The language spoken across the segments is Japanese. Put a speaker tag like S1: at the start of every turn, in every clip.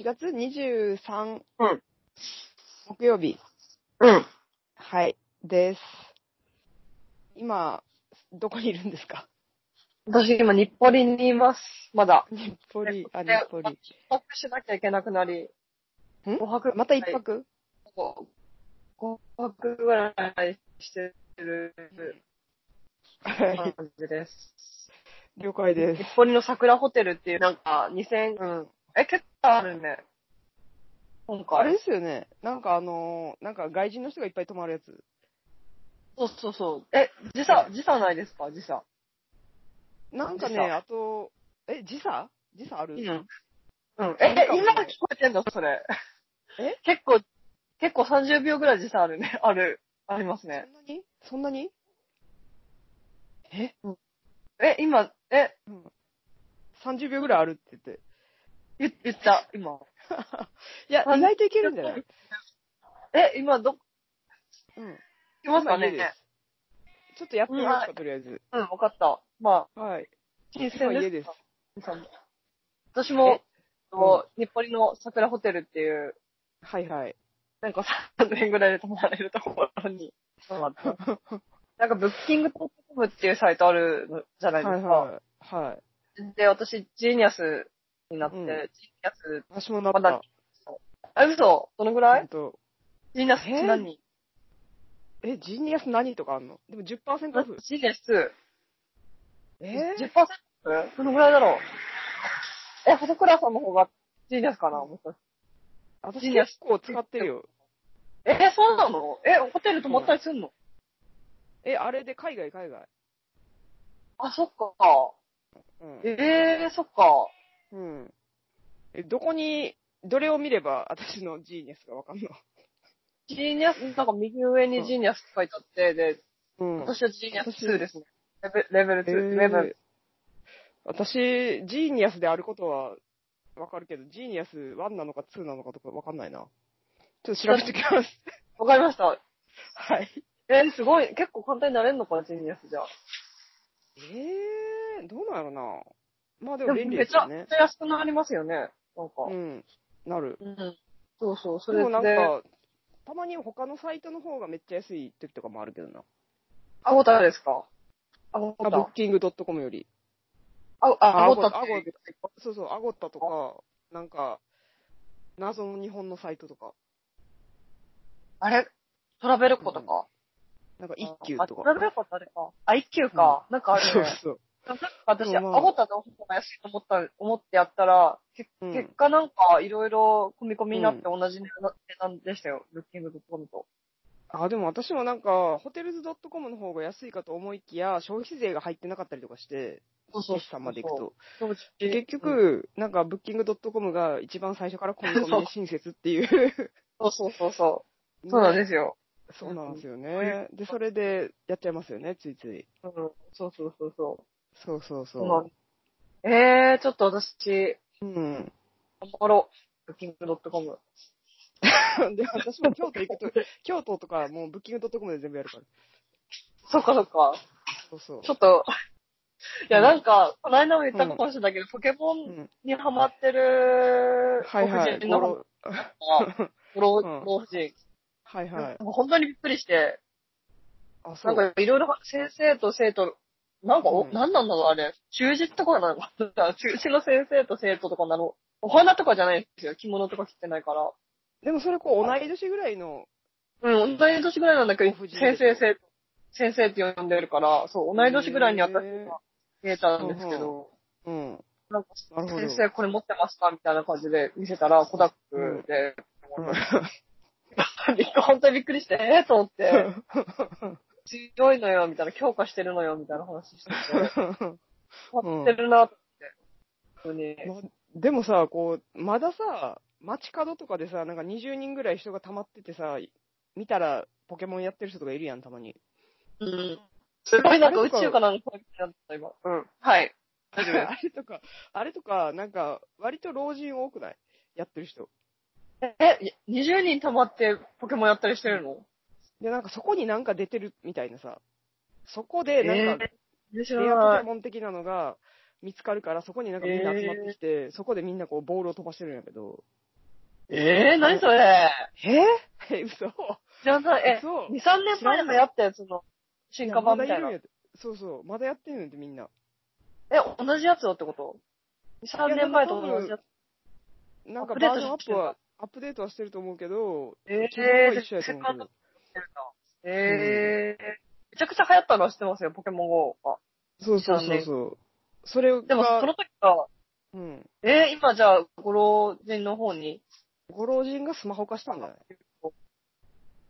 S1: 4月23、
S2: うん
S1: 木曜日、
S2: うん。
S1: はい、です。今、どこにいるんですか
S2: 私今、日暮里にいます。まだ。
S1: 日暮里、あ、日
S2: で
S1: 暮
S2: ま
S1: 里。
S2: 一泊しなきゃいけなくなり。
S1: ん
S2: 五泊
S1: また一泊、
S2: はい五泊ぐらいしてる
S1: はい
S2: 感じです。
S1: 了解で
S2: 日
S1: す。
S2: 暮里の桜ホテルっていう、なんか、2000、うん。え、結構あるね。今回。
S1: あれですよね。なんかあのーなんか外人の人がいっぱい泊まるやつ。
S2: そうそうそう。え、時差、時差ないですか時差。
S1: なんかね、
S2: 時差
S1: あと、え、時差時差ある、
S2: ん。うん。え、
S1: うん
S2: 今聞こえてんのそれ。
S1: え
S2: 結構、結構30秒ぐらい時差あるね。ある。あります
S1: そ
S2: ね。
S1: んなにそんなにえ、
S2: え、今、え、
S1: うん、?30 秒ぐらいあるって言って。
S2: 言言った、今。
S1: いや、
S2: あ
S1: 意外といけるんじゃない
S2: え、今、ど、
S1: うん。
S2: いますか
S1: 今家で
S2: ね
S1: すちょっとやってみますか、とりあえず。
S2: うん、わかった。まあ、
S1: はい。
S2: 新
S1: 今
S2: 鮮
S1: 家
S2: で
S1: です
S2: す。。私も、こう日暮里の桜ホテルっていう、
S1: はいはい。
S2: なんか3年ぐらいで泊まれるとこ ろに泊まった。なんか、ブッキングトップコムっていうサイトあるのじゃな
S1: はいい
S2: ですか。
S1: はい。はい。
S2: で、私、ジーニアスになって、
S1: うん
S2: ジーニアス、
S1: 私もなっ
S2: まだ
S1: た。
S2: あ、嘘どのぐら
S1: ほん
S2: い
S1: と
S2: ジーニアスって何人
S1: え、ジーニアス何とかあんのでも10%オフ。
S2: ジーニアス、
S1: えー
S2: 10%? どのぐらいだろうえ、細倉さんの方がジーニアスかなもしかして
S1: 私
S2: ジーニアス
S1: 結構使ってるよ。
S2: え、そうなのえ、ホテル泊まったりすんの
S1: え、あれで海外海外。
S2: あ、そっか。
S1: うん。
S2: えー、そっか。
S1: うん。え、どこに、どれを見れば私のジーニアスがわかんの
S2: ジーニアス、なんか右上にジーニアスって書いてあって、で、
S1: うん。
S2: 私はジーニアス2ですね。レベレベル
S1: え
S2: 2、レベ
S1: ー
S2: ル。
S1: 私、ジーニアスであることはわかるけど、ジーニアス1なのか2なのかとかわかんないな。ちょっと調べてきます。
S2: わかりました。
S1: はい。
S2: えー、すごい。結構簡単になれんのかな、ジーニアスじゃあ。
S1: えー、どうなんやろな。まあで
S2: で
S1: も
S2: も
S1: 便利
S2: め
S1: で
S2: ち
S1: すよ
S2: ゃ
S1: ね
S2: め。ちゃ安くなりますよね。なんか。
S1: うん。なる。
S2: うん。そうそう、そ
S1: で
S2: れ
S1: もなん
S2: で。
S1: か、たまに他のサイトの方がめっちゃ安い時とかもあるけどな。
S2: アゴタですかアゴ
S1: あ、ブ
S2: タ
S1: ッ。キング .com より。
S2: あ、あ
S1: あ
S2: アゴタって
S1: アゴタ
S2: いう
S1: そうそう、アゴッタとか、なんか、謎の日本のサイトとか、
S2: あれトラベルコとか。
S1: なんか一級
S2: あ
S1: と
S2: ト
S1: か。
S2: ラベルコってあれか。あ、一級か。なんかあ
S1: そう
S2: るね。
S1: そう。
S2: なんか私、
S1: で
S2: ア
S1: もまあ
S2: ゴタの方が安いと思った、思ってやったら、け
S1: うん
S2: 結果なんかいろいろ込み込みになって同じ値段でしたよ。ブッキングドットコムと。
S1: あ、でも私もなんか、ホテルズ .com の方が安いかと思いきや、消費税が入ってなかったりとかして、
S2: そう
S1: 決算まで行くと。
S2: そう。でも
S1: 結、局、なんか、ブッキング .com が一番最初から込み 込みで親切っていう。
S2: うんそうそうそうそう。そうなんですよ。
S1: そうなんですよね。で、それでやっちゃいますよね、ついつい。
S2: うん。そうそうそうそう。
S1: そうそう
S2: ま
S1: そ
S2: あええー、ちょっと私、
S1: う。うん。
S2: 頑張ろう。ブッキングドットコム。
S1: で、私も京都行くと、 京都とかもうブッキング .com で全部やるから。
S2: そっかそっか。
S1: そうそう。
S2: ちょっと、いや、
S1: うん
S2: なんか、この間も言ったかもしれないけど、ポケモ
S1: う
S2: ン
S1: ん、
S2: にハマってる、
S1: はいはい。
S2: 黒人の方
S1: ゴロ
S2: が、老
S1: うん
S2: 老人。
S1: はいはい。
S2: もう本当にびっくりして、
S1: あ、そ
S2: なん
S1: う。
S2: かいろいろ先生と生徒、なんか、
S1: う
S2: お、
S1: ん
S2: なんなんだろう、あれ。中字とかなのかな中字の先生と生徒とかなの。お花とかじゃないんですよ。着物とか着てないから。
S1: でもそれこう、同い年ぐらいの、
S2: うん、同い年ぐらいなんだけど、
S1: ご婦人
S2: 先生、生先生って呼んでるから、そう、同い年ぐらいに私
S1: へー
S2: が見えたんですけ
S1: うん
S2: ど、
S1: うん。
S2: なんか、
S1: なるほど
S2: 先生これ持ってましたみたいな感じで見せたら、コダックで、本当にびっくりして、えーと思って、強いのよ、みたいな、強化してるのよ、みたいな話してて、変わってるなって、本当に。
S1: ま でもさ、こう、まださ、街角とかでさ、なんか20人ぐらい人が溜まっててさ、見たらポケモンやってる人とかいるやん、たまに。
S2: うん。すごいなんか宇宙かなんかになった、今。うん。はい。
S1: あ
S2: 大丈夫です。
S1: れとか、あれとか、なんか、割と老人多くないやってる人。
S2: え、20人溜まってポケモンやったりしてるの
S1: で、なんかそこになんか出てるみたいなさ、そこでなんか、
S2: えー、知
S1: レ
S2: ら
S1: アポ
S2: な
S1: ケ
S2: い。
S1: モン的なのが、見つかるから、そこになんかみんな集まってきて、そこでみんなこうボールを飛ばしてるんやけど。
S2: えー、何それ
S1: ええ、嘘
S2: 知らない。え、
S1: 嘘
S2: 2、3年前でもやったやつの進化版みたい
S1: やまだる
S2: な
S1: や。
S2: ん
S1: てそうそう、まだやってるんやってみんな。
S2: え、同じやつよってこと2、3年前と同じやつ。
S1: なんか
S2: アップデ
S1: バ
S2: ー
S1: ー
S2: ト
S1: ジョンアッ
S2: して
S1: プ
S2: るんだ
S1: は、アップデートはしてると思うけど、
S2: え
S1: 基本は一緒
S2: ー、
S1: やと
S2: セ
S1: 思
S2: カ
S1: う
S2: ン
S1: け
S2: ド
S1: ど。
S2: えー、めちゃくちゃ流行ったのは知ってますよ、ポケモン GO が。
S1: そうそうそうそう。それが、
S2: でも、その時は、
S1: うん。
S2: えー、今じゃあ、ご老人の方に。
S1: ご老人がスマホ化したんだね。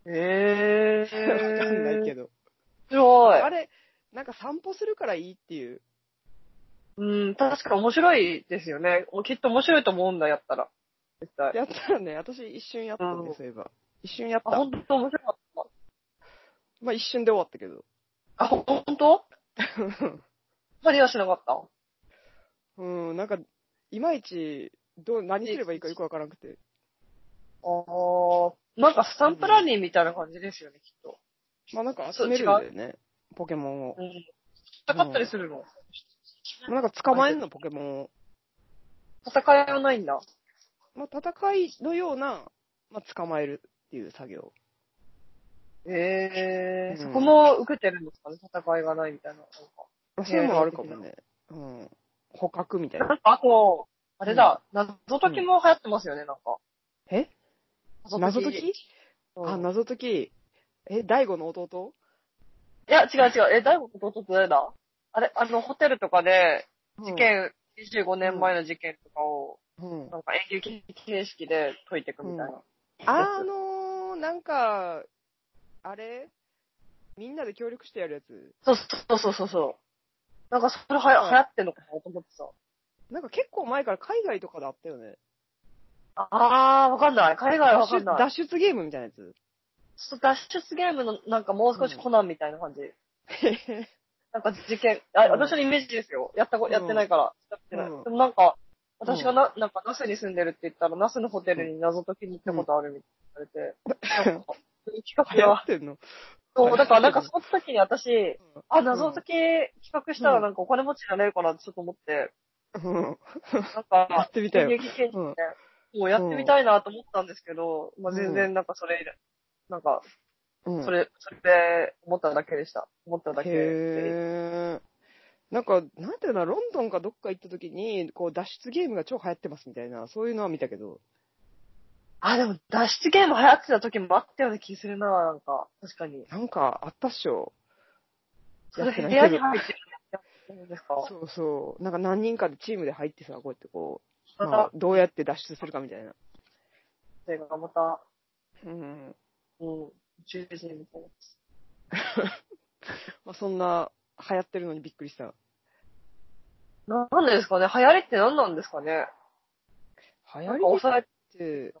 S2: え
S1: わかんないけ
S2: ど。
S1: ど。
S2: すごい。
S1: あれ、なんか散歩するからいいっていう。
S2: うん、確か面白いですよね。おきっと面白いと思うんだ、やったら。絶対。
S1: やったらね、私一瞬やった
S2: う
S1: ね
S2: ん、
S1: そういえば。一瞬やっ
S2: あ、
S1: た。
S2: 本当面白かっ
S1: まあ一瞬で終わったけど。
S2: た。あ、本当マリアしなかった。
S1: うん、なんか、いまいち、どう、何すればいいかよくわからなくて。
S2: あー、なんかスタンプラリーみたいな感じですよね、きっと。
S1: まあなんか集めるんだよね。ポケモンを
S2: う。ん。戦ったりするの、
S1: まあなんか捕まえんの、ポケモンを。
S2: 戦いはないんだ。
S1: まあ戦いのような、まあ捕まえるっていう作業。
S2: ええー、
S1: うん
S2: そこも受けてるんですかね、戦いがないみたいな。なんか
S1: まあそういうのもあるかもね。うん。捕獲みたい
S2: な
S1: な。
S2: んかあと、あれだ、謎解きも流行ってますよね、なんか。
S1: え謎解き
S2: うん
S1: あ、謎解き。え、大悟の弟
S2: いや、違う違う。え、大悟と弟誰だあれ、あの、ホテルとかで、事。件、25年前の事件とかを、
S1: うんうん。
S2: なんか永久形式で解いていくみたいな。
S1: あのー、なんか、あれみんなで協力してやるやつ。
S2: そうそうそうそうそう。なんかそれはや
S1: うん
S2: 流行ってんのかなと思ってさ。
S1: なんか結構前から海外とかであったよね。
S2: あー、わかんない。海外はわかんない。
S1: 脱出ゲームみたいなや つ。
S2: ちょっと脱出ゲームのなんかもう少しコナンみたいな感じ。なんか事件、あ、
S1: うん
S2: 私のイメージですよ。やったこ、やってないから。やってない。
S1: うん
S2: でもなんか、私がな、なんかナスに住んでるって言ったら、ナスのホテルに謎解きに行ったことあるみたいに言われて、なんか、そういう企
S1: 流
S2: 画
S1: 行
S2: は
S1: っ。てんの
S2: そう、だからなんかその時に私、あ、謎解き企画した
S1: う
S2: ら
S1: ん
S2: なんかお金持ちになれるかなってちょっと思って、
S1: うん。
S2: なん
S1: や
S2: か
S1: っ、てみたよ。
S2: 現役検事で、もうやってみたいなと思ったんですけど、まあ全然なんかそれ以来、なんか、
S1: うん
S2: それ、それで思っただけでした。思っただけで。
S1: へー。なんか、なんていうのかな、ロンドンかどっか行った時に、こう、脱出ゲームが超流行ってますみたいな、そういうのは見たけど。
S2: あ、でも脱出ゲーム流行ってた時もあったような気するな、なんか。確かに。
S1: なんか、あったっしょ。
S2: そ
S1: や
S2: れ
S1: って
S2: 部
S1: ないけど
S2: 屋に入ってやってるんですか
S1: そうそう。なんか何人かでチームで入ってさ、こうやってこう、
S2: ま
S1: まあ
S2: た、、
S1: どうやって脱出するかみたいな。
S2: それがまた、
S1: うん。
S2: うん、中心みたいな。
S1: まあ、そんな、流行ってるのにびっくりした。
S2: ななんでですかね流行りって何なんですかね
S1: 流行
S2: なん
S1: り
S2: か抑え
S1: って、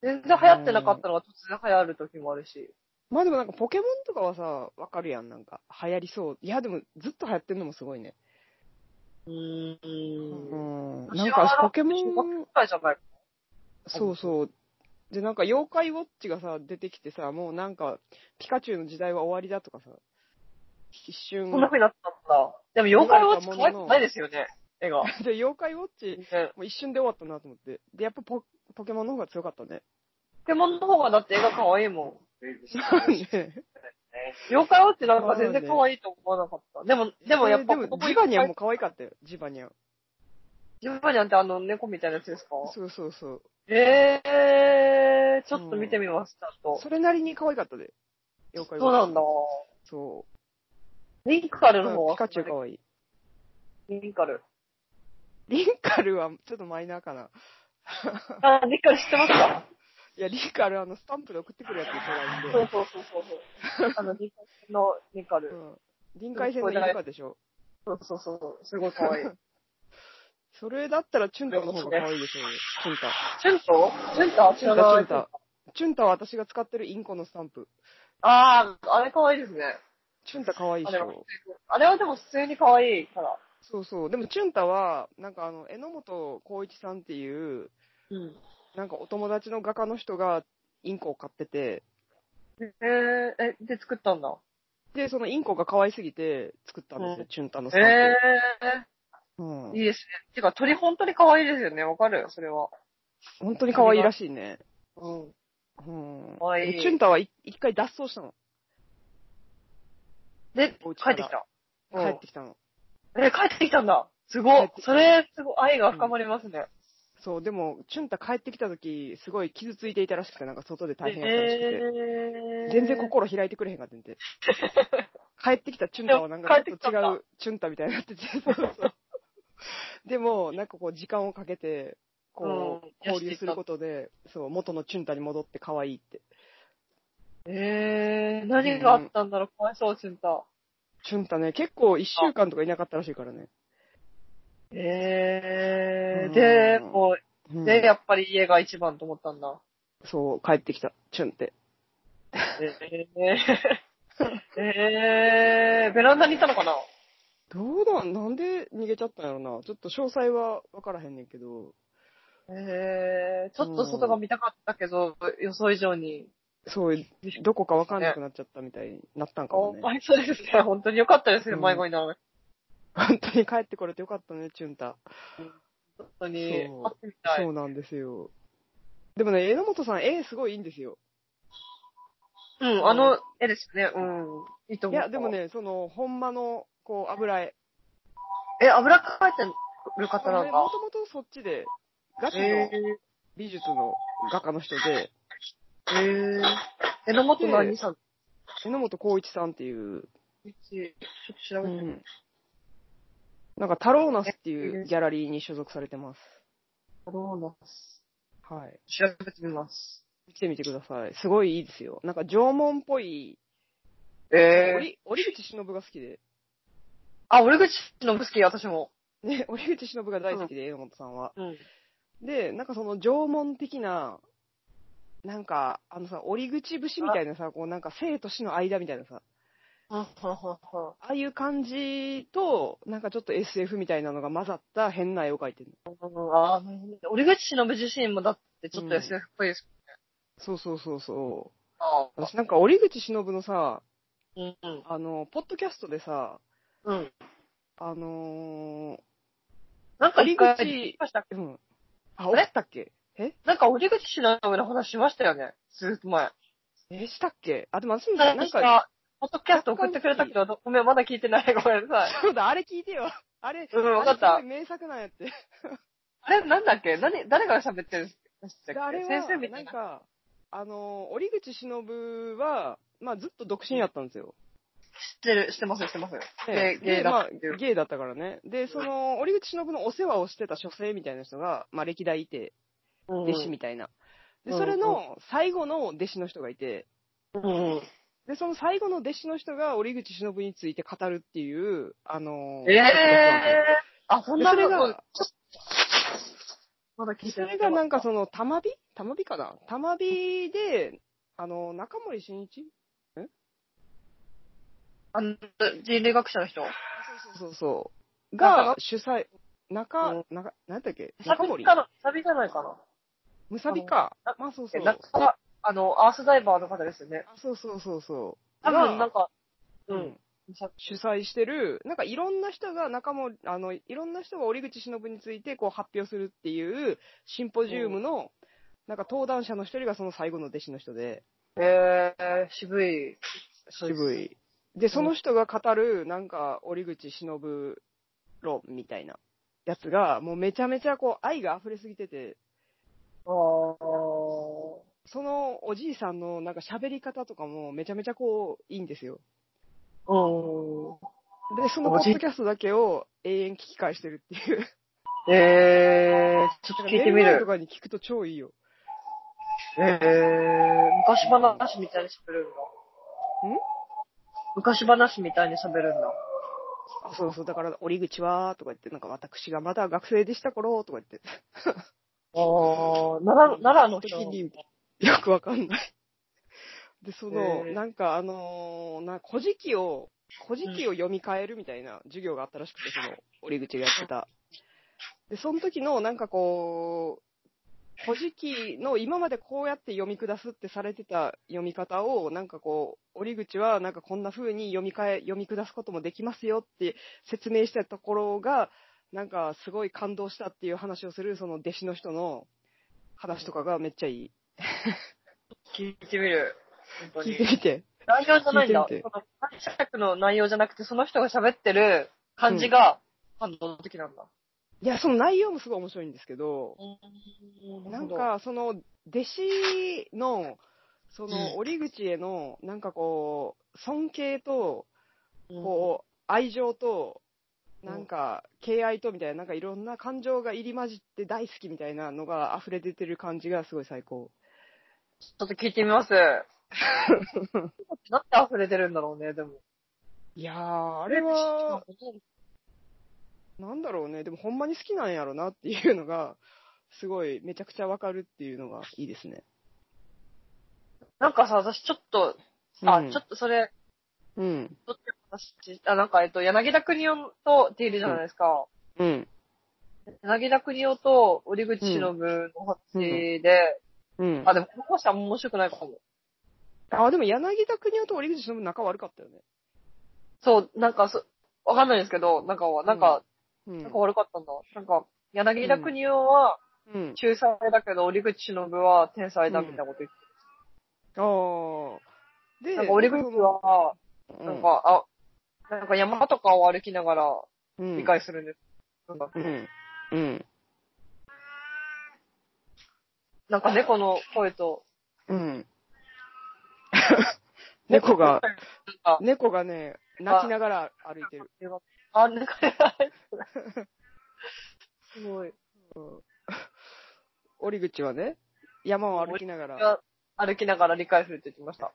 S2: 全然流行ってなかったのが突然流行る時もあるし。
S1: まあでもなんかポケモンとかはさ、わかるやん、なんか。流行りそう。いや、でもずっと流行ってんのもすごいね。
S2: うー。
S1: うんん。
S2: うん
S1: なんかポケモ
S2: 小学
S1: ン、
S2: 生じゃない。
S1: そうそう。で、なんか妖怪ウォッチがさ、出てきてさ、もうなんか、ピカチュウの時代は終わりだとかさ、一 瞬
S2: こん、な風になったんだ。でも妖怪ウォッチ可愛くないですよね、絵が。
S1: で、妖怪ウォッチ、
S2: 全然
S1: もう一瞬で終わったなと思って。で、やっぱポポケモンの方が強かった ね。
S2: ポケモンの方がだって絵が可愛いもん。
S1: ね
S2: 妖怪ウォッチなんか全然可愛いと思わなかった。でも、でもやっぱ、
S1: で
S2: こ
S1: も
S2: こ
S1: ジ
S2: に
S1: バニャンも可愛かったよ、ジバニャン。
S2: ジバニャンってあの猫みたいなやつですか
S1: そうそうそう。
S2: ええー、ちょっと見てみます、ちゃんと。
S1: それなりに可愛かったで。妖怪ウォッ
S2: そう
S1: チ。
S2: なんだ。
S1: そ
S2: リンカルの方
S1: う。
S2: は
S1: ピカチュウ可愛い。
S2: リンカル。
S1: リンカルはちょっとマイナーかな。
S2: あ、リンカル知ってますか
S1: いや、リンカルあの、スタンプで送ってくるやつで
S2: そうそうそうそう。あの、リンカルのリンカル。
S1: うん。臨海線のイルカでしょ。
S2: そうそうそう。すごい可愛い。
S1: それだったらチュンタの方が可愛いでしょうよ。チュンタ。
S2: チュントチュンタ知
S1: チュ
S2: ら
S1: ンタ、チュ
S2: ない
S1: ン。タ。チュンタは私が使ってるインコのスタンプ。
S2: あー、あれ可愛いですね。
S1: チュンタ可愛い
S2: あ
S1: でし
S2: れは
S1: ょ。、
S2: あれはでも普通に可愛いから。
S1: そうそう。でもチュンタは、なんかあの、榎本光一さんっていう、
S2: うん。
S1: なんかお友達の画家の人がインコを飼ってて、
S2: えー、え、で作ったんだ。
S1: で、そのインコが可愛すぎて作ったんですよ、
S2: う
S1: チュンタのスタンプ。
S2: え
S1: うん
S2: いい。ですね。てか、鳥本当に可愛いですよね。わかるよ、それは。
S1: 本当に可愛いらしいね。
S2: うん。
S1: うん。
S2: 可愛い
S1: チュンタはい一回脱走したの。
S2: で、
S1: お家
S2: 帰
S1: から
S2: ってきた。
S1: 帰
S2: うん
S1: ってきたの。
S2: え、帰ってきたんだ。す
S1: 帰
S2: ご
S1: っ
S2: い
S1: てき。た
S2: それ、すごい、愛が深まりますね。
S1: そう、でも、チュンタ帰ってきた時、すごい傷ついていたらしくて、なんか外で大変やったらしくて。
S2: えー
S1: 全然心開いてくれへんかってん て。帰ってきたチュンタはなんかちょっと違うチュンタみたいになってて。そうそうでも、なんかこう時間をかけて、こう
S2: うん、
S1: 交流することで、そう、元のチュンタに戻って可愛いって。
S2: えー、何があったんだろう、かわいそう、ちんた。
S1: チュンタね、結構一週間とかいなかったらしいからね。
S2: え
S1: うん
S2: ー、で、も
S1: う
S2: う、
S1: ん
S2: で、やっぱり家が一番と思ったんだ。
S1: そう、帰ってきた、チュンって。
S2: え ー、えー、ベランダにいたのかな
S1: どうだ、なんで逃げちゃったんやろな。ちょっと詳細は分からへんねんけど。
S2: えー、ちょっと外が見たかったけど、予想以上に。
S1: そう、どこか分かんなくなっちゃったみたいになったんか
S2: か
S1: もね。
S2: わいそうですね。 本当に良かったですね、
S1: うん
S2: 迷子にならなくて。
S1: 本当に帰ってこれてよかったね、チュンタ。
S2: 本当に、会
S1: そう
S2: ってみたい
S1: そう。なんですよ。でもね、榎本さん、絵すごいいいんですよ。
S2: うん、あの絵ですね。うん。いいと
S1: い
S2: 思う。
S1: や、でも。ね、その、ほんまの、こう、油絵。
S2: え、油かいてる
S1: も
S2: 方
S1: と
S2: なんだ。
S1: もとそっちで、ガチの
S2: えー
S1: 美術の画家の人で、
S2: えー。え、のもと何さん
S1: 榎本光一さんっていう、
S2: うちちょっと調べてみる。
S1: なんか、タローナスっていうギャラリーに所属されてます。
S2: どうなんす
S1: はい。
S2: 調べてみます。
S1: 来てみてください。すごいいいですよ。なんか、縄文っぽい、
S2: えー。
S1: 折折口忍が好きで、
S2: あ、折口の好き、私も。
S1: ね、 折口忍が大好きで、榎本さんは。
S2: うん。
S1: で、なんかその縄文的な、なんか、あのさ、折口節みたいなさ、こうなんか生と死の間みたいなさ、
S2: はははは。
S1: ああいう感じと、なんかちょっと SF みたいなのが混ざった変な絵を描いてるの。
S2: うんあー、折口忍自身もだってちょっと SF っぽいです。
S1: そうそうそうそ
S2: あ
S1: う。
S2: ー
S1: 私なんか折口忍のさ、
S2: うんうん。
S1: あの、ポッドキャストでさ、
S2: うん。
S1: あの
S2: なんか一回、
S1: 折口
S2: 言いましたっけ
S1: ー、うん。あ、
S2: あれ
S1: 折ったっけえ
S2: なんか折口忍の話しましたよね。ずっと前。
S1: え、したっけあ、でも私も
S2: な
S1: なんんか、
S2: か、ポッドキャスト送ってくれたけど、ごめん、まだ聞いてない。ごめんなさい。
S1: そうだ、あれ聞いてよ。 あれ、
S2: うん、わ
S1: あ
S2: か
S1: れ
S2: っ
S1: すご
S2: た
S1: い。名作なんやって。
S2: あれ、なんだっけ何、誰が喋ってるんです
S1: であ
S2: か
S1: れは、
S2: 先生みた
S1: ないん
S2: な。
S1: か、あの、折口忍は、まあずっと独身やったんですよ。
S2: 知ってる、知ってます、知ってます。
S1: ね
S2: ゲイゲイ
S1: ま
S2: だ
S1: あ
S2: っていう。
S1: ゲイだったからね。で、その、折口忍のお世話をしてた書生みたいな人が、まあ歴代いて、
S2: 弟
S1: 弟子みたいな。で、
S2: うん
S1: それの最後の弟子の人がいて、
S2: たいな。うんうん。
S1: で、その最後の弟子の人が折口忍について語るっていう、あの、
S2: ええー、あ、そんな
S1: でそれ
S2: の
S1: が
S2: が、まだ聞い
S1: そ
S2: てない。
S1: れがなんかその、玉火玉火かな玉火で、あの、中森慎一
S2: あの、人類学者の人。
S1: そうそう。
S2: 中
S1: が
S2: 野
S1: 主催、中、
S2: う
S1: 中、なんだっけ
S2: サ
S1: 中
S2: ビ
S1: 森
S2: かなサビじゃないかな
S1: むさびか
S2: あ。
S1: まあそうそ
S2: え、
S1: う。
S2: なん
S1: あ
S2: か、あの、アースダイバーの方ですよね。
S1: そうそうそうそう。
S2: 多分なん
S1: か、
S2: か、う
S1: うんん。。主催してる、なんかいろんな人が中森、あの、いろんな人が折口忍についてこう発表するっていうシンポジウムの、なんか登壇者の一人がその最後の弟子の人で、
S2: えー、渋い。
S1: 渋い。で、その人が語る、なんか、折口忍論みたいなやつが、もうめちゃめちゃこう愛が溢れすぎてて、
S2: あー。
S1: そのおじいさんのなんか喋り方とかもめちゃめちゃこういいんですよ。
S2: うん。
S1: で、そのポ
S2: おじ
S1: ッ
S2: い
S1: ドキャストだけを永遠聞き返してるって いう。
S2: えー、ちょっと聞いてみ
S1: 寝前と
S2: る。
S1: かに聞くと超いいよ。
S2: えー、昔話みたいに喋るんだ。
S1: ん
S2: 昔話みたいに喋るんだ。
S1: あそうそう、だから、折口は、とか言って、なんか私がまだ学生でした頃、とか言って。
S2: あー、奈良、奈良の 人。
S1: 時に、よくわかんない。で、その、
S2: へー
S1: なんかあのーな、古事記を、古事記を読み替えるみたいな授業があったらしくて、その、折口がやってた。で、その時の、なんかこう、古事記の今までこうやって読み下すってされてた読み方を、なんかこう、折口はなんかこんな風に読み替え、読み下すこともできますよって説明したところが、なんかすごい感動したっていう話をする、その弟子の人の話とかがめっちゃいい。
S2: 聞いてみる。本当
S1: 聞いて。
S2: に
S1: みて。
S2: 内容じゃないんだ。
S1: 聞いてみて
S2: その解釈の内容じゃなくて、その人が喋ってる感じが感動的なんだ。
S1: いや、その内容もすごい面白いんですけど、なんかその弟子の、その折口への、なんかこう、尊敬と、
S2: うん、
S1: こう、愛情と、
S2: うん
S1: なんか、敬愛とみたいな、なんかいろんな感情が入り混じって大好きみたいなのが溢れ出てる感じがすごい最高。
S2: ちょっと聞いてみ ます。なんで溢れてるんだろうね、でも。
S1: いやー、あ
S2: あ
S1: れは、、なんだろうね、でもほんまに好きなんやろなっていうのが、すごいめちゃくちゃわかるっていうのがいいですね。
S2: なんかさ、私ちょっと、あ、
S1: うん
S2: ちょっとそれ、
S1: うん。
S2: どっちの話、あ、なんかえっと、柳田国夫とっているじゃないですか。
S1: うん。
S2: 柳田国夫と折口忍の話で、
S1: うん。
S2: あ、でもこの話は面白くないかも。
S1: あ、でも柳田国夫と折口忍仲悪かったよね。
S2: そう、なんかそ、わかんないですけど、なんか、なんか、
S1: う
S2: なんか悪かったんだ。なんか、柳田国夫は
S1: うん。
S2: 仲裁だけど、折口忍は天才だみたいなこと言って、
S1: あー。で、
S2: なんか折口は、
S1: その、
S2: なんか、あ、なんか山とかを歩きながら
S1: うん、
S2: 理解するんです。なんか
S1: うん。うん。
S2: なんか猫の声と、
S1: うん。 猫が、
S2: あ、
S1: 猫がね、泣きながら歩いてる。
S2: あ、なんか、すごい。
S1: うん。折口はね、山を歩きながら、
S2: 歩きながら理解するって言ってました。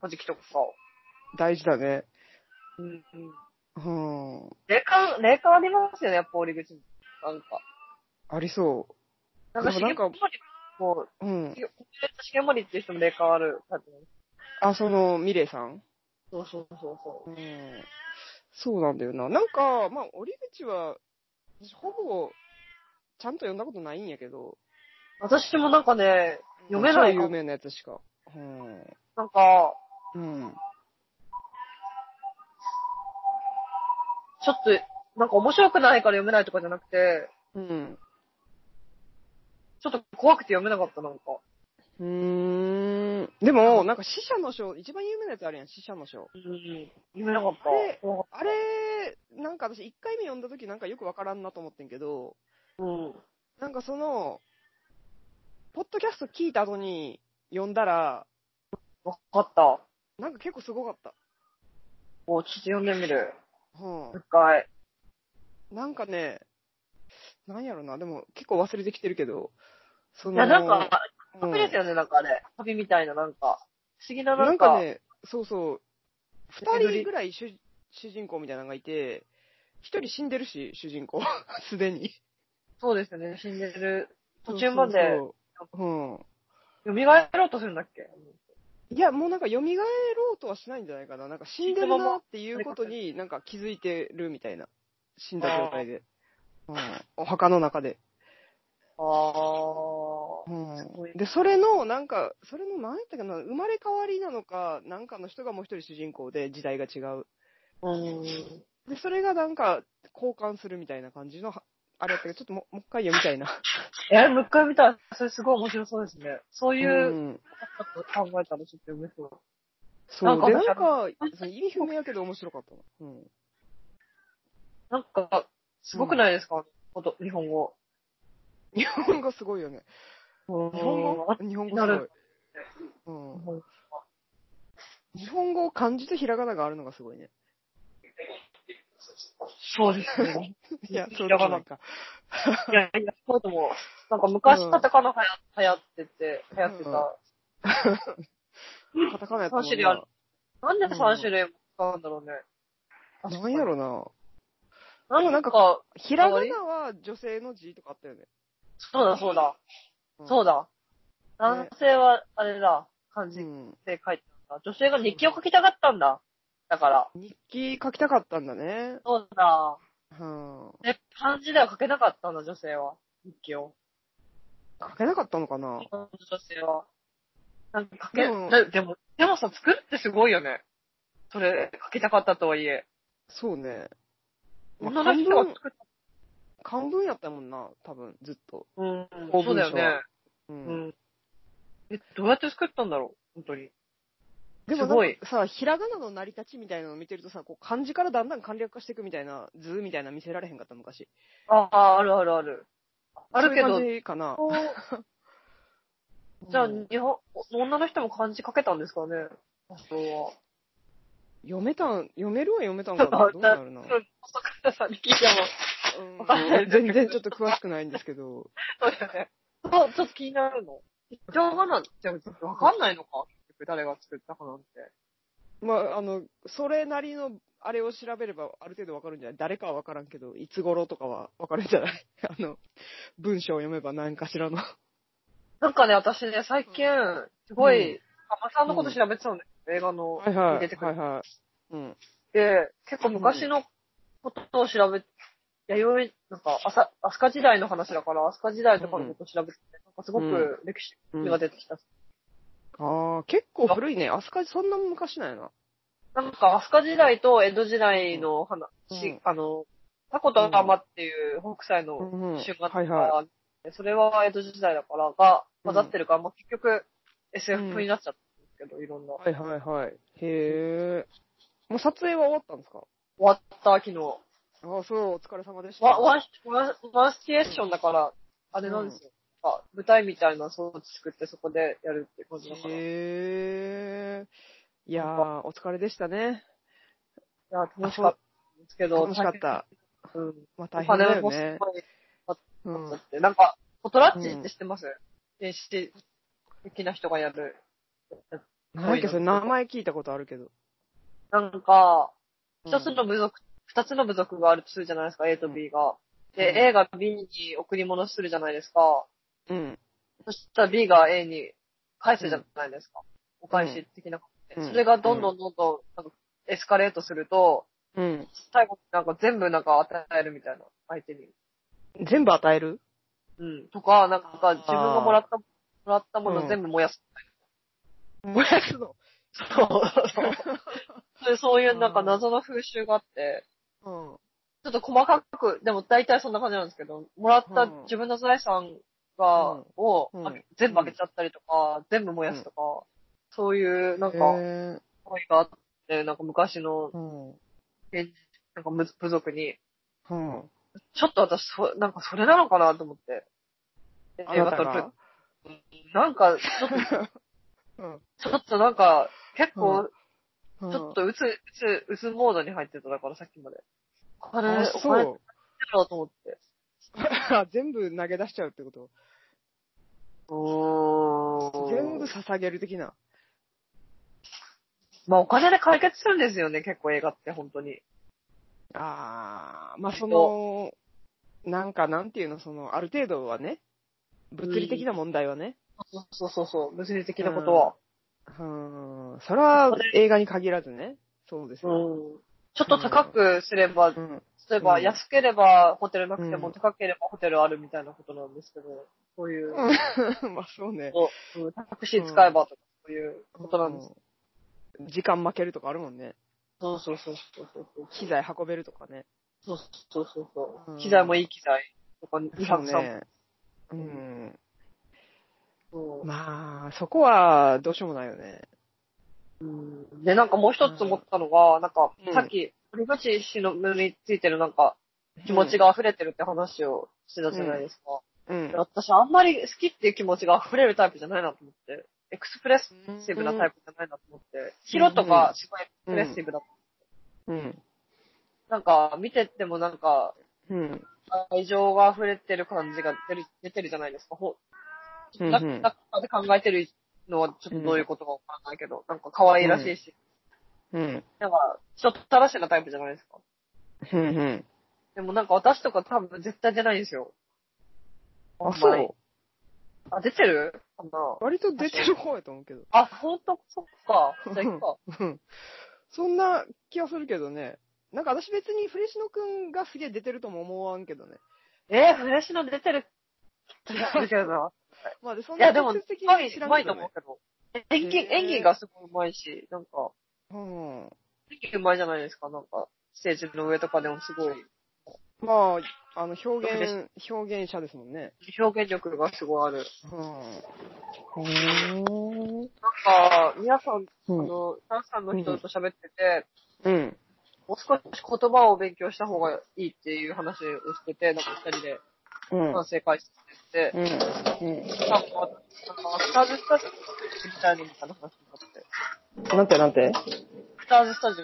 S2: 古事記とかを。
S1: 大事だね。
S2: うんうん。
S1: うん。
S2: 霊感、霊感ありますよね、やっぱ折口。なんか。
S1: ありそ
S2: なんか、
S1: で
S2: し
S1: もな
S2: げ
S1: んか
S2: もり、もう、
S1: う。うん。
S2: しげもりって人も霊感あるタイプなんです。
S1: あ、その、ミレイさん
S2: そうそうそうそう
S1: う。ん。そうなんだよな。なんか、まあ、折口は、私ほぼ、ちゃんと読んだことないんやけど。
S2: 私もなんかね、読めない
S1: 超有
S2: かも
S1: 名なやつしか。うん。
S2: なんか、
S1: うん。
S2: ちょっと、なんか面白くないから読めないとかじゃなくて、
S1: うん。
S2: ちょっと怖くて読めなかった、なんか。
S1: うーんでも、なんか死者の書、一番有名なやつあるやん、死者の書。
S2: うん。読めなかった
S1: で。
S2: 怖か
S1: あれ、なんか私一回目読んだ時なんかよくわからんなと思ってんけど、
S2: ったうん。
S1: なんかその、ポッドキャスト聞いた後に読んだら、
S2: わかった。
S1: なんか結構すごかった。
S2: もうちょっと読んでみる。
S1: う
S2: 一回。
S1: ん。なんかね、なんやろな、でも結構忘れてきてるけど、そ
S2: い
S1: の、
S2: や、なんか、
S1: う
S2: 旅
S1: ん
S2: ですよね、なんかあれ。旅みたいな、なんか。不思議な、な
S1: なんんか
S2: か。
S1: ね、そうそう、二
S2: 巡り
S1: 人ぐらい主主人公みたいなのがいて、一人死んでるし、主人公。 すでに。
S2: そうですよね、死んでる。途中まで
S1: そうそうそう。
S2: 蘇ろうとするんだっけ
S1: うん。いや、もうなんか蘇ろうとはしないんじゃないかな。なんか死んでるなっていうことになんか気づいてるみたいな。死んだ状態で。うん。お墓の中で。
S2: あー。
S1: うん。で、それの、なんか、それの何やったかな、生まれ変わりなのか、なんかの人がもう一人主人公で時代が違う。
S2: うん。
S1: で、それがなんか交換するみたいな感じの、はあれやったけど、ちょっとももう一回読み たいな。
S2: え、もう一回見たら、それすごい面白そうですね。そういうう、
S1: ん。
S2: 考えたらちょっと読めそう。
S1: そ
S2: なん
S1: う。
S2: か
S1: で、
S2: 面
S1: なん
S2: 白い
S1: か、その意味不明やけど面白かったな。うん。
S2: なんか、すごくないですか、こと日本語。
S1: 日本語すごいよね。
S2: 日
S1: 日本語日本語す
S2: な
S1: ごい
S2: る。
S1: うん。日本語を漢字とひらがながあるのがすごいね。
S2: そうですね。
S1: いや、そう
S2: ひ
S1: で
S2: ら
S1: も
S2: がな
S1: ないか。
S2: いや、いや、そうでも、なんか昔カタカナはや流行ってて、流行ってた。
S1: カタカナやったもん
S2: 三種類あるなんで
S1: うん
S2: 3種類も使うんだろうね。
S1: な。なんやろな。
S2: なんか、
S1: なんかひらがなは女性の字とかあったよね。
S2: そうだそうだ、そう
S1: だ。
S2: だ。男性は、あれだ、漢
S1: う
S2: 字
S1: ん。
S2: で書いてたんだ。女性が日記を書きたかったんだ。だから。
S1: 日記書きたかったんだね。
S2: そうだ。
S1: うん。
S2: で、漢字では書けなかったんだ、女性は。日記を。
S1: 書けなかったのかな
S2: 女性は。なんか書け、
S1: うん
S2: だでも、でもさ、作るってすごいよね。それ、書きたかったとはいえ。
S1: そうね。まあ
S2: 女の人が作った。
S1: 漢文やったもんな、多分、ずっと。
S2: うん。
S1: 公
S2: そ
S1: 文書
S2: うだ
S1: は
S2: よね。
S1: う。
S2: うんん。え、どうやって作ったんだろう本当に。
S1: でも
S2: すご
S1: なん
S2: い
S1: かさ、ひらがなの成り立ちみたいなのを見てるとさ、こう漢字からだんだん簡略化していくみたいな図みたいなの見せられへんかった、昔。
S2: ああ、あるあるある。あるけど
S1: そういう感じかな。
S2: こ うじゃあ、
S1: うん
S2: 日本、女の人も漢字書けたんですかね発想は。
S1: 読めたん、読めるは読めたん
S2: ちょ
S1: か
S2: っ
S1: な
S2: と、
S1: どうなる
S2: ちょ
S1: な
S2: っと、坂田さんに聞いても、わかんな
S1: う
S2: い
S1: ん、全然ちょっと詳しくないんですけど。
S2: そうだよね。そう、ちょっと気になるの。一丁がなじゃあわかんないのか結局誰が作ったかなんて。
S1: まあ、あの、それなりの、あれを調べればある程度わかるんじゃない誰かはわからんけど、いつ頃とかはわかるんじゃない あの、文章を読めば何かしらの。
S2: なんかね、私ね、最近、すごい、
S1: う
S2: あまさんのこと調べてたんだよ、映画の。
S1: はいは
S2: に
S1: い。
S2: 出てく
S1: は
S2: る
S1: いはい。うん。
S2: で、結構昔のことを調べ、弥生、なんか、あさ、飛鳥時代の話だから、飛鳥時代とかのことを調べて、なんかすごく歴史
S1: うん、
S2: が出てきた。
S1: ああ、結構古いね。アスカジ、そんな昔なんやな。
S2: なんか、飛鳥時代と江戸時代の話、
S1: うん
S2: あの、タコとアマっていう北斎の
S1: うんうん
S2: 主があった
S1: はいは
S2: それは江戸時代だからが
S1: うん
S2: 混ざってるから、まあ結局 SF になっちゃったんですけど、いろんな。終
S1: はいはいはい。へえ。もう撮影は終わったんですか
S2: わった、昨日。
S1: ああ、そう、お疲れ様でした。
S2: ワワンワンワンシチュエーションだから、あれなんですよ。あ舞台みたいな装置作ってそこでやるって感じだから。
S1: へ
S2: い
S1: え。いやー、お疲れでしたね。
S2: や、楽しかったんですけど、
S1: 楽しかった。
S2: 大変。うん。
S1: まあ
S2: お
S1: 大変だ
S2: 金
S1: よ
S2: もす
S1: ね。
S2: ごい
S1: うん。
S2: だって、なんか、コトラッチって知ってます電子的な人がやる。
S1: なんだっけ、それ名前聞いたことあるけど。
S2: なんか、
S1: うん
S2: 一つの部族、二つの部族があるとするじゃないですか、A と B が。で、
S1: うん
S2: A が B に贈り物するじゃないですか。
S1: うん。
S2: そしたら B が A に返すじゃないですか。お返し的な感
S1: う
S2: じで。
S1: ん
S2: それがどんどんどんどん、なんか、エスカレートすると、
S1: うん。
S2: 最後になんか全部なんか与えるみたいな、相手に。
S1: 全部与える
S2: うん。とか、なんか自分がもらった、もらったも
S1: う
S2: の
S1: ん
S2: 全部燃やす。
S1: 燃やすの。
S2: そうそういうなんか謎の風習があって、
S1: うん。
S2: ちょっと細かく、でも大体そんな感じなんですけど、もらった
S1: うん
S2: 自分の財産が、
S1: うん
S2: を、
S1: うん
S2: あげ全部あげちゃったりとか、全部燃やすとか、そういうなんか、
S1: へ
S2: 思いがあって、なんか昔の
S1: ー、うん。
S2: 現なんかむ部族に、
S1: うん。
S2: ちょっと私、そなんかそれなのかなと思って、
S1: あなた
S2: 撮る
S1: が。
S2: なんか、ちょっ
S1: うん。
S2: と、ちょっとなんか、結構、
S1: ち
S2: ちょっ、とうつ、うつ、うつモードに入ってただからさっきまで。お金、お
S1: あ、
S2: 金
S1: そ
S2: だ
S1: う。
S2: ろうと思って。
S1: 全部投げ出しちゃうってこと
S2: お
S1: 全部捧げる的な。
S2: まあお金で解決するんですよね、結構映画って、本当に。
S1: あー、まあその、なんかなんていうの、その、ある程度はね、物理的な問題はね。
S2: そうそうそう、物理的なことは。
S1: うん。それは映画に限らずね。そうです
S2: う
S1: よ。
S2: ん。ちょっと高くすれば
S1: う、ん。
S2: 例えば
S1: うん
S2: 安ければホテルなくて
S1: う
S2: も、
S1: ん
S2: 高ければホテルあるみたいなことなんですけど、そういう、
S1: うん まあそうね。
S2: そううんタクシー使えばとか、そういうことなんです。
S1: うん時間負けるとかあるもんね。
S2: そうそうそうそうそう。
S1: 機材運べるとかね。
S2: そうそうそうそうう。
S1: ん
S2: 機材もいい機材とか、2
S1: そう
S2: 泊3
S1: ね。うん。
S2: 泊。
S1: まあ、そこはどうしようもないよね。
S2: うんで、なんかもう一つ思ったのが、なんか
S1: う、ん
S2: さっき、堀口氏の胸についてるなんか、気持ちが溢れてるって話をしてたじゃないですか。
S1: うん。
S2: で私、あんまり好きっていう気持ちが溢れるタイプじゃないなと思って、エクスプレッシブなタイプじゃないなと思って、ヒロとかすごいエクスプレッシブだ。
S1: うん。
S2: なんか、見ててもなんか、
S1: うん。
S2: 愛情が溢れてる感じが出る出てるじゃないですか。ほ
S1: うんうん
S2: だだからで考えてるのはちょっとどういうことかわからないけど、なんか可愛らしいし、
S1: うん。
S2: なんか、人たらしなタイプじゃないですか。
S1: うん。
S2: でもなんか私とか多分絶対出ないんですよ。
S1: あ、
S2: あん
S1: そ
S2: まり
S1: う。
S2: あ、出てるかな
S1: 割と出てる方やと思うけど。
S2: あ、ほんと、そっか。じゃあいっか。
S1: うんそんな気はするけどね。なんか私別にフレシノくんがすげえ出てるとも思わんけどね。
S2: えー、フレッシュの出てる。出てるけどな。
S1: まあで、そん
S2: いや、
S1: な
S2: でも、
S1: 直
S2: う
S1: 接的
S2: まい、
S1: に知
S2: う
S1: ら
S2: ま
S1: ない
S2: い
S1: け
S2: と
S1: ど
S2: 思
S1: ね
S2: う。けど。演技
S1: へ、ー
S2: 演技がすごいうまいし、なんか、
S1: うん。
S2: 演技うまいじゃないですか、なんか。ステージの上とかでもすごい。
S1: まあ、あの、表現、表現者ですもんね。
S2: 表現力がすごいある。
S1: うん。へー
S2: なんか、皆さん、
S1: う
S2: あ
S1: ん。
S2: の、たくさんの人と喋ってて、
S1: うん。
S2: もう少し言葉を勉強した方がいいっていう話をしてて、なんか二人で
S1: うん。
S2: 反省会してて、
S1: うん。うん
S2: なんか、スターズスタジオみたいなのかな話になって。
S1: なんてなんて
S2: スターズスタジ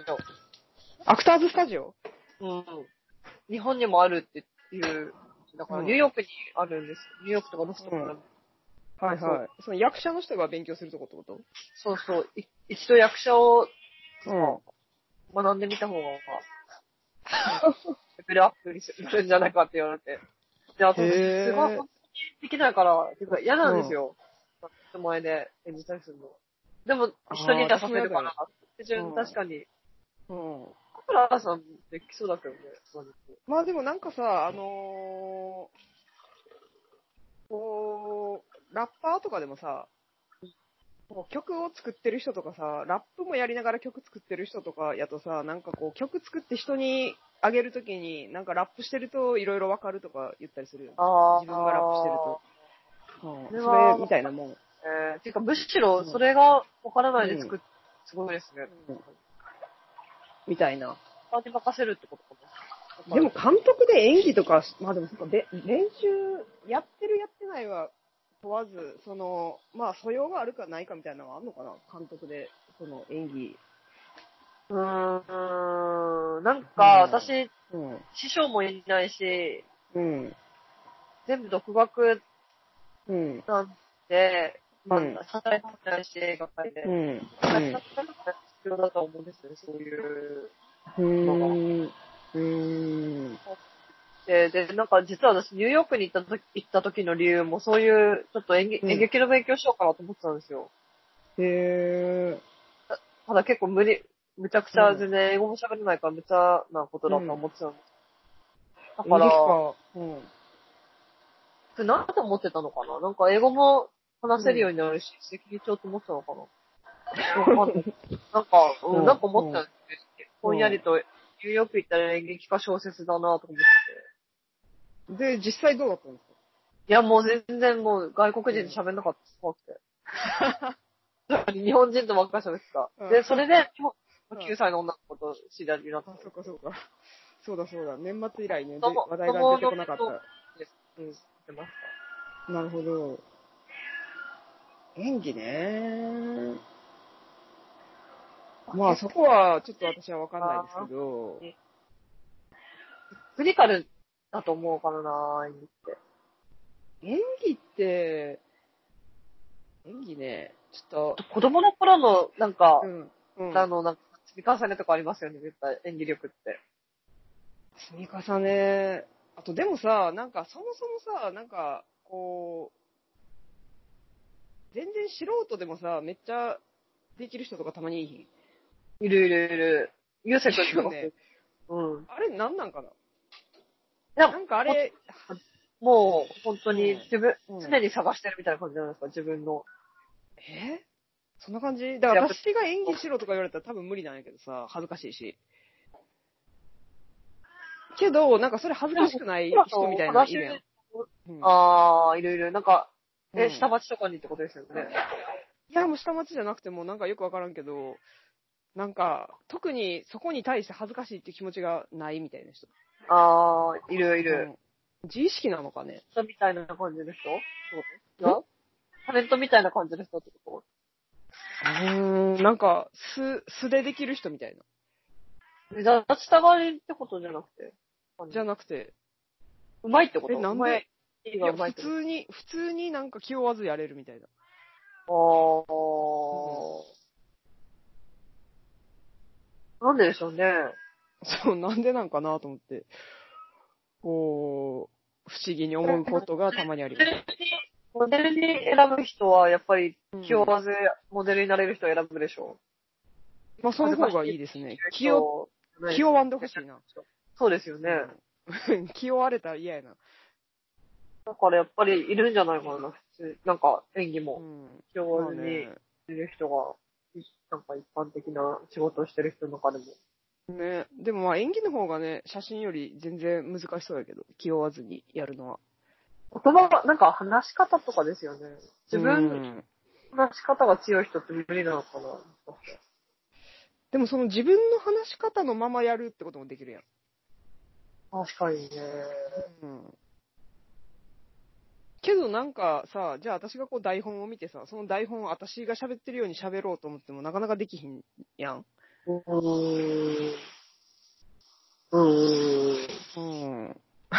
S1: アクターズスタジオ
S2: オ。うん。日本にもあるっていう、だから
S1: うん
S2: ニューヨークにあるんです。ニューヨークとかロスとか、
S1: うんはいはい。その役者の人が勉強するとこってこと
S2: そうそう、い一度役者を
S1: うん。
S2: 学んでみた方が、レベルアップにするんじゃないかって言われて。で、あと、
S1: へー
S2: すごい、できないから、てか嫌なんですよ。人前で演じたりするの。でも、人に出させるから、自分確かに。
S1: うん。
S2: だから、アラさんできそうだけどね、マジで
S1: まあでもなんかさ、あのー、こう、ラッパーとかでもさ、こう曲を作ってる人とかさ、ラップもやりながら曲作ってる人とかやとさ、なんかこう曲作って人にあげるときに、なんかラップしてるといろいろわかるとか言ったりするよね。
S2: あ
S1: 自分がラップしてると。うん、
S2: それは
S1: それみたいなもん。
S2: えー、ていうか、むしろ、それがわからないで作っ、すごいですね。
S1: みたいな。
S2: 他に任せるってことかも。
S1: でも、監督で演技とかし、まあでもそっか、で練習、やってるやってないは問わず、その、まあ素養があるかないかみたいなのはあるのかな監督で、その演技。
S2: うーん、なんか、私、
S1: うん。
S2: 師匠もいないし、
S1: うん。
S2: 全部独学
S1: うん。
S2: なんで、まあ
S1: うん、
S2: 支えもないし、映画界で。
S1: う
S2: 支
S1: ん。
S2: えもないし必要だと思うんですよね、そういう。
S1: うん。うん。
S2: で、で、なんか実は私、ニューヨークに行った時、行った時の理由も、そういう、ちょっと演劇,、
S1: うん
S2: 演劇の勉強しようかなと思ってたんですよ。
S1: へ
S2: ただ結構無理、むちゃくちゃ全然英語も喋れないから、無茶なことだと思ってたんです。
S1: ぇー。
S2: だから、
S1: うん。
S2: ってなんと思ってたのかななんか英語も話せるようになるし、責任帳と思ってたのかなわかんないなんか、う
S1: うん
S2: ん、なんか思ったんですけど、
S1: うん
S2: ぼんやりと、ニューヨーク行ったら演劇か小説だなとか思ってて。
S1: で、実際どうだったんですか
S2: いや、もう全然もう外国人と喋んなかったです、怖く て。日本人とばっかり喋ってた。
S1: うん
S2: で、それで、今
S1: うん
S2: 日9歳の女の子と知り合いになったん
S1: あ
S2: で、
S1: そうかそうか。そうだそうだ。年末以来ね、で
S2: どうも
S1: 話題が出てこなかっ
S2: どうも
S1: た。
S2: すよ。
S1: なるほど。演技ね。まあそこはちょっと私はわかんないですけど。
S2: クリカルだと思うからな演技って。
S1: 演技って、演技ね、ちょっ
S2: 子供の頃の、なんか、
S1: と、うん。うん、
S2: あの、なんか、積み重ねとかありますよね、絶対、演技力って。
S1: 積み重ね。あとでもさ、なんかそもそもさ、なんかこう、全然素人でもさ、めっちゃできる人とかたまにいいひん
S2: いるいるいる。ゆうせくんとかも
S1: いるよね
S2: うん。
S1: あれなんなんかな
S2: や
S1: なんかあれ、
S2: もう、本当に
S1: うん、
S2: 自分、
S1: うん
S2: 常に探してるみたいな感じじゃないですか、自分の。
S1: えそんな感じだから
S2: やっぱ
S1: 私が演技しろとか言われたら多分無理なんやけどさ、恥ずかしいし。けど、なんかそれ恥ずかしくない人みたいなのいるやん。うん
S2: あー、いろいろ。なんか、
S1: う
S2: え、
S1: ん
S2: 下町とかにってことですよね。
S1: いや、もう下町じゃなくてもなんかよくわからんけど、なんか、特にそこに対して恥ずかしいって気持ちがないみたいな人。
S2: あー、いるいる。
S1: うん自意識なのかね。
S2: 人みたいな感じの人そうなのタレントみたいな感じの人ってこ
S1: うーん、なんか、素、素でできる人みたいな。
S2: と目立ちたがりってことじゃなくて。
S1: じゃなくて、
S2: うまいってこと
S1: えなんで
S2: うまい。い
S1: い
S2: が
S1: や
S2: うまい
S1: 普
S2: ってこと
S1: 通に、普通になんか気負わずやれるみたいな。
S2: ああ。なんででしょうね。
S1: そう、なんでなんかなと思って、こう、不思議に思うことがたまにあります。
S2: モデルに選ぶ人は、やっぱり、
S1: うん
S2: 気負わずモデルになれる人を選ぶでしょ
S1: まあ、その方がいいです
S2: う。
S1: ね。気を、気負わんでほしいな。
S2: そうですよね。
S1: うん気負われたら嫌やな。
S2: だからやっぱりいるんじゃないかな、普通。なんか、演技
S1: う
S2: も。
S1: ん。
S2: 気負
S1: ま
S2: わ
S1: あ
S2: ずに
S1: ね
S2: いる人が、なんか一般的な仕事をしてる人の中でも。
S1: ね。でもまあ演技の方がね、写真より全然難しそうやけど、気負わずにやるのは。
S2: 言葉が、なんか話し方とかですよね。自
S1: う
S2: 分、
S1: ん
S2: 話し方が強い人って無理なのかな。
S1: でもその自分の話し方のままやるってこともできるやん。
S2: 確かにね。
S1: うん。けどなんかさ、じゃあ私がこう台本を見てさ、その台本を私が喋ってるように喋ろうと思ってもなかなかできひんやん。
S2: うーん。うーん。
S1: うん。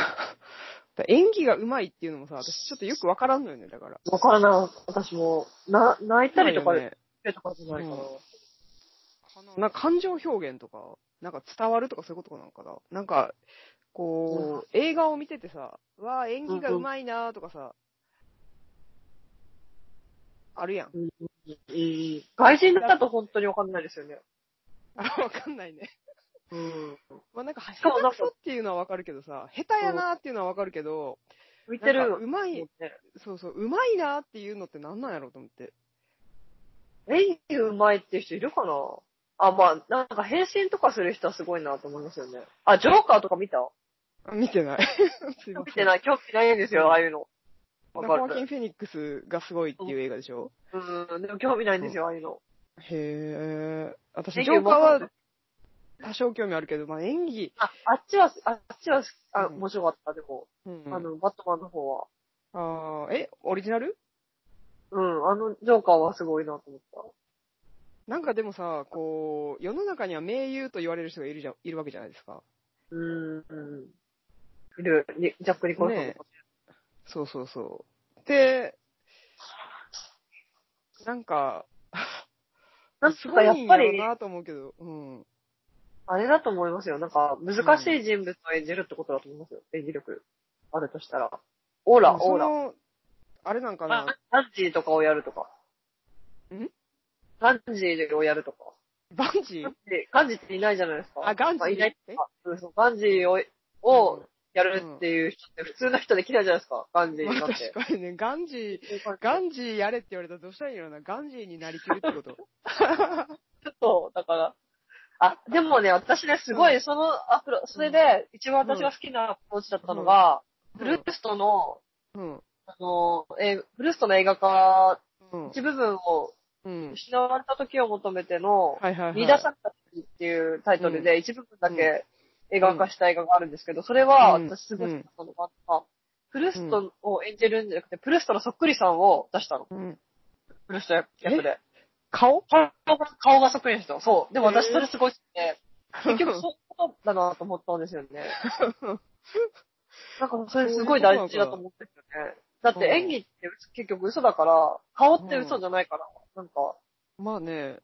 S1: 演技が上手いっていうのもさ、私ちょっとよくわからんのよね、だから。
S2: わからない。私も、な、泣いたりとか、
S1: ね。
S2: 泣いたりとかじゃないかな。
S1: うんなんか感情表現とか、なんか伝わるとかそういうことかなんかな。なんか、こう、映画を見ててさ、わあ、演技が上手いなーとかさ、あるやん。
S2: うん外人だと本当にわかんないですよね。
S1: あわかんないね。
S2: うん。
S1: まあなんか、下
S2: そう
S1: 手くそっていうのはわかるけどさ、下手やなーっていうのはわかるけど、
S2: 浮いて
S1: なんか
S2: る。
S1: 上手い、そうそう、上手いなーっていうのってなんなんやろうと思って。
S2: 演技うまいっていう人いるかなあ、まあ、なんか変身とかする人はすごいなと思いますよね。あ、ジョーカーとか見た
S1: あ見てない。 すいません
S2: 見てない、興味ないんですよ、ああいうの。
S1: ホ
S2: わ
S1: ー
S2: か
S1: キン・
S2: る。
S1: フェニックスがすごいっていう映画でしょ
S2: うん、でも興味ないんですよ、ああいうの。
S1: へえ。私、ジ
S2: 演
S1: ョー
S2: 技うま
S1: カー
S2: かった
S1: は多少興味あるけど、まあ演技、
S2: あ、あっちは、あっちは、あ、
S1: うん
S2: 面白かった、でも。
S1: あ
S2: あ
S1: の
S2: の、バットマンの方は。
S1: あーえ、オリジナル
S2: うん、あの、ジョーカーはすごいなと思った。
S1: なんかでもさ、こう、世の中には名優と言われる人がいるじゃんいるわけじゃないですか。
S2: うん、うん。いる、にジャック・ニコルソンとか。
S1: そうそうそう。で、なんか、
S2: なん
S1: す
S2: か
S1: ご
S2: やっ
S1: いん
S2: ぱ
S1: やろう
S2: り、
S1: なと思うけど、うん。
S2: あれだと思いますよ。なんか、難しい人物を演じるってことだと思いますよ。演技力。あるとしたら。オーラ、オ
S1: そ
S2: ーラ。
S1: の、あれなんか
S2: ラ
S1: な、
S2: ンジーとかをやるとか。
S1: ん
S2: ガンジーをやるとか。
S1: バンジー
S2: ガンジー、ガンジーっていないじゃないですか。
S1: あ、ガンジ
S2: まあいな
S1: ー
S2: い。うんそうガンジーを、を
S1: うん
S2: やるっていう人って普通の人できないじゃないですか。ガンジ
S1: え
S2: ー
S1: まあ
S2: だって
S1: 確。かにね、ガンジー、ガンジーやれって言われたらどうしたらいいんやろな。ガンジーになりきるってこと。
S2: そう、だから。あ、でもね、私ね、すごい、そのアプロ、それで、一番私が好きなアプローチだったのが、ブルーストの、
S1: うん。
S2: あの、えーブルーストの映画化、
S1: うん。
S2: 一部分を
S1: うん。
S2: 失われた時を求めての、
S1: はいはいはい。
S2: 見出された時っていうタイトル
S1: う
S2: で、一部分だけ映画化した映画があるんですけど、それは、
S1: うん
S2: 私すごい好きだったのが、プルストを演じるんじゃなくて、プルストのそっくりさんを出したの。
S1: うん。
S2: プルスト役で。
S1: 顔
S2: 顔が顔がそっくりの人。そう。でも
S1: へ
S2: 私
S1: ー
S2: それすごい好きで、結局そういうことだなと思ったんですよね。なんかそれすごい大事だと思ってるよね。だって演技って結局嘘だから、顔って嘘じゃないから、なんか、
S1: まあね、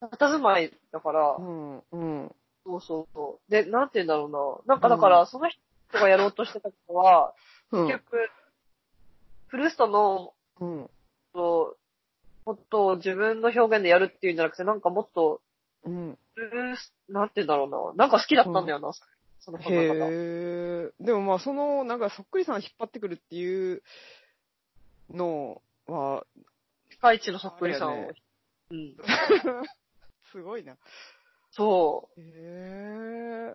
S2: 佇まいだから
S1: う、ん、うん、
S2: そうそうそう。で、なんて言うんだろうな。なんかだから、その人がやろうとしてたことは、
S1: うん
S2: 結局、フルーストの、
S1: うん、
S2: こうもっと自分の表現でやるっていうんじゃなくて、なんかもっと、
S1: うん。
S2: フルース、なんて言うんだろうな。なんか好きだったんだよな、その考え方。
S1: へえ。でもまあ、その、なんか、そっくりさん引っ張ってくるっていうのは、
S2: 世界一のそっくりさんを。
S1: あれやね
S2: うん。
S1: すごいな。
S2: そ
S1: へ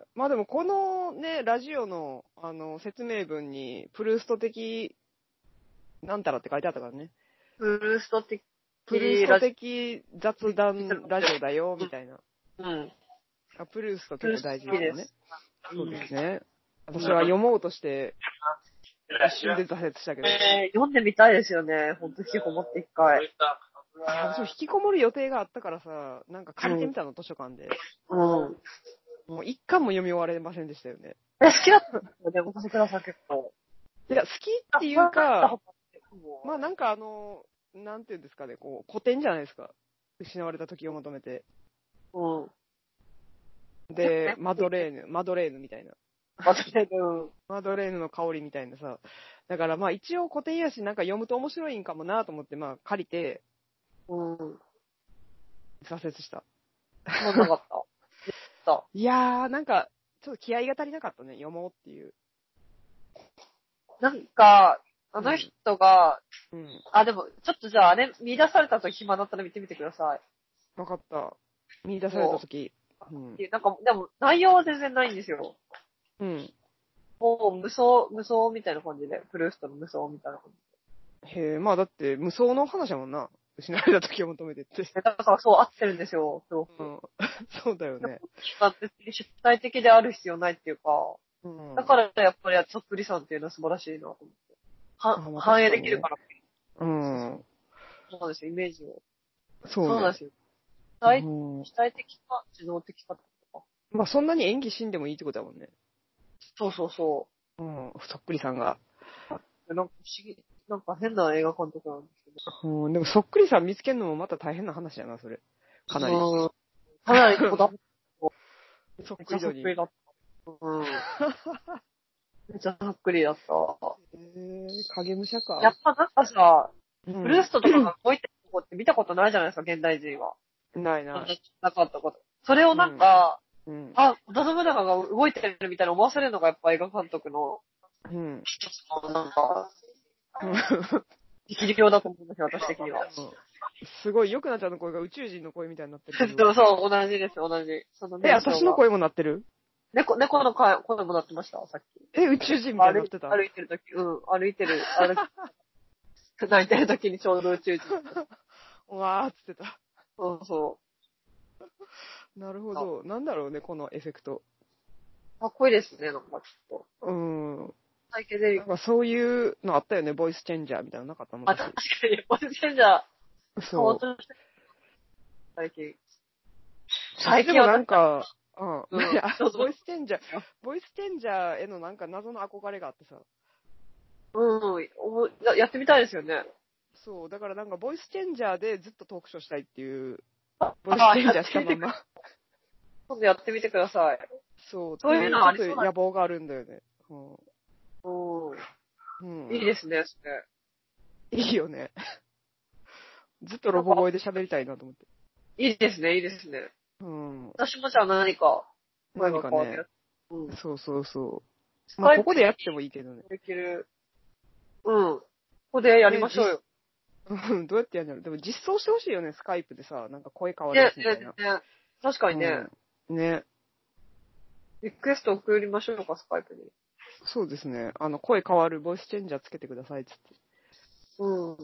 S1: え。まあでも、このね、ラジオの、あの、説明文に、プルースト的、なんたらって書いてあったからね。
S2: う。フルーストって、
S1: プルースト的雑談ラジオだよ、みたいな。
S2: うん。
S1: あプルースト結構大事ですよね。
S2: ルースト好
S1: そう
S2: きです
S1: ですね。私は読もうとして、一瞬で挫折したけど。
S2: えー読んでみたいですよね。ほんと、結構持って一回。
S1: 私も引きこもる予定があったからさ、なんか借りてみたの、図書館で。
S2: うん。
S1: もう一巻も読み終われませんでしたよね。
S2: え、好きだったんですよ、でも、笠倉さん結構。
S1: いや、好きっていうか、、まあ
S2: ま
S1: なんかあの、なんていうんですかね、こう、古典じゃないですか。失われた時を求めて。
S2: うん。
S1: で、マドレーヌ、マドレーヌみたいな。
S2: 私、うん。
S1: マドレーヌの香りみたいなさ。だからまあ一応古典やし、なんか読むと面白いんかもなと思って、まあ借りて、
S2: うん。
S1: 挫折した。
S2: 思んなかった。 そ
S1: いやー、なんか、ちょっと気合が足りなかったね、読もうっていう。
S2: う。なんか、あの人が、
S1: うん。
S2: あ、でも、ちょっとじゃあ、あれ、見出された時暇だったら見てみてください。
S1: わかった。見出された時。うん。
S2: なんか、でも内容は全然ないんですよ。
S1: うん。
S2: もう無双、無双みたいな感じで、プルーストの無双みたいな感じ
S1: へえ、まあだって、無双の話やもんな。失われた時を求めてって。
S2: で。だからそう合ってるんですよ、すごく。
S1: うん。 そうだよね。
S2: だって主体的である必要ないっていうか、
S1: うん。
S2: だからやっぱりそっくりさんっていうのは素晴らしいなと思って。は
S1: あまあ
S2: 反映できるから、
S1: ら。うん。
S2: そうなんですよ、イメージを。
S1: そう
S2: そうなん
S1: ね
S2: ですよ。主体
S1: うん
S2: 主体的か、自動的かとか。
S1: まあそんなに演技しんでもいいってことだもんね。
S2: そうそうそ
S1: うん。そっくりさんが。
S2: う。なんか不思議、なんか変な映画監督なんですけど。
S1: うん。でもそっくりさん見つけるのもまた大変な話やな、それ。かなり。
S2: うんかなりこだわっ
S1: そっ
S2: めっ
S1: く
S2: ちゃ
S1: り度
S2: そっ
S1: に。
S2: くりだった。うん。めっちゃそっくりだった。
S1: へえ影武者か。
S2: やっぱなんかさ、
S1: うん
S2: ブルーストとかが動いてるとこって見たことないじゃないですか、現代人は。
S1: ないない。
S2: なかったこと。それをなんか、
S1: うん。
S2: あ、織田信長が動いてるみたいに思わせるのがやっぱ映画監督の
S1: うん。
S2: 一つの、なんか、力量だと思うんですよ、私的には。
S1: すごい、よくなちゃんの声が宇宙人の声みたいになってるけ
S2: そ
S1: ど。
S2: う そう、同じです、同じ。その
S1: え、私の声もなってる
S2: 猫、猫の声声も鳴ってました、さっき。
S1: え、宇宙人みたいにな
S2: 歩
S1: っ
S2: い
S1: てた。
S2: 歩いてるとき、うん、歩いてる、歩い泣いてる ときにちょうど宇宙人。
S1: うわーっつってた。
S2: そうそ
S1: なるほど。なんだろうね、このエフェクト。
S2: う。かっこいいですね、なんかちょっと。
S1: うん。
S2: サイケデリッ
S1: な
S2: ク
S1: ん。かそういうのあったよね、ボイスチェンジャーみたいなのなかった
S2: あ、
S1: 昔
S2: 確かに、ボイスチェンジャー、
S1: そ
S2: 本
S1: う。
S2: 当に最近。
S1: 最
S2: 最
S1: 近
S2: 近
S1: は
S2: は
S1: な
S2: なんん
S1: か、うん。
S2: う ん
S1: いや
S2: そうそう
S1: ボイスチェンジャー、ボイスチェンジャーへのなんか謎の憧れがあってさ。
S2: うん、おややってみたいですよね。
S1: そう、だからなんかボイスチェンジャーでずっとトークショーしたいっていう、ボイスチ
S2: あ
S1: ェンジャーした
S2: やってみて
S1: まま。
S2: 今度やってみてください。
S1: そう、
S2: そういうのはありそう
S1: ちょ
S2: だ
S1: っと野望があるんだよね。う
S2: うんん。いいですね、それ。
S1: いいよね。 ずっとロボ声で喋りたいなと思って。
S2: いいですね、いいですね。
S1: うん。
S2: 私もじゃあ何か、声
S1: 何
S2: が
S1: か
S2: 変わって
S1: ね
S2: る。。うん。
S1: そうそうそ
S2: ス
S1: う。ま
S2: カ
S1: あ、
S2: イ
S1: こ
S2: プ
S1: こでやってもいいけどね。
S2: できる。うん。ここでやりましょうよ。
S1: うんどうやってやるんだろう。でも実装してほしいよね、スカイプでさ、なんか声変わる
S2: ね
S1: やつ、みたい
S2: ね
S1: な。、
S2: ね。確かにね、
S1: うんね。
S2: リクエスト送りましょうか、スカイプに。
S1: そうですね。あの、声変わるボイスチェンジャーつけてください、つって。
S2: うん。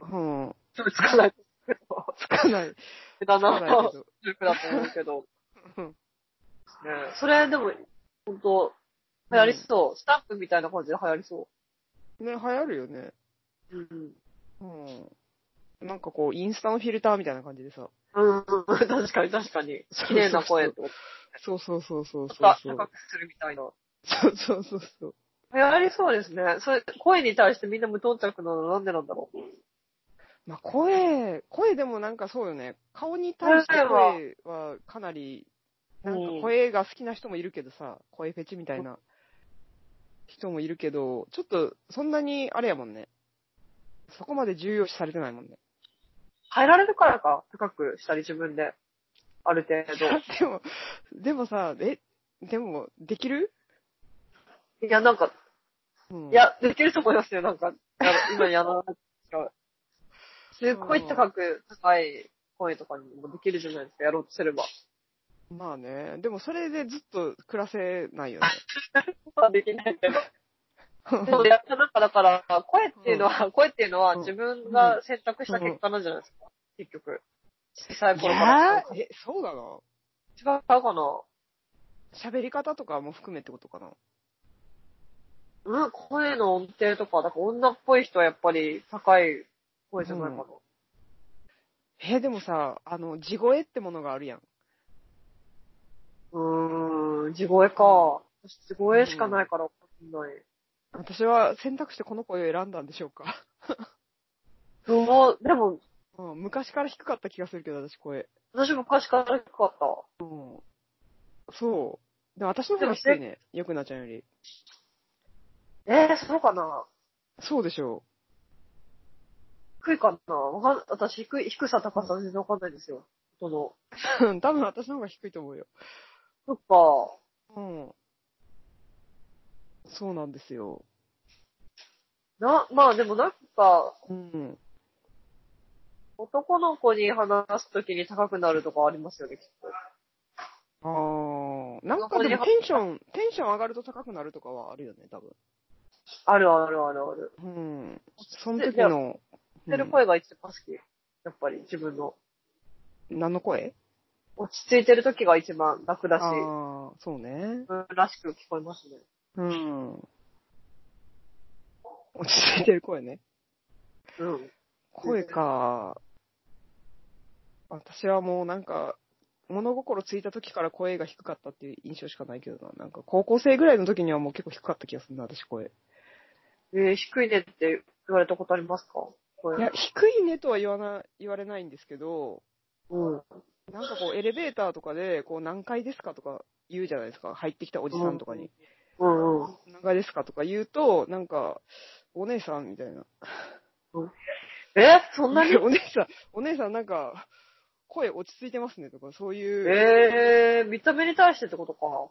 S1: うん。
S2: そ れつかないけど。
S1: つかない。
S2: だ
S1: つか
S2: な、
S1: ないけ
S2: 努
S1: ど。
S2: 力だと思うけど。
S1: うん
S2: ねそれでも、ほんと、流行りそう、スタッフみたいな感じで流行りそ
S1: ね、流行るよね。
S2: う。うん。
S1: うん。なんかこう、インスタのフィルターみたいな感じでさ。
S2: うん、 確かに確
S1: そうそうそ
S2: かに。
S1: う
S2: 綺麗な声と、
S1: そうそうそうそう
S2: ちょ
S1: そう
S2: っと
S1: そう。
S2: 高くするみたいな。
S1: そうそうそうそう。
S2: 流行りそうですね。それ、声に対してみんな無頓着なのなんでなんだろう。
S1: まあ、声、声でもなんかそうよね。顔に対して声はかなり、なんか声が好きな人もいるけどさ、声フェチみたいな人もいるけど、ちょっとそんなにあれやもんね。そこまで重要視されてないもんね。
S2: 変えられるからか、高くしたり自分で。ある程度。
S1: でも、でもさ、え、でも、できる、
S2: いや、なんか、
S1: うん
S2: い、や、できると思いますよ、なんか。あの今やらな くちゃう。すっごい高く、高い声とかにもできるじゃないですか、やろうとすれば。
S1: まあね。でもそれでずっと暮らせないよね。
S2: できないけ ど。でもやっぱなんかだから、声っていうのは、声っていうのは
S1: うん
S2: 自分が選択した結果なんじゃないですか、結局。小さい
S1: い
S2: 頃から
S1: や。ーえ、そうだな。
S2: 違うかな
S1: 喋り方とかも含めってことかな。
S2: うん、声の音程とか、だから女っぽい人はやっぱり高い声じゃないかな。
S1: え、でもさ、あの、地声ってものがあるやん。
S2: うーん、地声か。私地声しかないからわかんない。
S1: 私は選択してこの声を選んだんでしょうか。
S2: そう、でも、
S1: うん、昔から低かった気がするけど、私声。
S2: 私昔から低かった。
S1: うん。そう。でも私の方が低いね。よくなちゃんより。
S2: えー、そうかな
S1: そうでしょ
S2: 低いかなわかん、私低い、低さ高さ全然わかんないですよ。その、
S1: う。 多分私の方が低いと思うよ。
S2: そっ
S1: う
S2: か。
S1: ん。そうなんですよ。
S2: な、まあでもなんか、
S1: うん。
S2: 男の子に話すときに高くなるとかありますよね、きっと。
S1: ああー。なんかでもテンション、テンション上がると高くなるとかはあるよね、多分。
S2: あるあるあるある。
S1: うん。その時の。
S2: 落ちてる声が一番好き。やっぱり自分の。
S1: うん何の声
S2: 落ち着いてる時が一番楽だし、
S1: ああ、そうね。
S2: 自分らしく聞こえますね。
S1: うん。落ち着いてる声ね。
S2: うん。
S1: 声か。私はもうなんか、物心ついた時から声が低かったっていう印象しかないけどな。なんか高校生ぐらいの時にはもう結構低かった気がするな、私声。
S2: えー低いねって言われたことありますかこれ
S1: いや、低いねとは言わな、言われないんですけど、
S2: うん。
S1: なんかこうエレベーターとかで、こう何階ですかとか言うじゃないですか。入ってきたおじさんとかに。
S2: うんうん。
S1: 何階ですかとか言うと、なんか、お姉さんみたいな。
S2: えそんなに
S1: お姉さん、お姉さんなんか、声落ち着いてますねとか、そういう。
S2: えー、見た目に対してってことか。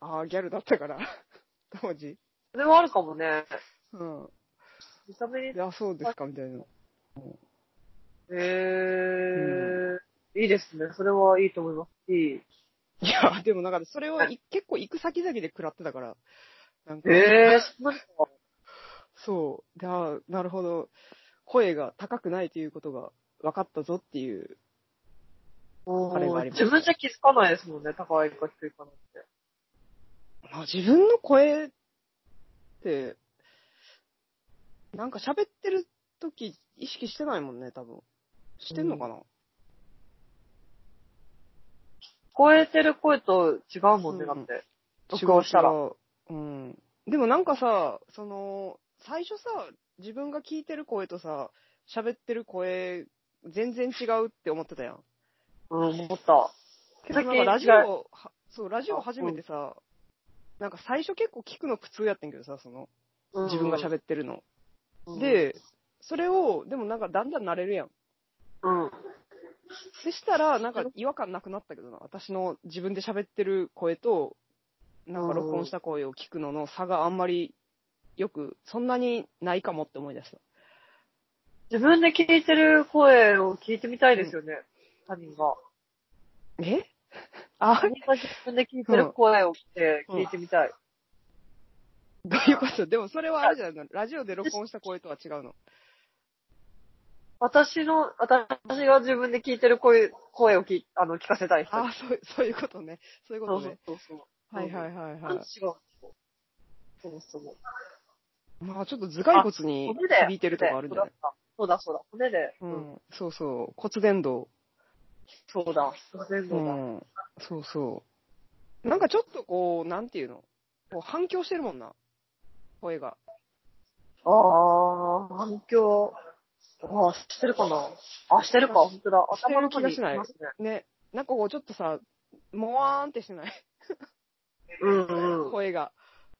S1: ああ、ギャルだったから、 当時。
S2: それはあるかもね。
S1: うん。
S2: 見た目に、
S1: いや、そうですか、みたいな。
S2: えー、いいですね。それはいいと思います。いい。
S1: いや、でもなんか、それをい結構行く先々で食らってたから、なんか、
S2: えー、そんなにか。
S1: そう、でああなるほど、声が高くないということが分かったぞっていう、
S2: うん
S1: あれがあります
S2: 自分じゃ気づかないですもんね。高いか低いかなんて。
S1: まあ、自分の声って、なんか喋ってる時意識してないもんね、多分。してんのかな、
S2: 聞こえてる声と違うもんね、
S1: うんう
S2: だ
S1: ん
S2: って。録音したら
S1: 違う違ううん。でもなんかさ、その、最初さ、自分が聞いてる声とさ、喋ってる声、全然違うって思ってたやん。
S2: うん、思った。
S1: けどなんか
S2: 最近
S1: ラジ
S2: 違
S1: オ、はそう、ラジオ初めてさ、なんか最初結構聞くの苦痛やってんけどさ、その、自分が
S2: っ
S1: 喋ってるの。、で、それを、でもなんかだんだん慣れるやん。
S2: うん。
S1: そしたら、なんか違和感なくなったけどな、私の自分で喋ってる声と、なんか録音した声を聞くのの差があんまりよく、そんなにないかもって思い出した。
S2: 自分で聞いてる声を聞いてみたいですよね。他人が。
S1: え あ
S2: 他、人が自分で聞いてる声を聞いて、
S1: うん
S2: 聞いてみたい。
S1: どういうことでもそれはあれじゃないのラジオで録音した声とは違うの。
S2: 私の、私が自分で聞いてる声、声を聞、あの、聞かせたい人。
S1: あ、そう、そういうことね。そういうこ
S2: そう
S1: と
S2: そ
S1: ね。
S2: うそうそう。
S1: はいはいはい
S2: なん
S1: は
S2: で違うのそもそも。
S1: い。まあちょっと頭蓋骨に
S2: 骨で。
S1: 響いてるとかあるんじゃない
S2: そうだそうだ、骨で。
S1: う。ん、そうそう。骨伝導。
S2: そうだ、骨
S1: う
S2: 伝導だ。
S1: ん。そうそう。なんかちょっとこう、なんていうのこう反響してるもんな。声が。
S2: あー、反響。あー、してるかなあ、してるか、本当だ。
S1: して
S2: 頭
S1: る
S2: の
S1: 気
S2: 中
S1: が
S2: に
S1: しない
S2: いますね。
S1: ね、なんかこうちょっとさ、もわーんってしてない
S2: うんうん。
S1: 声が。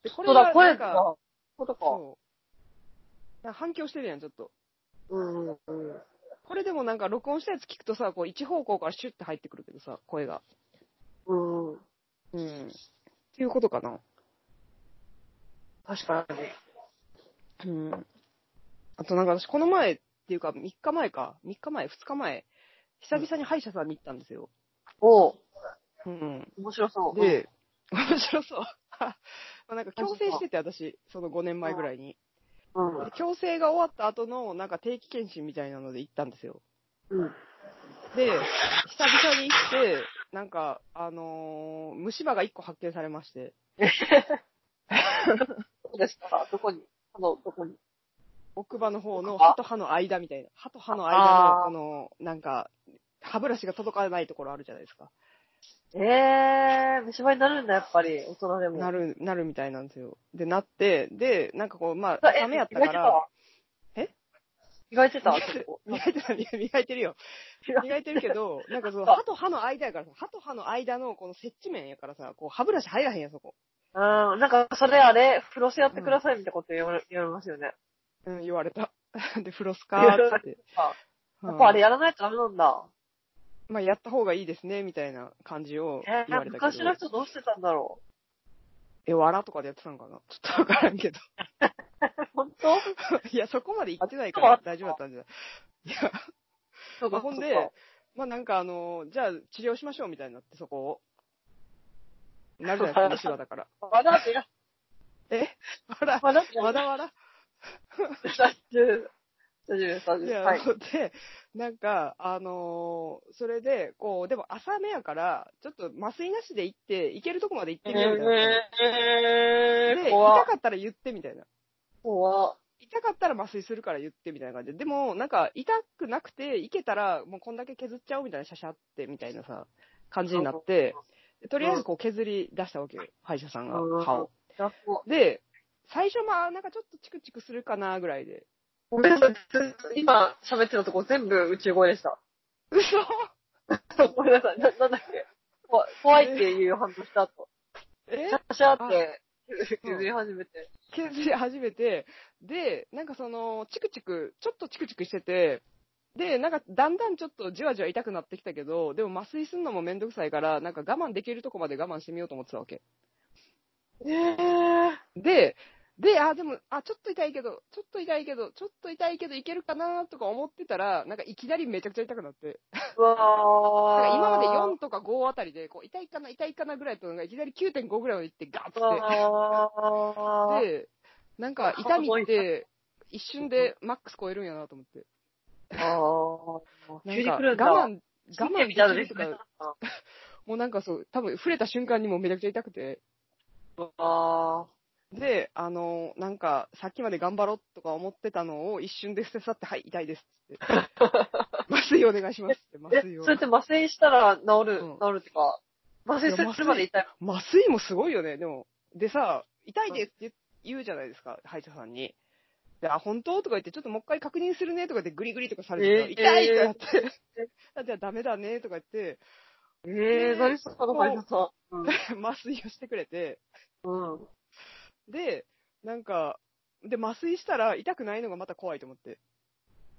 S1: で、こ
S2: そうだ、
S1: な
S2: 声
S1: ん
S2: が、
S1: か、
S2: そうとか。
S1: そう。なんか反響してるやん、ちょっと。
S2: うんうんうん。
S1: これでもなんか録音したやつ聞くとさ、こう一方向からシュッて入ってくるけどさ、声が。
S2: うんうん。
S1: うん。っていうことかな。
S2: 確かに。
S1: うん。あとなんか私この前っていうか3日前か、3日前、2日前、久々に歯医者さんに行ったんですよ。
S2: おう
S1: うん。
S2: 面白そう。
S1: で、面白そう。 まあなんか矯正してて私、その5年前ぐらいに。
S2: うん、
S1: で矯正が終わった後の、なんか定期検診みたいなので行ったんですよ。
S2: うん。
S1: で、久々に行って、なんか、あのー虫歯が1個発見されまして、
S2: どこですかどこにあの、どこに
S1: 奥歯の方の
S2: 奥歯
S1: 歯と歯の間みたいな、歯と歯の間の、この、なんか、歯ブラシが届かないところあるじゃないですか。
S2: えー、虫歯になるんだ、やっぱり、大人でも。
S1: な
S2: る。
S1: る、なるみたいなんですよ。で、なって、で、なんかこう、まあ、ダメやったから、え
S2: 磨いてた結構
S1: 磨いてた、磨いてるよ。磨いてるけど、なんかその、歯と歯の間やからさ、歯と歯の間のこの接地面やからさ、こう、歯ブラシ入らへんやん、そこ。
S2: うん、なんか、それあれ、フロスやってくださいみたいなこと言われ言われますよね。
S1: うん、言われた。 で、フロスかーっつって。
S2: あ
S1: うん
S2: やっぱあれやらないとダメなんだ。
S1: まあ、やった方がいいですね、みたいな感じを
S2: え
S1: 言わ
S2: ー、
S1: れた
S2: 昔
S1: け
S2: の
S1: ど。
S2: 人どうしてたんだろ
S1: え、わらとかでやってたのかなちょっとわからんけど。
S2: う。本当
S1: いや、そこまで行ってないから大丈夫だったんじゃないいや、
S2: そう
S1: まあ
S2: か、
S1: ほんで
S2: そうか
S1: まあなんかあの、じゃあ治療しましょうみたいになって、そこを。なるじゃないですか、西 和だから。
S2: まだって、
S1: えわら、
S2: まだって、
S1: わらわら。
S2: 大丈夫大丈夫です、大丈夫
S1: い
S2: です。
S1: や、
S2: はい。
S1: で、なんか、あのーそれで、こう、でも朝目やから、ちょっと麻酔なしで行って、行けるとこまで行ってみようみたいな。
S2: えー、
S1: で、
S2: 怖
S1: 痛
S2: っ
S1: かったら言ってみたいな。
S2: 怖っ
S1: 痛かったら麻酔するから言ってみたいな感じで。でも、なんか、痛くなくて、いけたら、もうこんだけ削っちゃおうみたいな、シャシャって、みたいなさ、感じになって、でとりあえずこう削り出したわけよ、歯医者さんが
S2: うん、
S1: 歯を。
S2: やっぱ
S1: で、最初まあ、なんかちょっとチクチクするかな、ぐらいで。
S2: ごめんなさい。ずっと今喋ってたとこ全部宇宙声でした。
S1: 嘘
S2: ごめんなさい。な、なんだっけ。怖い怖いっていう反応した後。
S1: え
S2: シャシャって
S1: うん
S2: 譲り始めて。
S1: 削り始めて、で、なんかその、チクチク、ちょっとチクチクしてて、で、なんかだんだんちょっとじわじわ痛くなってきたけど、でも麻酔するのもめんどくさいから、なんか我慢できるとこまで我慢してみようと思ってたわけ。
S2: えー、
S1: で、で、あ、でも、あ、ちょっと痛いけど、ちょっと痛いけど、ちょっと痛いけどいけるかなとか思ってたら、なんかいきなりめちゃくちゃ痛くなって。
S2: うわ
S1: なん
S2: ー
S1: か今まで4とか5あたりで、こう、痛いかな、痛いかなぐらいだったのが、いきなり9.5ぐらいまでいってガーッと
S2: わ
S1: っ
S2: ー
S1: て。で、なんか痛みって、一瞬でマックス超えるんやなと思って。
S2: あー
S1: なん
S2: 急に
S1: か
S2: 来るんだ。
S1: 我慢、
S2: 我
S1: 我慢
S2: みたいな
S1: で
S2: で
S1: き
S2: す
S1: るとか
S2: ね。
S1: もうなんかそう、多分触れた瞬間にもうめちゃくちゃ痛くて。
S2: あ
S1: で、あの、なんか、さっきまで頑張ろうとか思ってたのを一瞬で捨て去って、はい、痛いです って。麻酔お願いしますって、
S2: ー
S1: 麻酔
S2: え、
S1: を
S2: そ。れって麻酔したら治る、
S1: うん
S2: 治るってか、麻酔するまで痛い。
S1: 麻酔もすごいよね、でも。でさ、痛いですって言うじゃないですか、歯医者さんに。で、あ、本当とか言って、ちょっともう一回確認するねとか言って、グリグリとかされてさ、
S2: えー
S1: 痛いとかやって、あじゃあダメだねとか言って、
S2: えー、何そこの
S1: もう
S2: 配達は。うん
S1: 麻酔をしてくれて、
S2: うん。
S1: で、なんか、で、麻酔したら痛くないのがまた怖いと思って。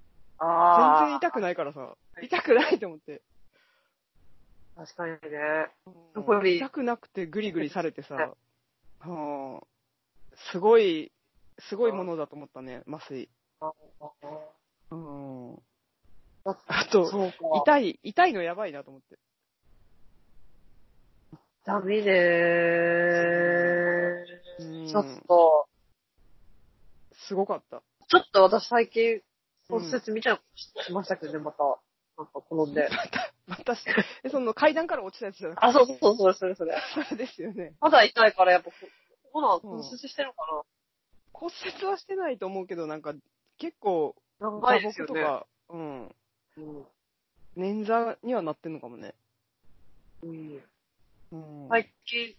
S1: 全然
S2: ああ。
S1: 痛くないからさ、
S2: はい
S1: 痛くないと思って。
S2: 確かにね。やっぱり
S1: 痛くなくてグリグリされてさ、うんすごい、すごいものだと思ったね、麻酔。うん
S2: だって
S1: あと、
S2: そうか。
S1: 痛い、痛いのやばいなと思って。
S2: 痛みね
S1: うん
S2: ー。ちょっと、
S1: すごかった。
S2: ちょっと私最近、骨折みたいなことしましたけどね、また。なんか転んで。
S1: 私、えその階段から落ちたやつじゃなく
S2: あ、そうそうそう、それそれそれ。
S1: て、それですよね。
S2: まだ痛いからやっぱ、ほら、骨折してるのか
S1: 骨折はしてないと思うけど、なんか、結構、
S2: な長
S1: 打
S2: いで
S1: 撲
S2: すよ
S1: と
S2: ね。
S1: か、うん。
S2: うん
S1: 捻挫にはなってんのかもね。
S2: うん
S1: うん。
S2: 最近、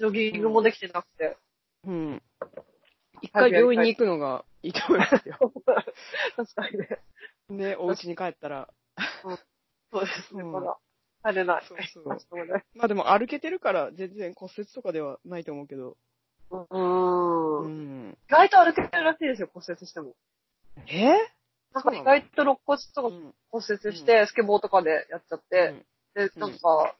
S2: ジョギングもできてなくて。
S1: うん。一回病院に行くのがいいと思いますよ。
S2: 確かにね。
S1: ね、お家に帰ったら。
S2: そうですね、
S1: うん
S2: まだ。入れない。
S1: そうそう
S2: しょうがない
S1: まあでも歩けてるから全然骨折とかではないと思うけど。
S2: う。
S1: うん
S2: 意
S1: ん。
S2: 外と歩けるらしいですよ、骨折しても。
S1: え
S2: なんか意外と肋骨とか
S1: ん。
S2: 骨折して、スケボーとかでやっちゃって、で、なんか、
S1: うん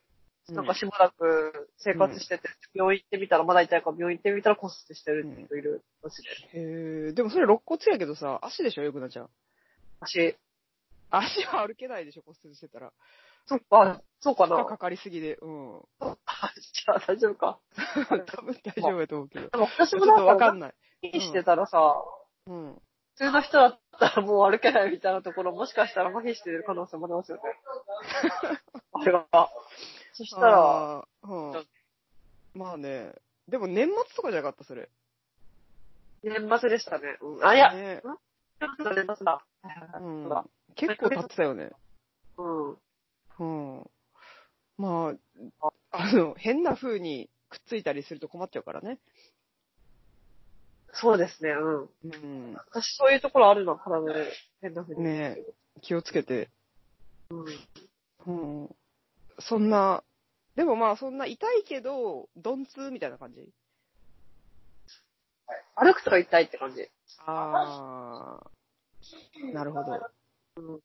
S2: なんかしばらく生活してて、病院行ってみたら、まだ痛いから病院行ってみたら骨折してる人いるらしいです。
S1: へえ、でもそれ肋骨やけどさ、足でしょ、よくなちゃん。
S2: 足、
S1: 足は歩けないでしょ、骨折してたら。
S2: そっか、そうか
S1: 負荷
S2: な
S1: か。かりすぎで。 うん。
S2: そっか じゃあ大丈夫か。
S1: 多分大丈夫やと思うけど。
S2: でも私
S1: ちょっ
S2: も
S1: と
S2: なん
S1: わ
S2: か
S1: か、んない。
S2: 何してたらさ、
S1: うん。
S2: 普通の人だったらもう歩けないみたいなところ、もしかしたら麻痺してる可能性もありま すよね。あれが。そしたら、
S1: あー、うん。まあね。でも年末とかじゃなかった、それ。
S2: 年末でしたね。うん、あ、いや、
S1: ね
S2: 年末だ、年末だ。
S1: うん
S2: そうだ。
S1: 結構経ってたよね。
S2: うん。
S1: うん。まあ、あの、変な風にくっついたりすると困っちゃうからね。
S2: そうですね、うん。
S1: うん。
S2: 私そういうところあるな、体で。変な風に。
S1: ね気をつけて。
S2: うん。
S1: うん。そんな、でもまあそんな痛いけど、鈍痛みたいな感じ
S2: 歩くと痛いって感じ。
S1: ああ、なるほ
S2: うん。
S1: ど。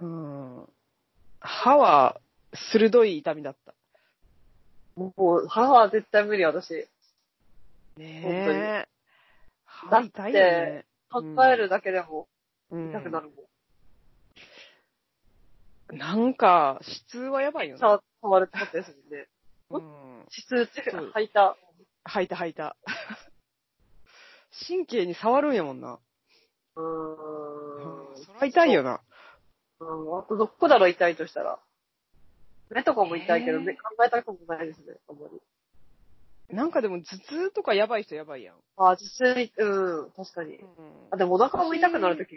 S1: うん。歯は、鋭い痛みだった。
S2: もう、歯は絶対無理、私。
S1: ねえ。歯
S2: 本当に
S1: 痛いよね。
S2: 考えるだけでも
S1: うん
S2: 痛くなるもん。
S1: なんか、質はやばいよね。
S2: さ、止まるってことですもんね。
S1: うん。
S2: 指数っていう
S1: そう
S2: か、吐いた。
S1: 吐いた吐いた。神経に触るんやもんな。
S2: うーん。
S1: そら痛いよな。
S2: うん。あとどこだろう、痛いとしたら。目とかも痛いけど、
S1: えー
S2: 目考えたことないですね、あんまり。
S1: なんかでも頭痛とかやばい人やばいやん。
S2: ああ、実際、うん、確かに
S1: う。ん
S2: あ、でもお腹も痛くなるとき、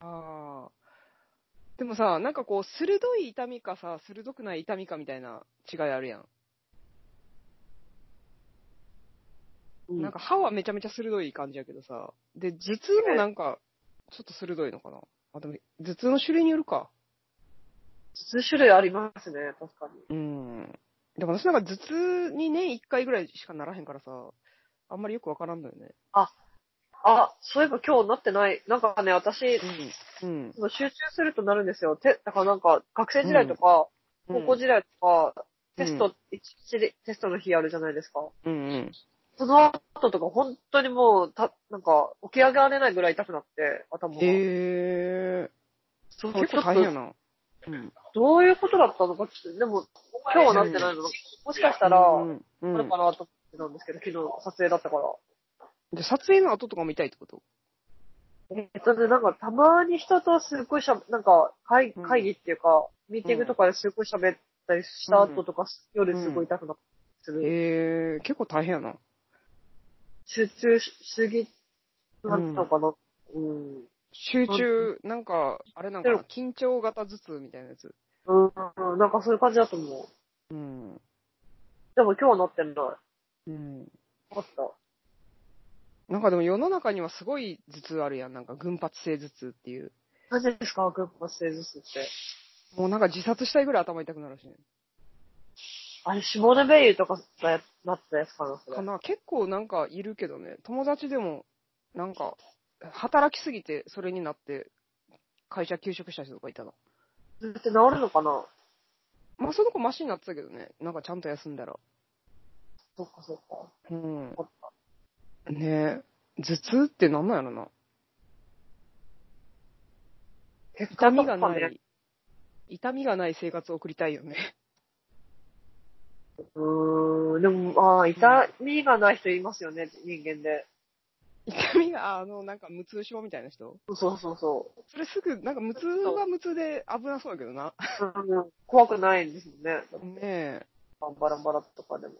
S1: ああ。でもさ、なんかこう、鋭い痛みかさ、鋭くない痛みかみたいな違いあるやん。
S2: うん
S1: なんか歯はめちゃめちゃ鋭い感じやけどさ。で、頭痛もなんか、ちょっと鋭いのかな。あ、でも、頭痛の種類によるか。
S2: 頭痛種類ありますね、確かに。
S1: うん。でも私なんか頭痛に年1回ぐらいしかならへんからさ、あんまりよくわからんのよね。
S2: あ、そういえば今日なってない。なんかね、私、
S1: うん。
S2: その集中するとなるんですよ。て、だからなんか、学生時代とか、
S1: うん。
S2: 高校時代とか、
S1: うん
S2: テスト、一日でテストの日あるじゃないですか。
S1: うんうん。
S2: その後とか、本当にもう、た、なんか、起き上がれないぐらい痛くなって、頭
S1: へ
S2: が。
S1: え
S2: そう
S1: ー。結構
S2: ちょっ
S1: 大
S2: と
S1: 変やな。うん。
S2: どういうことだったのか、ちょっとでも、今日はなってないの。もしかしたら、
S1: う
S2: あ
S1: んうん
S2: るかなと思ってたんですけど、昨日撮影だったから。
S1: で撮影の後とかも痛いってこと
S2: えっとね、なんか、たまに人とすっごいしゃ、なんか会、
S1: うん
S2: 会議っていうか、ミーティングとかですっごい喋ったりした後とか、夜すごい痛くなったりする。
S1: へえー、結構大変やな。
S2: 集中しすぎ、なんのかな。うん。
S1: 集中、なんか、あれなんかな、緊張型頭痛みたいなやつ。
S2: うん、うんなんかそういう感じだと思う。
S1: うん。
S2: でも今日なってない。よ
S1: うん。
S2: かった。
S1: なんかでも世の中にはすごい頭痛あるやん。なんか群発性頭痛っていう。
S2: マジですか群発性頭痛って。
S1: もうなんか自殺したいぐらい頭痛くなるしね。
S2: あれ、シモネベイユとかがやなったやつかな、それ
S1: か。な結構なんかいるけどね。友達でも、なんか、働きすぎてそれになって、会社休職した人とかいたの。
S2: それって治るのかな
S1: まあその子マシになってたけどね。なんかちゃんと休んだら。
S2: そっかそっか。
S1: うん
S2: そっ。か
S1: ねえ。頭痛ってなんなんやろな。
S2: 結
S1: 痛
S2: 果
S1: み
S2: と
S1: が
S2: か
S1: な
S2: ね。
S1: い、痛みがない生活を送りたいよね。
S2: うーん、でも、ああ、痛みがない人いますよね、人間で。
S1: 痛みが、あの、なんか無痛症みたいな人
S2: そうそうそ
S1: それすぐ、なんか無痛は無痛で危なそうやけどな。
S2: う。うん怖くないんですもんね。
S1: ねえ。
S2: バンバランバラとかでも。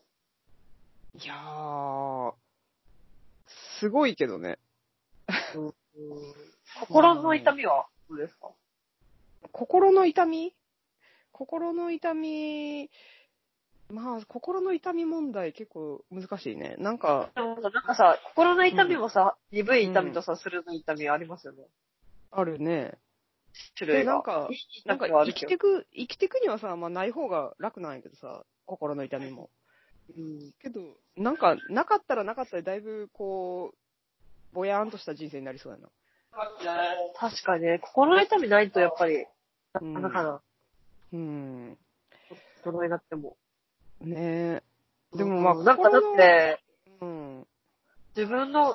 S1: いやー、すごいけどね。
S2: うん心の痛みはどうですか
S1: 心の痛み心の痛み、まあ、心の痛み問題結構難しいね。なんか、
S2: でもさ、なんかさ、心の痛みもさ、鈍い痛みとさ、鋭い痛みありますよね。
S1: あるね。
S2: 種類が。
S1: なんか
S2: いい
S1: なん
S2: 痛
S1: か
S2: みはあ
S1: 生
S2: る
S1: き
S2: け
S1: て
S2: ど。
S1: く、生きてくにはさ、まあない方が楽なんやけどさ、心の痛みも。
S2: うん
S1: けど、なんか、なかったらなかったらだいぶこう、ぼやーんとした人生になりそうやな。
S2: 確かにね、心の痛みないとやっぱり、
S1: うん
S2: なかなかな、
S1: うん。
S2: 大人になっても。
S1: ねえ。でもまあ、
S2: なんかだっ
S1: 心の、
S2: て、
S1: うん。
S2: 自分の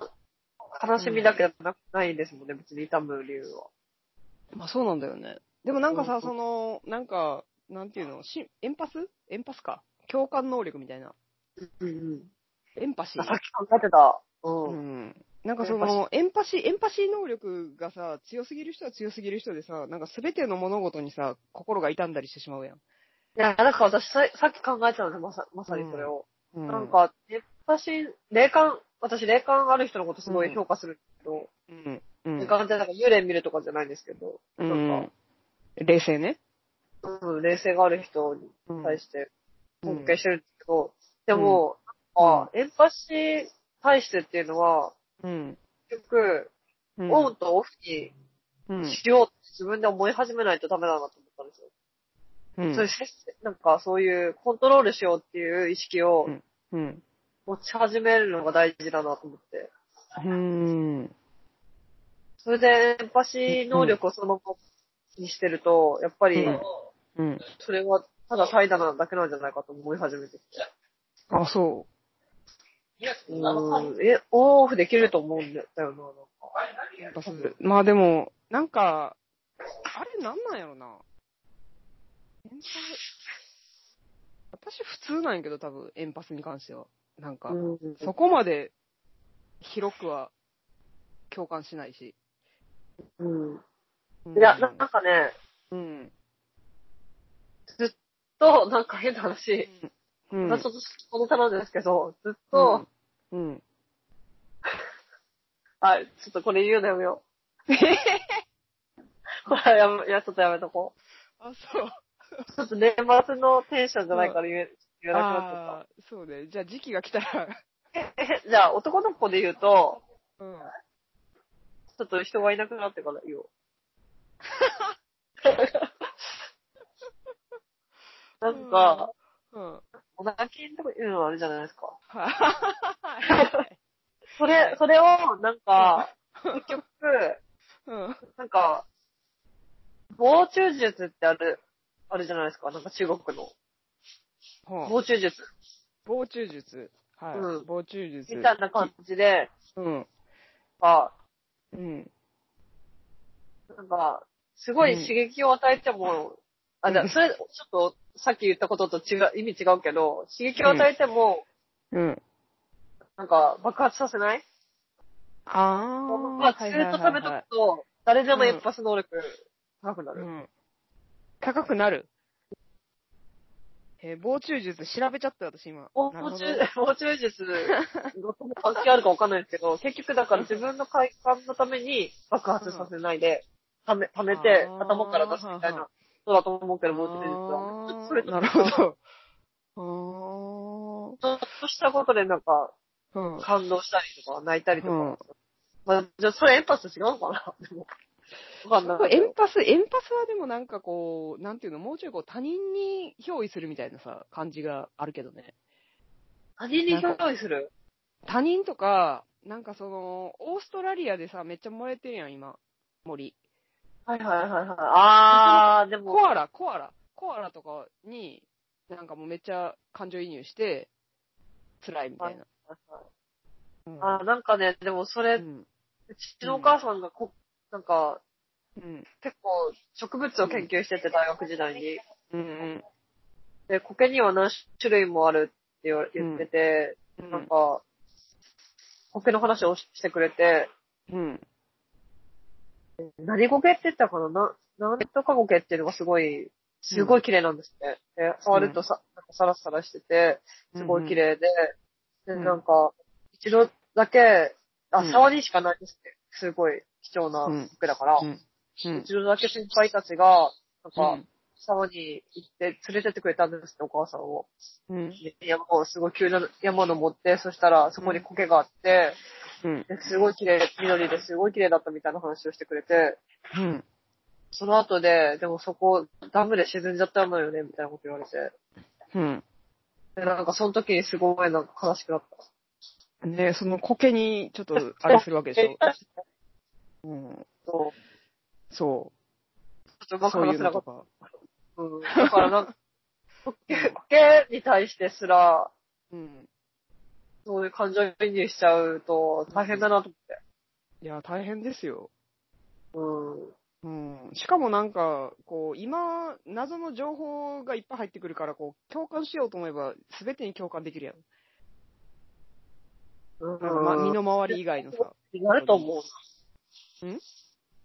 S2: 悲しみだけじゃなくないですもんね、別に痛む理由は。
S1: まあそうなんだよね。でもなんか
S2: う
S1: さ、
S2: ん
S1: その、なんか、なんていうの、しエンパスエンパスか。共感能力みたいな。
S2: うんうん。
S1: エンパシー
S2: あ。さっき考えてた。うん。
S1: うんなんかその、エンパシー、エンパシー能力がさ、強すぎる人は強すぎる人でさ、なんか全ての物事にさ、心が痛んだりしてしまうやん。
S2: いや、なんか私さ、さっき考えてたんですよ、まさまさにそれを。
S1: うん
S2: なん、か、やっぱし、霊感、私霊感ある人のことすごい評価するんですけど、
S1: うん。うん
S2: 霊感ってなんか幽霊見るとかじゃないんですけど、
S1: う
S2: なんん。
S1: 冷静ね。
S2: か、うん、霊性がある人に
S1: うん
S2: 対して
S1: うん
S2: 尊敬してるんですけど、でも、なんか、エンパシー対してっていうのは、
S1: うん。
S2: 結局、
S1: うん
S2: オンとオフに
S1: うん
S2: しようって自分で思い始めないとダメだなと思ったんですよ。
S1: うん
S2: そういうせっせ、なんかそういうコントロールしようっていう意識を
S1: うん。
S2: 持ち始めるのが大事だなと思って。
S1: うん。
S2: それでエンパシー能力をそのままにしてると、やっぱり
S1: うんうん。
S2: それはただ怠惰なだけなんじゃないかと思い始めてきて。
S1: あ、そう。
S2: うーん、え、オンオフできると思うんだよな、なんか。
S1: まあでも、なんか、あれなんなんやろな。エンパス、私普通なんやけど、多分、エンパスに関しては。なんか、
S2: うん
S1: そこまで広くは共感しないし。
S2: うん。
S1: うん
S2: いや、ななんかね、
S1: うん。
S2: と、なんか変な話、
S1: うん。
S2: まあちょっとこの差なんですけど、ずっと、
S1: うん。
S2: あ、ちょっとこれ言うのや めよう。これはやめ、いや、ちょっとやめとこ
S1: あ、そう。
S2: う。ちょっと年末のテンションじゃないから言え、言えなくなっちゃった。
S1: あーそうね。じゃあ時期が来たら。
S2: えじゃあ、男の子で言うと、
S1: うん。
S2: ちょっと人がいなくなってから 言おう。なんか、
S1: うん。
S2: お腹筋とか言うのあるじゃないですか。
S1: はい。
S2: それ、それを、な んか、結局、
S1: うん。
S2: なんか、防虫術ってある、あるじゃないですか。なんか中国の。
S1: ほう
S2: 防虫術。
S1: 防虫術。はい。
S2: うん
S1: 防虫術。
S2: みたいな感じで、
S1: うん。
S2: あ
S1: うん。
S2: なんか、すごい刺激を与えても、あ、じゃあそれ、ちょっと、さっき言ったことと違う、意味違うけど、刺激を与えても、
S1: うん。
S2: なんか、爆発させない
S1: あ
S2: まあ、ず
S1: はい
S2: ー
S1: はい
S2: っと食べと
S1: はいは
S2: く
S1: い
S2: と、誰でも一発能力高くな
S1: う
S2: る。
S1: ん。高くなる。えー防虫術調べちゃった私今。
S2: もう
S1: なるほ
S2: 虫
S1: ど、
S2: もう中術、どこも関係あるかわかんないですけ ど、結局だから自分の快感のために爆発させないで、ため、ためて
S1: あー
S2: 頭から出すみたいな、そうだと思うけど、もう中術は。ちょっと
S1: あ
S2: それ
S1: ー
S2: と
S1: なるほど。
S2: ちょっとしたことでなんか、
S1: あー。うん。
S2: 感動したりとか、泣いたりとか。
S1: うん
S2: まあ、じゃあ、それエンパス違うのかな でもわかんない。
S1: エンパス、エンパスはでもなんかこう、なんていうの、もうちょいこう他人に憑依するみたいなさ、感じがあるけどね。
S2: 何に憑依する
S1: 他人とか、なんかその、オーストラリアでさ、めっちゃ燃えてるやん、今。森。
S2: はいはいはいはい。あー、でも、
S1: コアラ、コアラ。コアラとかに、なんかもうめっちゃ感情移入して、辛いみたいな。うん
S2: あー、なんかね、でもそれ、
S1: うん。
S2: うちのお母さんがこ、なんか、
S1: うん。
S2: 結構植物を研究してて、大学時代に。
S1: うん。
S2: で、苔には何種類もあるって言わ言ってて、
S1: うん
S2: なんか、苔の話をししてくれて、
S1: うん。
S2: 何苔って言ったかなな、なんとか苔っていうのがすごい、すごい綺麗なんですね。で、触るとさ、なんかサラサラしてて、すごい綺麗で、
S1: うん
S2: で、なんか、一度だけ、あ
S1: うん、
S2: 沢にしかないですね。すごい貴重な苔だから。
S1: うん。うん
S2: 一度だけ先輩たちが、なん
S1: う
S2: か
S1: ん、
S2: 沢に行って連れてってくれたんですって、お母さんを。
S1: うん。
S2: で山を、すごい急な山登って、そしたらそこに苔があって、
S1: うん。
S2: ですごい綺麗、緑ですごい綺麗だったみたいな話をしてくれて、
S1: うん。
S2: その後で、でもそこ、ダムで沈んじゃったのよね、みたいなこと言われて。
S1: うん。
S2: で、なんかその時にすごいなんか悲しくなった。
S1: ねその苔に、ちょっと、あれするわけでしょ。うん。
S2: そう。
S1: そ
S2: ちょっとう
S1: う。
S2: まく
S1: そうい
S2: 話
S1: う
S2: せな
S1: の
S2: か
S1: と
S2: った。
S1: か。
S2: うん。だからなんか、苔苔に対してすら、
S1: うん。
S2: そういう感情移入しちゃうと大変だなと思って。
S1: いや、大変ですよ。
S2: うん。
S1: うん。しかもなんか、こう、今、謎の情報がいっぱい入ってくるから、こう、共感しようと思えば、すべてに共感できるやん。
S2: うん
S1: なんかま、身の回り以外のさ。
S2: になると思うな。
S1: ん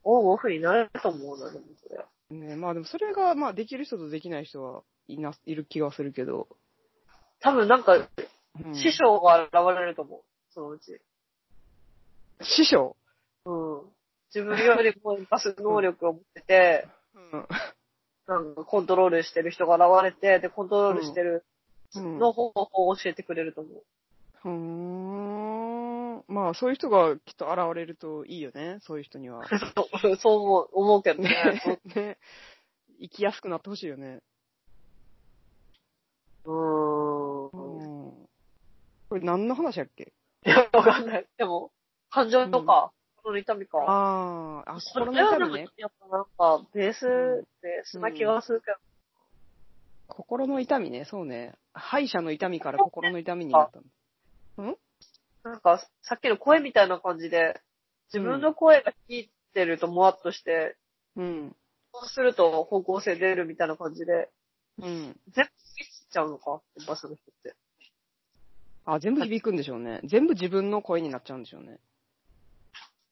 S2: オンオフになると思うな、でもそれ。
S1: ねまあでもそれが、まあできる人とできない人はいな、いる気がするけど。
S2: 多分なんか、
S1: うん
S2: 師匠が現れると思う。そのうち。
S1: 師匠
S2: うん。自分よりもパス能力を持ってて、
S1: うん。
S2: なんかコントロールしてる人が現れて、で、コントロールしてる
S1: うん
S2: の方法を教えてくれると思う。
S1: ふーん。まあ、そういう人がきっと現れるといいよね、そういう人には。
S2: そう そう思う思うけど ね。
S1: ね。ね。生きやすくなってほしいよね。
S2: うー。
S1: うんん。これ何の話やっけ
S2: いや、わかんない。でも、感情とか、心の痛みか。
S1: ああ、あ、
S2: それ
S1: 心の痛
S2: はでも、
S1: み
S2: や
S1: ね
S2: っ。ぱなんか、ベース、
S1: うん
S2: ベースな気がするけど、
S1: 心の痛みね、そうね。歯医者の痛みから心の痛みになったの。
S2: なんか、さっきの声みたいな感じで、自分の声が聞いてるともわっとして、
S1: うん。
S2: そうすると方向性出るみたいな感じで、
S1: うん。
S2: 全部響いちゃうのか、やっぱその人って。
S1: あ、全部響くんでしょうね。全部自分の声になっちゃうんでしょうね。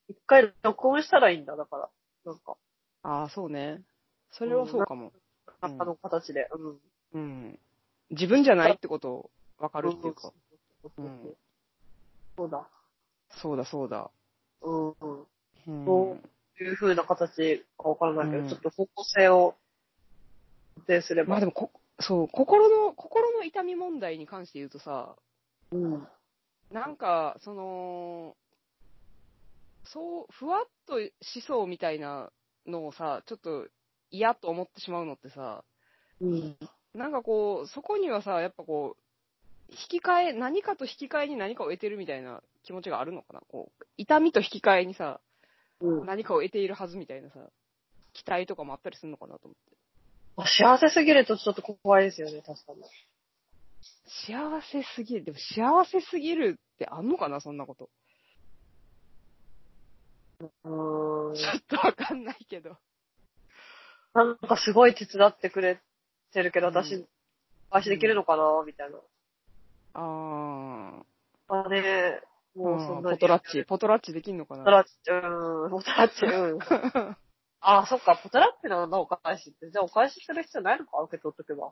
S2: 一回録音したらいいんだ、だから。なんか、
S1: ああ、そうね。それはそうかも。
S2: あ
S1: うん
S2: の形で。うん。
S1: うん。自分じゃないってことを分かるっていうか。
S2: そうそうそう
S1: うん
S2: そうだ。
S1: そうだ、そうだ。
S2: うん。うん
S1: うん。
S2: そいう風な形かわからないけど、
S1: うん
S2: ちょっと方向性を固定すれば。
S1: まあでもこ、そう、心の、心の痛み問題に関して言うとさ、
S2: うん。
S1: なんか、その、そう、ふわっと思想みたいなのをさ、ちょっと嫌と思ってしまうのってさ、
S2: うん。
S1: なんかこう、そこにはさ、やっぱこう、引き換え、何かと引き換えに何かを得てるみたいな気持ちがあるのかなこう、痛みと引き換えにさ、
S2: うん。
S1: 何かを得ているはずみたいなさ、期待とかもあったりするのかなと思って。
S2: 幸せすぎるとちょっと怖いですよね、確かに。
S1: 幸せすぎる。でも幸せすぎるってあんのかなそんなこと。
S2: うーん。
S1: ちょっとわかんないけど。
S2: なんかすごい手伝ってくれてるけど、
S1: うん
S2: 私、返しできるのかな、みたいな。
S1: あ
S2: あね、
S1: ー。
S2: もうそんな
S1: ポ
S2: に。
S1: トラッチ、ポトラッチできんのか
S2: ポ
S1: な
S2: トラッチ、うん、ポトラッ チ、うん。ああ、そっか、ポトラッチなんだ、お返しって。じゃあお返しする必要ないのか、受け取っとけば。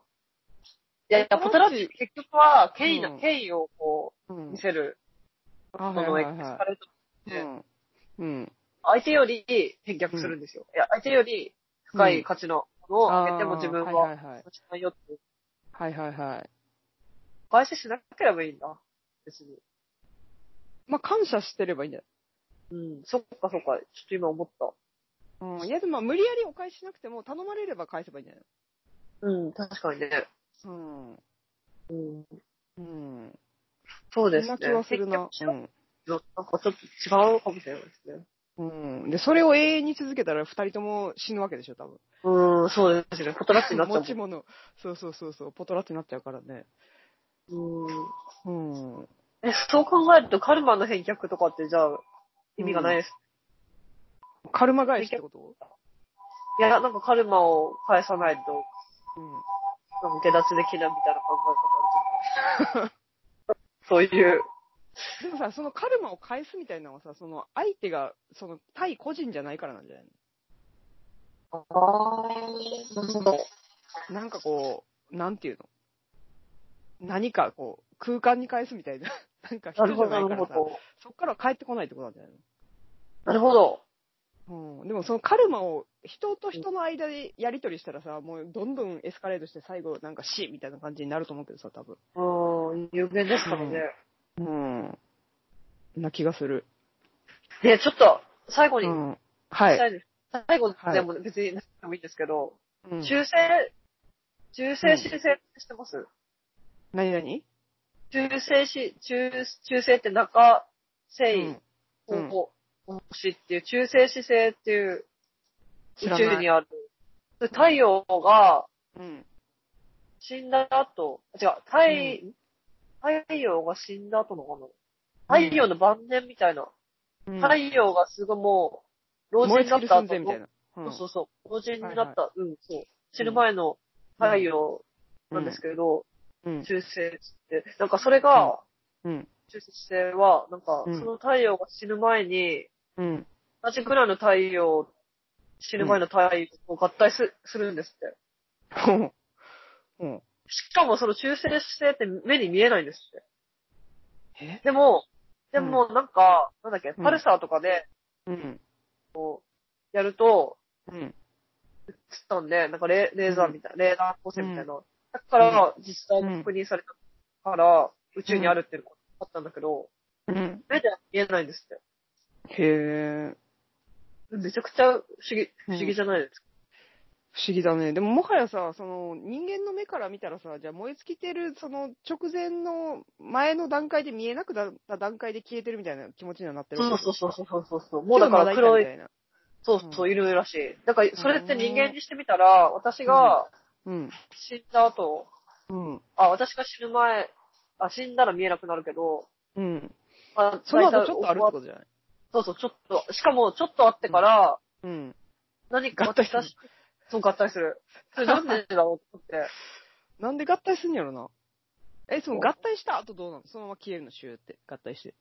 S2: いやいや、
S1: ポ
S2: ポト
S1: ト
S2: ラ
S1: ラ
S2: ッ
S1: ッ
S2: チ
S1: チ
S2: 結局は、権威な、
S1: うん
S2: 権威をこ
S1: う
S2: う、
S1: ん
S2: 見せる、
S1: あ
S2: そ
S1: はい
S2: の
S1: は
S2: エ
S1: い
S2: クス
S1: は
S2: カレート
S1: い。
S2: って、
S1: うん。うん。
S2: 相手より返却するんですよ。いや、相手より深い価値のものをあげても自分
S1: あー
S2: は、
S1: いはいはい。
S2: 持ちないよって、
S1: はいはいはい。
S2: お返ししなければいいんだ、別に。
S1: まあ、感謝してればいいんじゃ
S2: うん、そっかそっか、ちょっと今思った。
S1: ないうん。いや、でもまあ無理やりお返ししなくても、頼まれれば返せばいいんじゃない
S2: うん、確かにね。
S1: の
S2: うん、
S1: うん。うん。
S2: そう
S1: そ
S2: です
S1: ん
S2: ね。
S1: な気はするな。
S2: 結
S1: う
S2: 局
S1: ん。
S2: なんかちょっと違うかもしれないですね。
S1: うん。で、それを永遠に続けたら二人とも死ぬわけでしょ、多分。
S2: うん、そうですね。ポトラッチになっちゃ
S1: 持ち
S2: うもん。
S1: 物。そうそうそうそう。ポトラッチになっちゃうからね。
S2: う
S1: うん。
S2: ん、えそう考えると、カルマの返却とかってじゃあ、意味がないです。
S1: カルマ返しってこと
S2: いや、なんかカルマを返さないと、
S1: うん。
S2: なんか下脱できないみたいな考え方あるじゃない そういう。
S1: でもさ、そのカルマを返すみたいなのはさ、その相手が、その対個人じゃないからなんじゃない
S2: ああ、なるほど。
S1: のなんかこう、なんていうの何かこう、空間に返すみたいな。 なんか
S2: な
S1: 人じ
S2: るほ
S1: ゃない
S2: ど、
S1: か
S2: なる
S1: らさ、
S2: ほど。
S1: そっから帰ってこないってことなんじゃない
S2: なるほど。
S1: のうん。でもそのカルマを人と人の間でやり取りしたらさ、もうどんどんエスカレートして最後なんか死みたいな感じになると思うけどさ、多分。
S2: うん、有限ですからね。
S1: うん。な気がする。
S2: ねちょっと、最後
S1: う
S2: に、
S1: ん。は
S2: した
S1: い。
S2: いです最後
S1: はい
S2: でも別になくてもいいんですけど、
S1: うん
S2: 忠誠、忠誠申請してます、
S1: 何何
S2: 忠誠し、忠、忠誠って中、誠
S1: う
S2: 意
S1: ん、
S2: 方
S1: うん
S2: 法、星っていう、忠誠姿勢っていう宇
S1: 知ら
S2: 宙
S1: ない
S2: に。ある。太陽が
S1: うん。
S2: 死んだ後、違う、太、太陽が死んだ後のかな太陽の晩年みたいな。
S1: うん
S2: 太陽がすごいもう、老
S1: 燃
S2: 人
S1: え尽きる
S2: になった
S1: 寸
S2: 後
S1: 前みたい
S2: の
S1: な。うん
S2: そうそうそう。老人になった、うん、そう。死ぬ前の
S1: うん
S2: 太陽なんですけど、
S1: うん。
S2: 中性って、なんかそれが、
S1: うん。
S2: 中性は、なんか、
S1: うん
S2: その太陽が死ぬ前に、
S1: うん。
S2: 同じくらいの太陽、死ぬ前の太陽を合体すするんですって。
S1: うん。
S2: しかもその中性性って目に見えないんですって。
S1: え
S2: でも、でもなんか、なんだっけ、
S1: うん
S2: パルサーとかで
S1: うん。
S2: やると、
S1: うん。
S2: 映ったんで、なんかレレーザーみたいな、レーダー光線みたいな。だから、実際に確認されたから、宇宙にあるっていうのがあったんだけど、
S1: うん。
S2: 目では見えないんですって。
S1: へえ。
S2: めちゃくちゃ不思議、不思議じゃないですか。
S1: 不思議だね。でももはやさ、その人間の目から見たらさ、じゃあ燃え尽きてるその直前の前の段階で見えなくなった段階で消えてるみたいな気持ちにはなってるわけ
S2: そうそうそうそうそうそう。
S1: も
S2: もうだから黒
S1: み
S2: い、
S1: たいな。
S2: そうそう、いるらしい。だから、それって人間にしてみたら、私が
S1: うん。
S2: 死んだ後、
S1: うん。
S2: あ、私が死ぬ前、あ、死んだら見えなくなるけど、
S1: うん。
S2: あ
S1: その後ちょっとあるってことじゃない
S2: そうそう、ちょっと、しかも、ちょっとあってから、
S1: うん。
S2: 何か
S1: 合体する
S2: 私そう、合体する。それなんでだろうと思って。
S1: なんで合体すんやろな。え、その合体した後どうなのそのまま消えるのシューって、合体して。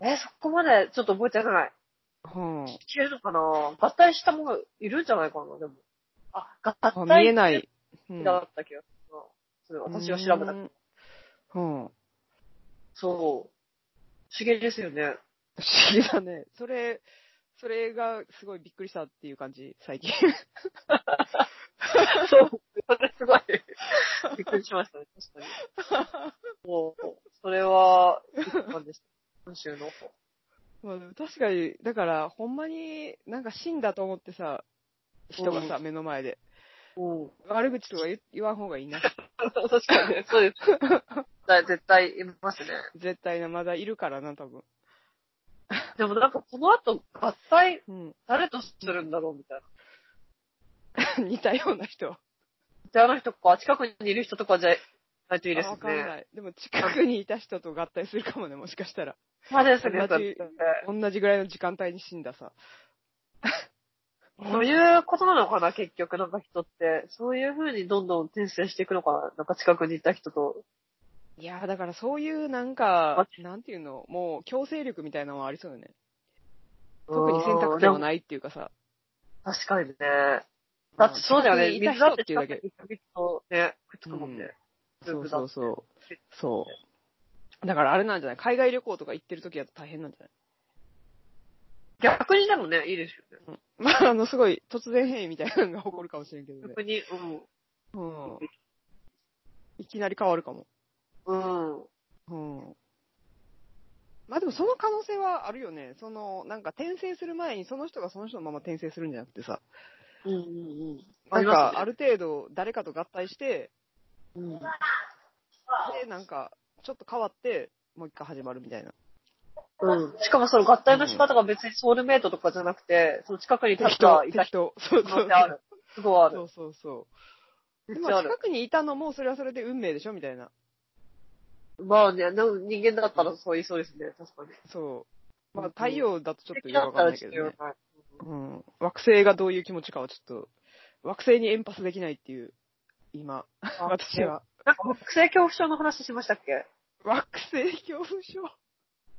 S2: え、そこまでちょっと覚えてない。
S1: はぁ、
S2: 消えるのかな合体したものいるんじゃないかなでも。あ、合
S1: あ。
S2: 体
S1: 見えない。うん
S2: だった気がするな。それ私が調べた
S1: う
S2: けど。
S1: んはぁ、
S2: そう。不思議ですよね。
S1: 不思議だね。それ、それがすごいびっくりしたっていう感じ、最近。
S2: そう。それすごい。びっくりしましたね、確かに。もう、それは、なんでした。今週の。
S1: まあ、確かに、だから、ほんまになんか死んだと思ってさ、人がさ、目の前で。
S2: うん。
S1: 悪口とか言言わん方がいいな。
S2: 確かに、そうです。だ絶対いますね。
S1: 絶対な、まだいるからな、多分。
S2: でもなんかこの後、合体、
S1: うん。
S2: 誰とするんだろうみたいな。
S1: 似たような人。
S2: じゃああの人か、近くにいる人とかじゃないといいです
S1: あ
S2: ね
S1: わ。かんない。でも、近くにいた人と合体するかもね、もしかしたら。
S2: まあですね。
S1: 同じ同じぐらいの時間帯に死んださ。
S2: そういうことなのかな、結局、なんか人って。そういう風にどんどん転生していくのかな、なんか近くにいた人と。
S1: いやー、だからそういうなんか
S2: あ、
S1: なんていうの、もう強制力みたいなのはありそうよね。特に選択肢も
S2: い。
S1: ないっていうかさ。
S2: 確かにね。だってそうだよね。
S1: 近くにいた
S2: 水
S1: 人
S2: だ
S1: っ
S2: って
S1: てい
S2: 近
S1: うだ
S2: く
S1: け
S2: に。いた人とね、くっつくもんね。
S1: そ
S2: 全
S1: う
S2: 部
S1: そ
S2: だ
S1: うそう。そう。だからあれなんじゃない海外旅行とか行ってる時だと大変なんじゃない
S2: 逆にでもね、いいですよね。
S1: まあ、あの、すごい 突然変異みたいなのが起こるかもしれんけどね。
S2: 逆に、うん。
S1: うん。いきなり変わるかも。
S2: うん。
S1: うん。まあでもその可能性はあるよね。その、なんか転生する前にその人がその人のまま転生するんじゃなくてさ。
S2: うんうんうん。
S1: なんか、あ
S2: る。
S1: る程度誰かと合体して、
S2: うん。
S1: で、なんか、ちょっと変わって、もう一回始まるみたいな。
S2: うん。しかもその合体の仕方が別にソウルメイトとかじゃなくて、その近くにいた
S1: 適
S2: 人が
S1: 当、
S2: いた
S1: 適
S2: 人
S1: 当。そう
S2: 可
S1: そ
S2: 能
S1: う
S2: 性ある。すごいあ
S1: そ
S2: る。
S1: うそうそう。
S2: め
S1: で
S2: っ
S1: も
S2: ちゃある
S1: 近。くにいたのも、それはそれで運命でしょみたいな。
S2: まあね、でも人間だったらそう言いそうですね、確かに。
S1: そう。まあ
S2: うん
S1: 太陽だとちょっと
S2: 敵
S1: よ
S2: だ
S1: くわ
S2: っ
S1: かんな
S2: たら
S1: い
S2: ち
S1: け
S2: ょっ
S1: ど
S2: とよ
S1: ね
S2: く。わかん
S1: う
S2: ない
S1: ん。惑星がどういう気持ちかはちょっと、惑星にエンパスできないっていう、今、
S2: あ
S1: 私は。
S2: なんか惑星恐怖症の話しましたっけ
S1: 惑星恐怖症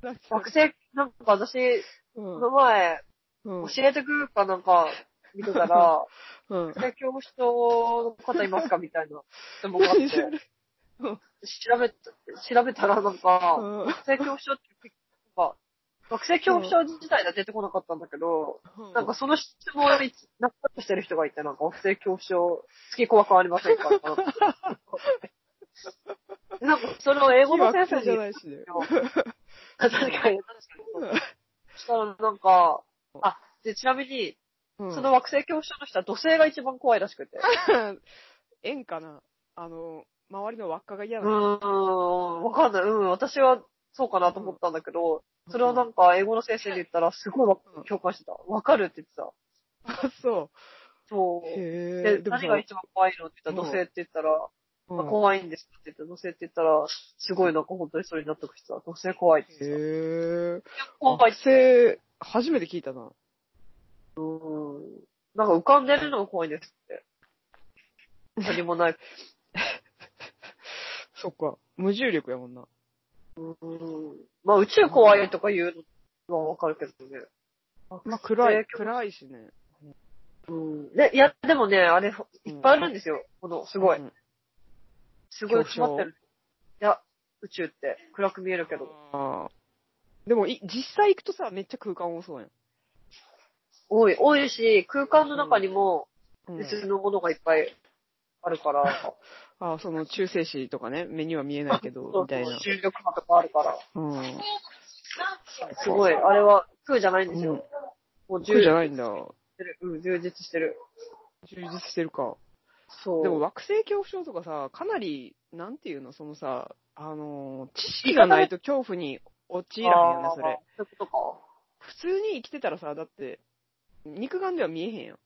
S1: だって
S2: 惑星、なんか私、
S1: う
S2: こ
S1: ん
S2: の前、
S1: うん。
S2: 教えてくるかなんか見てた ら、
S1: うん。
S2: 惑星恐怖症の方いますかみたいな質問があって、
S1: 何そ
S2: 調
S1: れ
S2: べた、調べたらなん
S1: う
S2: か、
S1: ん。
S2: 惑星恐怖症って、なんか惑星恐怖症自体が出てこなかったんだけど、なんかその質問に納得してる人がいて、なんか惑星恐怖症、好き怖くありません かなんかそれを英語の先生
S1: じゃ
S2: に
S1: ないしね。
S2: 確かに、確かに。そしたらなんか、あ、で、ちなみに、
S1: うん
S2: その惑星恐怖症の人は土星が一番怖いらしくて。
S1: 縁かなあの、周りの輪っかが嫌
S2: う
S1: なの。
S2: ーん、わかんない。うん、私はそうかなと思ったんだけど、それをなんか英語の先生に言ったら、すごいわ
S1: うん
S2: 共感してた。わかるって言ってた。
S1: あそう。
S2: そう。
S1: へ
S2: で、
S1: え。でも
S2: 何が一番怖いのって言った
S1: うん
S2: ら、土星って言ったら、
S1: う
S2: あ
S1: ん
S2: 怖いんですって言って、土星って言ったら、すごいなんか本当にそれに納得してた。土星怖いって言ってた。
S1: へえ。
S2: 怖いって言って
S1: 惑星、初めて聞いたな。
S2: た。うーん。なんか浮かんでるのが怖いんです って。何もない。
S1: そっか。無重力やもんな。
S2: うん。まあ宇宙怖いとか言うのはわかるけどね。
S1: まあ、暗い、
S2: 惑星
S1: 暗いしね。
S2: うん。で、いや、でもね、あれ、
S1: う
S2: い
S1: ん
S2: っぱいあるんですよ。この、すごい。
S1: うん
S2: すごい詰まってる。いや、宇宙って暗く見えるけど、
S1: あーでもい、実際行くとさ、めっちゃ空間多そうやん。
S2: 多い、多いし、空間の中にも
S1: うん
S2: 別のものがいっぱいあるから、
S1: あーその中性子とかね、目には見えないけ
S2: そ
S1: ど、
S2: う
S1: みたい
S2: そ
S1: な
S2: う、。重力波とかあるから、
S1: うん。
S2: すごい、あれは空じゃないんです
S1: うん
S2: よ。もう充
S1: 空
S2: 実
S1: じ
S2: し
S1: ゃないんだ。
S2: てる。うん、充実してる。
S1: 充実してるか。
S2: そう。
S1: でも惑星恐怖症とかさ、かなり、なんていうの、そのさ、あのー、知識がないと恐怖に陥らへんよね、それ。
S2: あー。そういうことか。
S1: 普通に生きてたらさ、だって、肉眼では見えへんやん。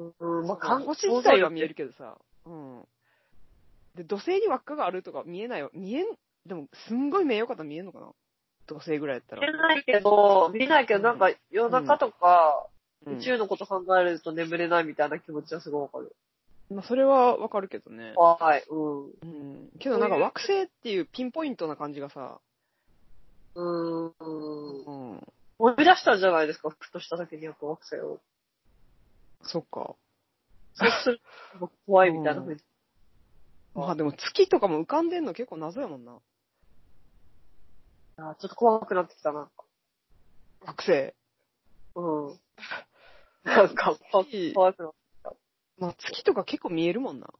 S2: うん、まあ、
S1: まあ
S2: 観光
S1: 星自体は見えるけどさ。うん。で、土星に輪っかがあるとか見えないわ。見えん、でも、すんごい目よかったら見えんのかな土星ぐらいやった
S2: 見え
S1: ら。
S2: ないけど、見えないけど、なんか夜中とか、
S1: うん
S2: 宇宙のこと考えると眠れないみたいな気持ちはすごいわかる。
S1: まあ、それはわかるけどね。
S2: はい。うん。
S1: うん。けどなんか惑星っていうピンポイントな感じがさ、
S2: うーん。
S1: うん。
S2: 思い出したんじゃないですか、ふとした時にやっぱ惑星を。
S1: そっか。
S2: そうすると僕怖いみたいな風に。
S1: まあでも月とかも浮かんでんの結構謎やもんな。
S2: あーちょっと怖くなってきたな。
S1: 惑星。
S2: うん。なんか、
S1: 月
S2: 怖くなって
S1: まあ月とか結構見えるもんな。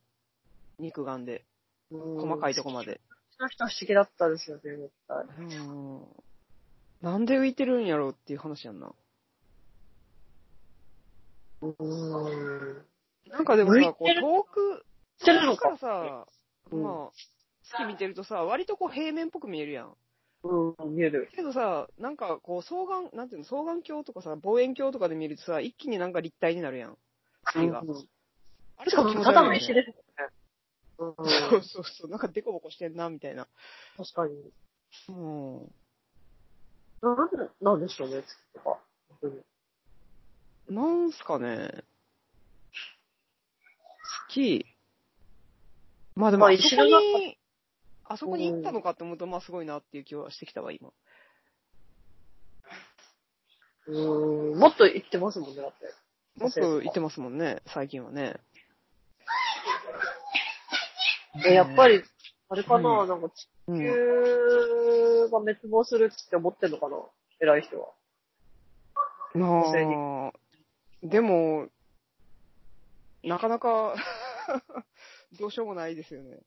S1: 肉眼で。細かいとこま
S2: で。
S1: で。
S2: 好きな人は不思議だったですよね、絶対。
S1: うん。なんで浮いてるんやろうっていう話やんな。
S2: うーん。
S1: なんかでも
S2: 浮いて
S1: さ、
S2: る
S1: こう遠く、
S2: してるの
S1: か。
S2: から
S1: さ、
S2: うん
S1: まあ、月見てるとさ、割とこう平面っぽく見えるやん。
S2: うん、見える。
S1: けどさ、なんかこう双眼、なんていうの、双眼鏡とかさ、望遠鏡とかで見るとさ、一気になんか立体になるやん。月が。
S2: うん
S1: あれ
S2: し
S1: と
S2: か
S1: 気持
S2: も、
S1: ち悪いよ
S2: た
S1: ね
S2: だの石ですよね。うん。
S1: そうそうそう、なんかデコボコしてんな、みたいな。
S2: 確かに。
S1: うん。
S2: なんで、なんでしょうね、月とか。うん
S1: なんすかね。月。まあでも、
S2: まあ
S1: あそこ
S2: 石の
S1: に、あそこに行ったのかって思うと、まあすごいなっていう気はしてきたわ、今。
S2: うーん、もっと行ってますもんね、だって。
S1: もっと行ってますもんね、最近はね。
S2: え、やっぱり、あれかな、
S1: う
S2: なんか地
S1: うん。
S2: 球が滅亡するって思ってんのかな偉い人は。
S1: まあ、でも、なかなか、 どうしようもないですよね。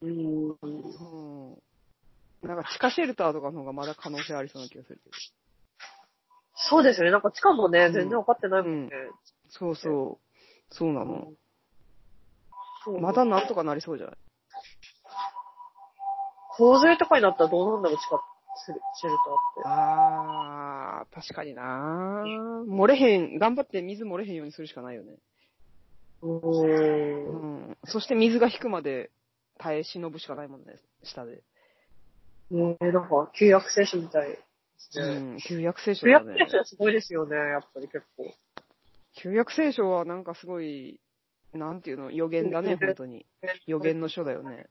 S2: うーん。
S1: うん。なんか地下シェルターとかの方がまだ可能性ありそうな気がするけど。
S2: そうですよね。なんか地下もね、
S1: うん
S2: 全然分かってないもんね。
S1: そうそう。そうなの。
S2: そう
S1: まだなんとかなりそうじゃない
S2: 洪水とかになったらどうなんだろう、地下シェルシェルターって。
S1: あー、確かにな漏れへん、頑張って水漏れへんようにするしかないよね。
S2: う
S1: う
S2: ーん。
S1: ん。そして水が引くまで耐え忍ぶしかないもんね、下で。
S2: ねえなんか、旧約聖書みたいです
S1: う
S2: ね。
S1: ん。旧約聖書
S2: 旧
S1: だ
S2: 約
S1: ね。
S2: 聖書はすごいですよね、やっぱり結構。
S1: 旧約聖書はなんかすごい、なんていうの、予言だね、本当に。予言の書だよね。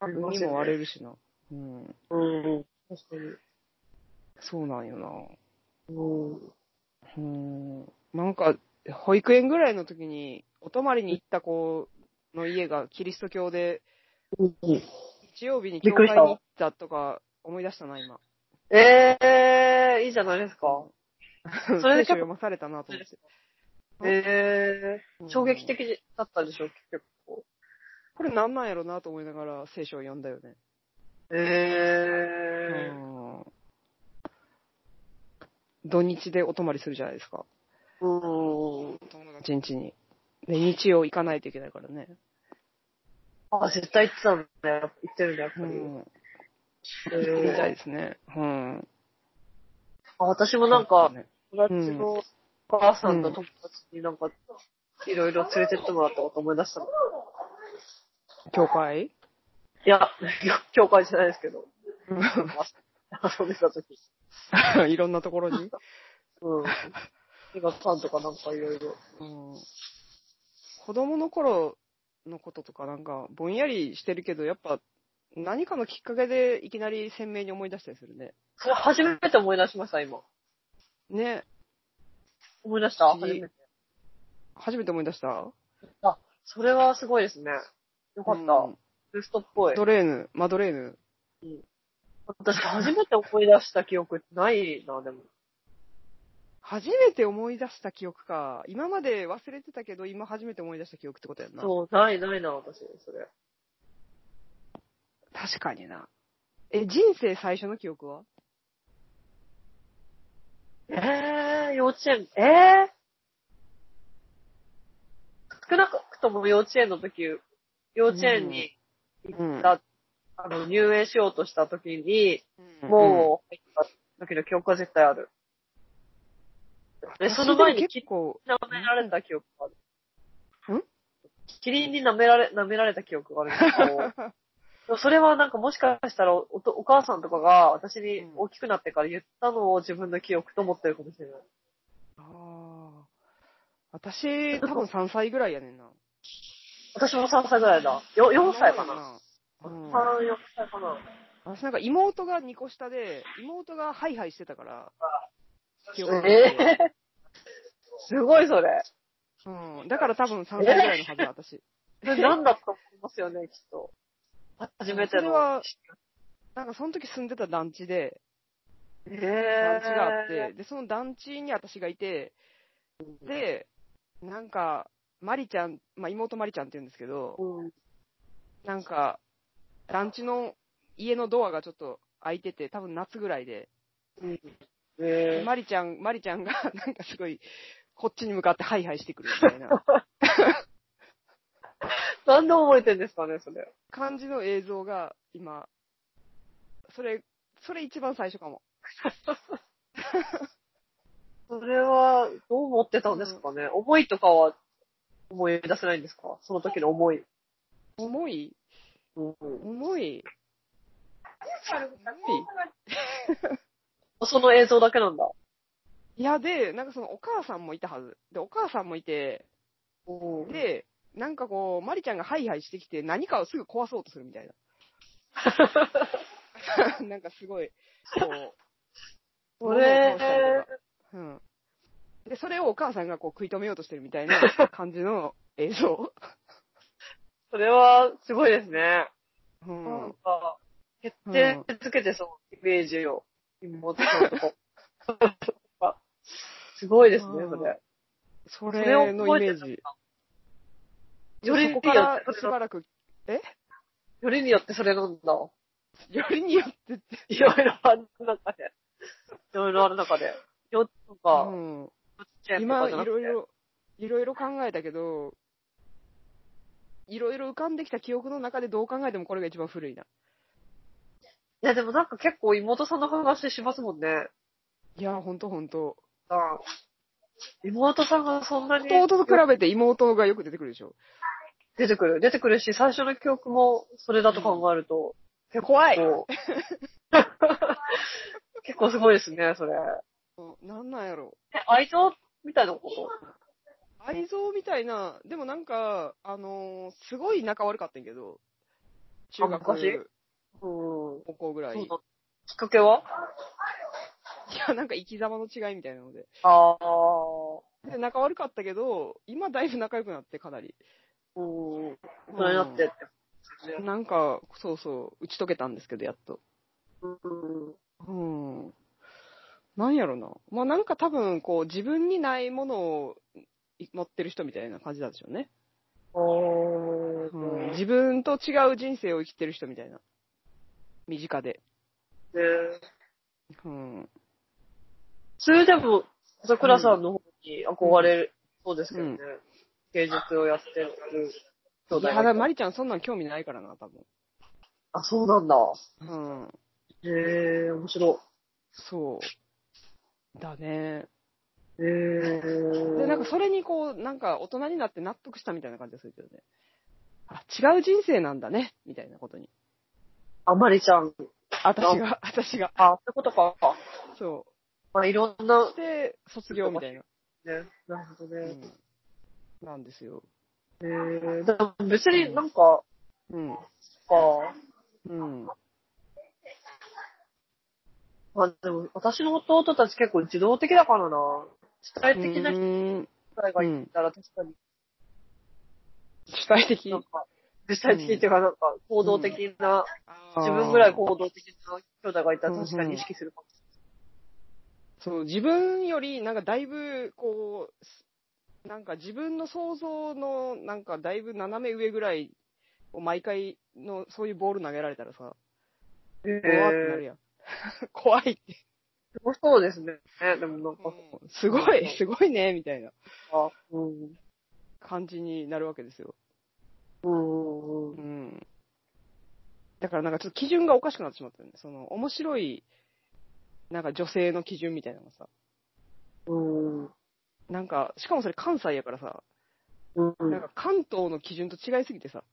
S2: あります
S1: 海
S2: よね
S1: も割れるしな。うん。
S2: うん。確かに。
S1: そうなんよな。
S2: うん。
S1: うーんなんか、保育園ぐらいの時に、お泊まりに行った子の家がキリスト教で、
S2: うん
S1: 日曜日に
S2: び
S1: 教
S2: っく
S1: 会に
S2: りした
S1: 行ったとか思い出したな、今。
S2: ええー、いいじゃないですか。
S1: それ
S2: それ
S1: で
S2: で
S1: 結構読まされたなと思って。
S2: ええー、衝撃
S1: うん。
S2: 的だったでしょ、結構。
S1: これなんなんやろなと思いながら聖書を読んだよね。う
S2: ええ
S1: ん土日でお泊まりするじゃないですか。
S2: ー、うん。
S1: 友達ん家に。で、日曜行かないといけないからね。
S2: あ、絶対行ってたんだよ。行ってるんだ、やっぱ
S1: う
S2: り。
S1: ん。
S2: え
S1: みたい
S2: ー
S1: ですね。うん。
S2: あ私もなんか、
S1: ね、
S2: 友達のお母さんと友達になんか、いろいろ連れてってもらったこと思い出したの。
S1: 教会
S2: いや、 教会じゃないですけど、
S1: う
S2: 遊んでた時。
S1: んいろんなところに。
S2: うん。映画館とかなんかいろいろ。
S1: うん子供の頃のこととかなんかぼんやりしてるけど、やっぱ何かのきっかけでいきなり鮮明に思い出したりするね。
S2: それ初めて思い出しました、今。
S1: ね、
S2: 思い出した
S1: いい
S2: 初めて。
S1: 初めて思い出した
S2: それはすごいですね。よかった。
S1: うん
S2: ルストっぽい
S1: ド。レーヌ、マドレーヌ。
S2: 私初めて思い出した記憶ないな、でも。
S1: 初めて思い出した記憶か。今まで忘れてたけど、今初めて思い出した記憶ってことやんな。
S2: そう、ないないな、私、それ。
S1: 確かにな。え、人生最初の記憶は
S2: えー、幼稚園、えー、少なくとも幼稚園の時、幼稚園に
S1: うん
S2: だあの入園しようとした時に、
S1: うん
S2: もう入った時の記憶は絶対ある。で、その前にキ
S1: 結
S2: リ
S1: 構、
S2: ンに舐められた記憶がある。
S1: ん
S2: キリンに舐められ、舐められた記憶があるんですけど でもそれはなんかもしかしたらおおお母さんとかが私に大きくなってから言ったのを自分の記憶と思ってるかもしれない。
S1: ああ。私、多分3歳ぐらいやねんな。
S2: 私も3歳ぐらいだ。よ4歳かな。
S1: うん
S2: 3、4歳かな。
S1: 私なんか妹が2個下で、妹がハイハイしてたから、記憶があって
S2: ええすごいそれ。
S1: うん。だから多分3歳ぐらいのはず、私。
S2: それ何だと思いますよ ね、きっと。初め
S1: そ
S2: て
S1: れ
S2: の
S1: は。なんかその時住んでた団地で、
S2: ええ
S1: 団地があって、で、その団地に私がいて、で、なんか、マリちゃん、まあ、妹マリちゃんって言うんですけど、
S2: うん。
S1: なんか、団地の家のドアがちょっと開いてて、多分夏ぐらいで、
S2: うん。
S1: で
S2: ええ
S1: マリちゃん、マリちゃんがなんかすごい、こっちに向かってハイハイしてくるみたいな
S2: なんで覚えてんですかね、それ。
S1: 感じの映像が今、それ、それ一番最初かも。
S2: それは、どう思ってたんですかね、思いとかは思い出せないんですかその時の思い。
S1: 重い
S2: うん、
S1: 重い重い
S2: その映像だけなんだ。
S1: いや、で、なんかそのお母さんもいたはず。で、お母さんもいて、
S2: うん、
S1: で、なんかこう、マリちゃんがハイハイしてきて、何かをすぐ壊そうとするみた いな。なんかすごい、こう、
S2: それ
S1: 物を通したりとかうん。で、それをお母さんがこう食い止めようとしてるみたいな感じの映像。
S2: それは、すごいですね。
S1: う
S2: なんん。か、決定づけてそう、イメージを。妹さんとか。 すごいですね、それ。
S1: そ
S2: それを
S1: れの
S2: 覚
S1: イメ
S2: え
S1: ー
S2: てた
S1: ジ。
S2: よりに
S1: そ
S2: よ
S1: こ
S2: って
S1: からし
S2: それな
S1: ば
S2: んだ、
S1: らく、
S2: よりによってそれなんだ。
S1: よりによってって。
S2: いろいろある中で。いろいろある中で。よっとか、
S1: うん。
S2: 幼稚園と
S1: 今、
S2: か
S1: い
S2: じゃなくて
S1: ろい。ろ、いろいろ考えたけど、いろいろ浮かんできた記憶の中でどう考えてもこれが一番古いな。
S2: いや、でもなんか結構妹さんの話しますもんね。
S1: いや、ほんとほんと。
S2: あ妹さんがそんなに
S1: 弟と比べて妹がよく出てくるでしょ。
S2: 出てくる。出てくるし、最初の記憶もそれだと考えると、結構
S1: 怖い
S2: 結構すごいですね、それ。
S1: なんなんやろ。
S2: え、愛情みたいなこと
S1: 愛憎みたいな、でもなんか、あのーすごい仲悪かったんやけど、中
S2: あ昔
S1: 学、
S2: うん。
S1: 高校ぐらい。
S2: そう
S1: い
S2: だきっかけは
S1: や、なんか生き様の違いみたいなので。
S2: ああ、
S1: で、仲悪かったけど、今だいぶ仲良くなってかなり。
S2: うん。大人になってってことですね。
S1: なんか、そうそう、打ち解けたんですけど、やっと。
S2: うん。
S1: うん。なんやろな。まあなんか多分、こう、自分にないものを持ってる人みたいな感じなんでしょうね。
S2: おー。
S1: うん、
S2: ね
S1: 自分と違う人生を生きてる人みたいな。身近で。うん。
S2: それでも、桜さんの方に憧れる、そうですけどね。
S1: うん
S2: 芸術をやってる兄
S1: い
S2: 弟
S1: や、だマ
S2: り。
S1: リちゃんそんなん興味ないからな、多分。
S2: あ、そうなんだ。
S1: うん。
S2: へえー、面白
S1: そう。だね。
S2: い。へえー。
S1: で、なんかそれにこう、なんか大人になって納得したみたいな感じがするけどね。あ、違う人生なんだね、みたいなことに。
S2: あまりちゃん。
S1: 私が、私が。
S2: あ、そういうことか。
S1: そ
S2: まあ、いろん
S1: う。
S2: な、
S1: して、卒業みたいな。
S2: ね。なるほど
S1: う
S2: ね。
S1: ん。なんですよ。
S2: へえー。でも別になんか、
S1: うん。
S2: か、
S1: うん。
S2: まあでも、私の弟たち結構自動的だからな。主体的な
S1: う
S2: 人
S1: ーん
S2: がいたら確かに、
S1: 主体的
S2: なんか、実体的っていうかなんか、行動的な、自分ぐらい行動的な兄弟がいたら確かに意識するかもし
S1: そう、自分より、なんかだいぶ、こうす、なんか自分の想像の、なんかだいぶ斜め上ぐらいを毎回の、そういうボール投げられたらさ、
S2: れない。
S1: 怖ってなるやん。 怖いって。
S2: すごそうですね。でもなんか、
S1: すごい、すごいね、みたいな
S2: あうん。
S1: 感じになるわけですよ。
S2: うんうん
S1: う
S2: うん。
S1: ん。だからなんかちょっと基準がおかしくなってしまったよね。その、面白い、なんか女性の基準みたいなのがさ、
S2: うん。
S1: なんか、しかもそれ関西やからさ、
S2: うん
S1: なんか関東の基準と違いすぎてさ、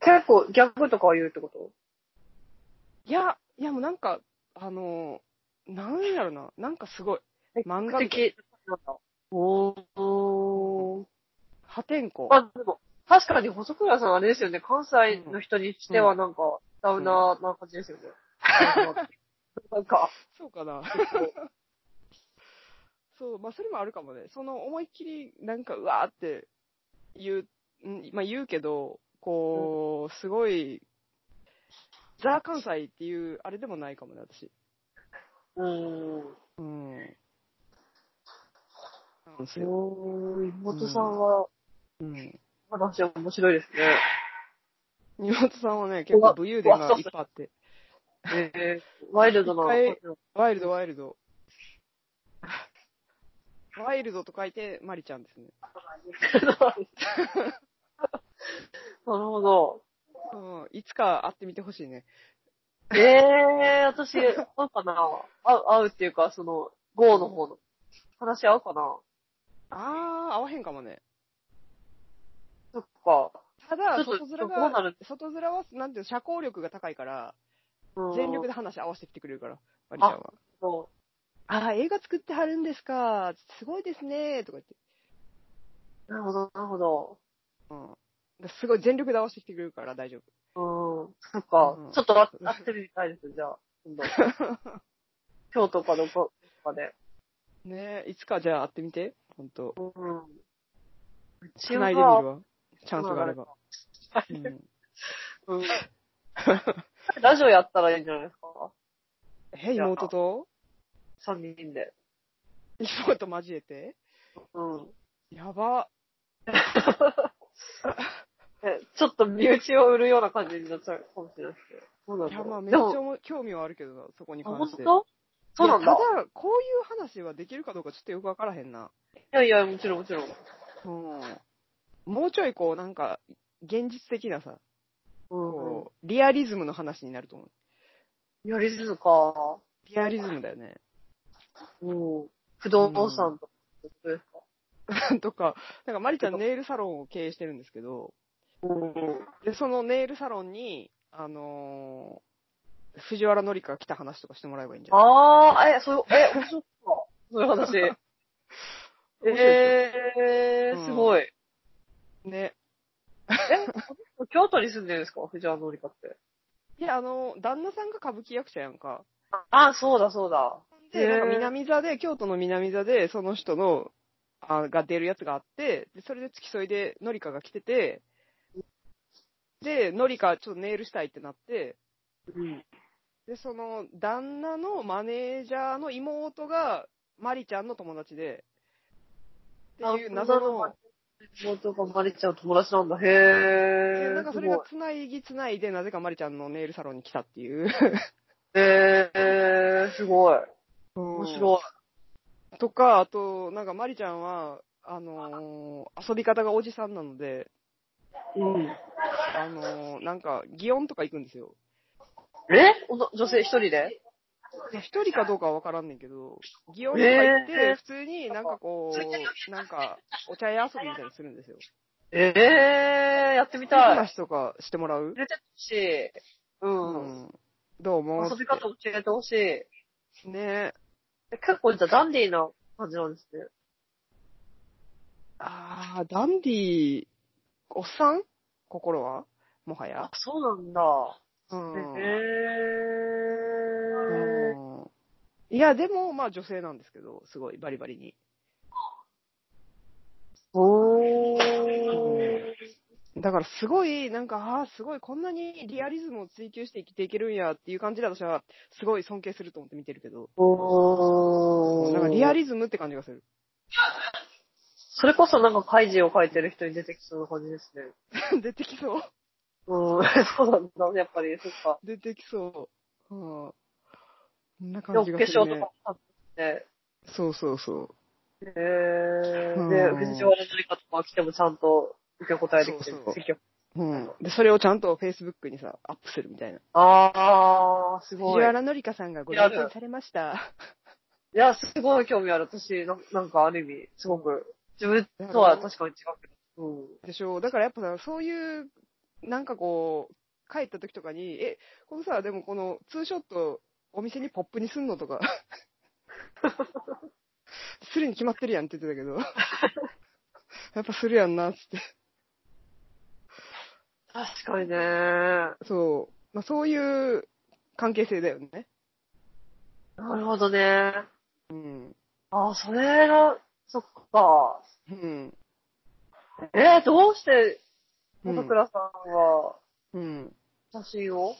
S2: 結構ギャグとかは言うってこと
S1: いや、いやもうなんか、あのー、なんやろな、なんかすごい。漫画
S2: 的なんだ。おー。
S1: 破天荒。
S2: あ、でも、確かに細倉さんあれですよね、関西の人にしてはなんか、ダウナーな感じですよね。なんか、
S1: そうかな。そう、まあ、それもあるかもね。その、思いっきり、なんか、うわーって言う、んまあ、言うけど、こう、すごい、ザ・関西っていう、あれでもないかもね、私。
S2: うーん。
S1: うん。なんですよ。
S2: おー、妹さんは、
S1: うん。
S2: 話面白いですね。
S1: 妹さんはね、結構武勇伝がいっぱいあって。
S2: えー、ワイルドな、
S1: 一ワイルド、ワイルド。 ワイルドと書いて、マリちゃんですね。
S2: なるほど。
S1: うん。いつか会ってみてほしいね。
S2: ええー、私、合うかな合う、合うっていうか、その、GO の方の。話合うかな
S1: あー、合わへんかもね。
S2: そっか。
S1: ただ、
S2: ちょっと
S1: 外面
S2: どうな
S1: が
S2: る、
S1: 外面は、なんていうの、社交力が高いから、
S2: うん
S1: 全力で話合わせてきてくれるから、マリちゃんは。
S2: そ
S1: あー、映画作ってはるんですか。すごいですね。とか言って。
S2: うなるほど、なるほど。
S1: うん。だからすごい全力で合わせてきてくれるから大丈夫。
S2: うん。そっか。
S1: うん
S2: ちょっとあ会ってみたいです、じゃあ。 今度。今日とかどこかで。
S1: ねえ、いつかじゃあ会ってみて。ほんと。
S2: うん。うち
S1: 繋いでみる
S2: は、
S1: わ。チャンスがあれば。うん
S2: うん、 ラジオやったらいいんじゃないですか
S1: え、妹と
S2: ?3 人で。
S1: 妹交えて
S2: うん。
S1: やば。
S2: え、ちょっと身内を売るような感じになっちゃうかもしれないですけど。そうなん
S1: い
S2: だ
S1: や、
S2: ろう
S1: まあ、めっ
S2: で
S1: ちゃ
S2: も
S1: も興味はあるけどな、そこに
S2: あ
S1: 関
S2: 本
S1: して。
S2: 当そうなん
S1: いや
S2: だ。
S1: ただ、こういう話はできるかどうかちょっとよくわからへんな。
S2: いやいや、もちろんもちろん。
S1: うん。もうちょいこう、なんか、現実的なさ、
S2: うん
S1: こう、リアリズムの話になると思う。
S2: うん。やりずるか。
S1: リアリズムだよね。
S2: うん。不動産とか、そうです か。
S1: とか、なんか、まりちゃんネイルサロンを経営してるんですけど、
S2: うん。
S1: で、そのネイルサロンに、あのー藤原紀香が来た話とかしてもらえばいいんじゃない
S2: ああ、え、そう、え、面白そう。そう いう話。
S1: 面白いで
S2: ええ
S1: うん
S2: ー、すごい。え、
S1: ね。
S2: 京都に住んでるんですか藤原紀香って。
S1: いや、あの、旦那さんが歌舞伎役者やんか。
S2: あ、そうだそうだ。へ
S1: で、
S2: ー
S1: なんか南座で、京都の南座で、その人の、あが出るやつがあって、でそれで付き添いで、のりかが来てて、で、のりか、ちょっとネイルしたいってなって、
S2: うん。
S1: で、その、旦那のマネージャーの妹が、まりちゃんの友達で、っていう謎の、
S2: 妹がマリちゃんの友達なんだ。へ
S1: で
S2: え。
S1: なんかそれが繋ぎ繋いで、なぜかまりちゃんのネイルサロンに来たっていう。
S2: へえー、すごい。面白
S1: とか、あと、なんか、まりちゃんは、あのー遊び方がおじさんなので、
S2: い。うん。
S1: あのーなんか、祇園とか行くんですよ。
S2: えおの女性一人で
S1: いや一人かどうかはわからんねんけど、祇園とか行って、
S2: えー
S1: 普通になんかこう、なんか、お茶屋遊びみたいにするんです よ。
S2: ええー、やってみ
S1: そういう
S2: たい。
S1: 話とかしてもらう
S2: 連れてほしい。うん。
S1: ん。どうも。
S2: 遊び方教えてほしい。え
S1: ね
S2: 結構じゃあダンディーな感じなんですね。
S1: あー、ダンディー、おっさん心はもはや
S2: あ。、そうなんだ。
S1: うん。
S2: へえ。
S1: うんいや、でも、まあ女性なんですけど、すごい、バリバリに。
S2: お
S1: う
S2: ー。
S1: だからすごい、なんか、ああー、すごい、こんなにリアリズムを追求して生きていけるんやっていう感じで私は、すごい尊敬すると思って見てるけど、
S2: おー。
S1: なんかリアリズムって感じがする。
S2: それこそなんか怪獣を描いてる人に出てきそうな感じですね。
S1: 出てきそう。
S2: うん、そうなんだ、やっぱり、そっか。
S1: 出てきそう。うん。こんな
S2: で
S1: 感
S2: お
S1: じ
S2: 化
S1: がする、
S2: 粧
S1: ね。
S2: とかもね。
S1: そうそうそう。
S2: へ
S1: うん
S2: ー。で、藤原紀香とか来てもちゃんと受け答えできてる
S1: そうそう。
S2: 積極
S1: うん。で、それをちゃんと Facebook にさ、アップするみたいな。
S2: あー、すご
S1: 藤
S2: い。
S1: 原紀香さんがご来店されました。
S2: いや、すごい興味ある。私、ななんかある意味、すごく、自分とは確かに違うけど。うん。
S1: でしょだからやっぱさ、そういう、なんかこう、帰った時とかに、え、このさ、でもこのツーショット、お店にポップにすんのとか。するに決まってるやんって言ってたけど。やっぱするやんな、つって。
S2: 確かにね。な
S1: そう。まあ、そういう関係性だよね。
S2: るほどね。
S1: うん。
S2: あ、それが、そっか。
S1: うん。
S2: えー、どうして、
S1: う
S2: 本
S1: ん
S2: 倉さんは、
S1: うん。
S2: 写真を、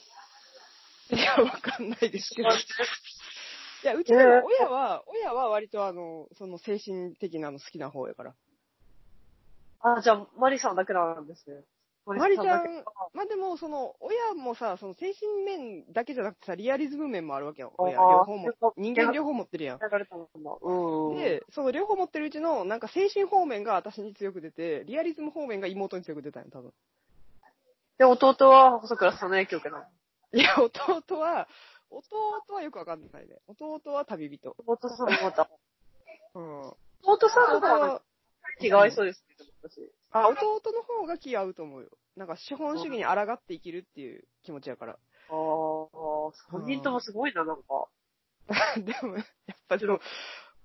S1: いや、わかんないですけど。いや、うち
S2: え
S1: で
S2: ー
S1: も親は、親は割とあの、その精神的なの好きな方やから。
S2: あ、じゃあ、マリさんだけなんですね。
S1: マリちゃ
S2: だけ
S1: ん、まあでも、その、親もさ、その精神面だけじゃなくてさ、リアリズム面もあるわけよ。
S2: あー
S1: 親、両方も
S2: そう。
S1: 人間両方持ってるやん。
S2: やられたのかな。うん。
S1: で、その両方持ってるうちの、なんか精神方面が私に強く出て、リアリズム方面が妹に強く出たんよ、多分。
S2: で、弟は細倉さんの影響かな。
S1: いや、弟は、弟はよくわかんないね。弟は旅人。
S2: 弟さんもまた。
S1: うん。
S2: 弟さんの
S1: 弟
S2: 方が
S1: は、
S2: 気が合いそうですけど、私。
S1: あ、弟の方が気合うと思うよ。なんか資本主義に抗って生きるっていう気持ちやから。
S2: ああ、3人ともすごいな、なんか。
S1: でも、やっぱその、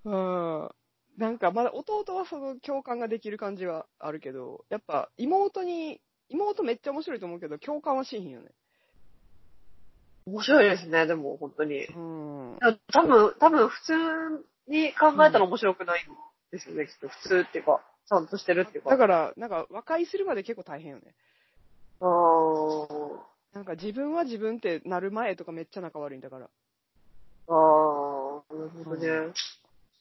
S1: うん。なんかまだ弟はその共感ができる感じはあるけど、やっぱ妹に、妹めっちゃ面白いと思うけど、共感はしひんよね。
S2: 面白いですね、でも、本当に。
S1: うん。
S2: 多分、多分、普通に考えたら面白くないんですよね、きっと。普通っていうか、ちゃんとしてるっていうか。
S1: だから、なんか和解するまで結構大変よね。
S2: あー
S1: なんか自分は自分ってなる前とかめっちゃ仲悪いんだから。
S2: あー、なるほどね。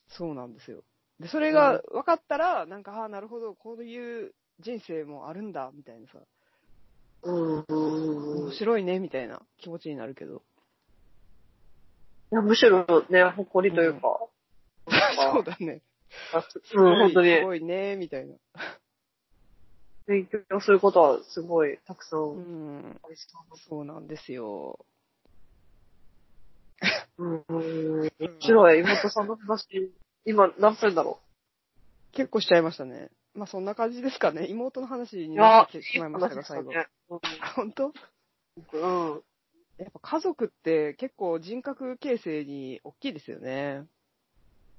S1: そうなんですよ。で、それが分かったら、なんか、ああ、なるほど、こういう人生もあるんだ、みたいなさ、
S2: うんうんうん
S1: 面。白いね、みたいな気持ちになるけど。
S2: いやむしろね、誇りというか。
S1: そうだね。
S2: うん、本当に
S1: す。ごいね、みたいな。
S2: 勉強することはすごいたくさん
S1: う
S2: あ
S1: ん。
S2: りそ
S1: そうなんですよ。
S2: う。うん。面白い。妹さんの話、今何分だろ
S1: 結構しちゃいましたね。まあ、そんな感じですかね。妹の話
S2: う
S1: に
S2: い
S1: な
S2: や
S1: ってし
S2: いい
S1: まいました
S2: 話
S1: が、
S2: でした
S1: 最後。
S2: ね。
S1: あ本当
S2: うん。うん
S1: やっぱ家族って結構人格形成に大きいですよね。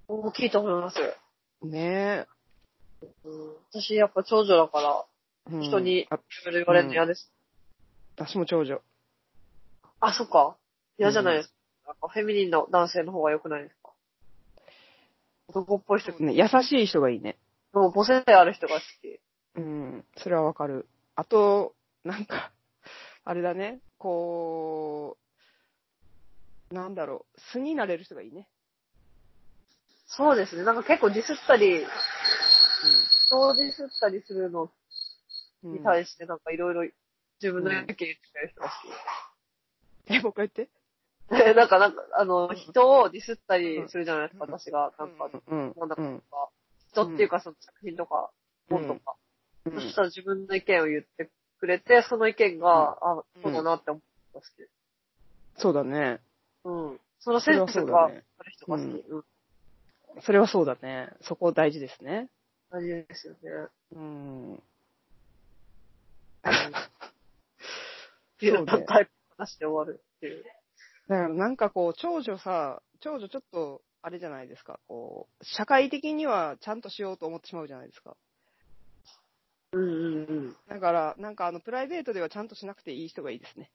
S2: 大きいと思います。
S1: ね
S2: うん私やっぱ長女だから、
S1: え。うん
S2: 人に
S1: あ
S2: いろいろ言われるの嫌です。
S1: 私も長女。
S2: あ、そっか。嫌じゃないですか。なんかフェミニンの男性の方が良くないですか男っぽい人、
S1: ね、優しい人がいいね。
S2: もう母性ある人が好き。
S1: うん、それはわかる。あと、なんか、あれだね、こう、なんだろう、素になれる人がいいね。
S2: そうですね。なんか結構ディスったり、人をディスったりするの
S1: うん。
S2: に
S1: うん、
S2: 対してなんかいろいろ自分の意見言ってくれる人が好き。
S1: え、もう一回言って。
S2: え、 なんか、なんか、あ
S1: う
S2: の、
S1: ん
S2: 人をディスったりするじゃないですか、
S1: うん
S2: 私が。なんか、
S1: うん、
S2: なんだ
S1: う
S2: か
S1: ん。
S2: 人っていうか、その作品とか、本とか。
S1: うん
S2: そしたら自分の意見を言ってくれて、その意見が、あ、そうだなって思った好き。
S1: そうだね。
S2: うん。その
S1: そ
S2: セ
S1: れ
S2: ン
S1: は
S2: ス
S1: そう
S2: が
S1: だ
S2: ある
S1: ね。
S2: 人が好き。
S1: うん
S2: うん。
S1: それはそうだね。そこ大事ですね。
S2: 大事ですよね。
S1: うん。
S2: っていう
S1: そう
S2: タ
S1: ね
S2: イプの話で終わるっていう。
S1: だからなんかこう、長女さ、長女ちょっと、あれじゃないですか、こう、社会的にはちゃんとしようと思ってしまうじゃないですか。
S2: うんうんうん。
S1: だから、なんかあの、プライベートではちゃんとしなくていい人がいいですね。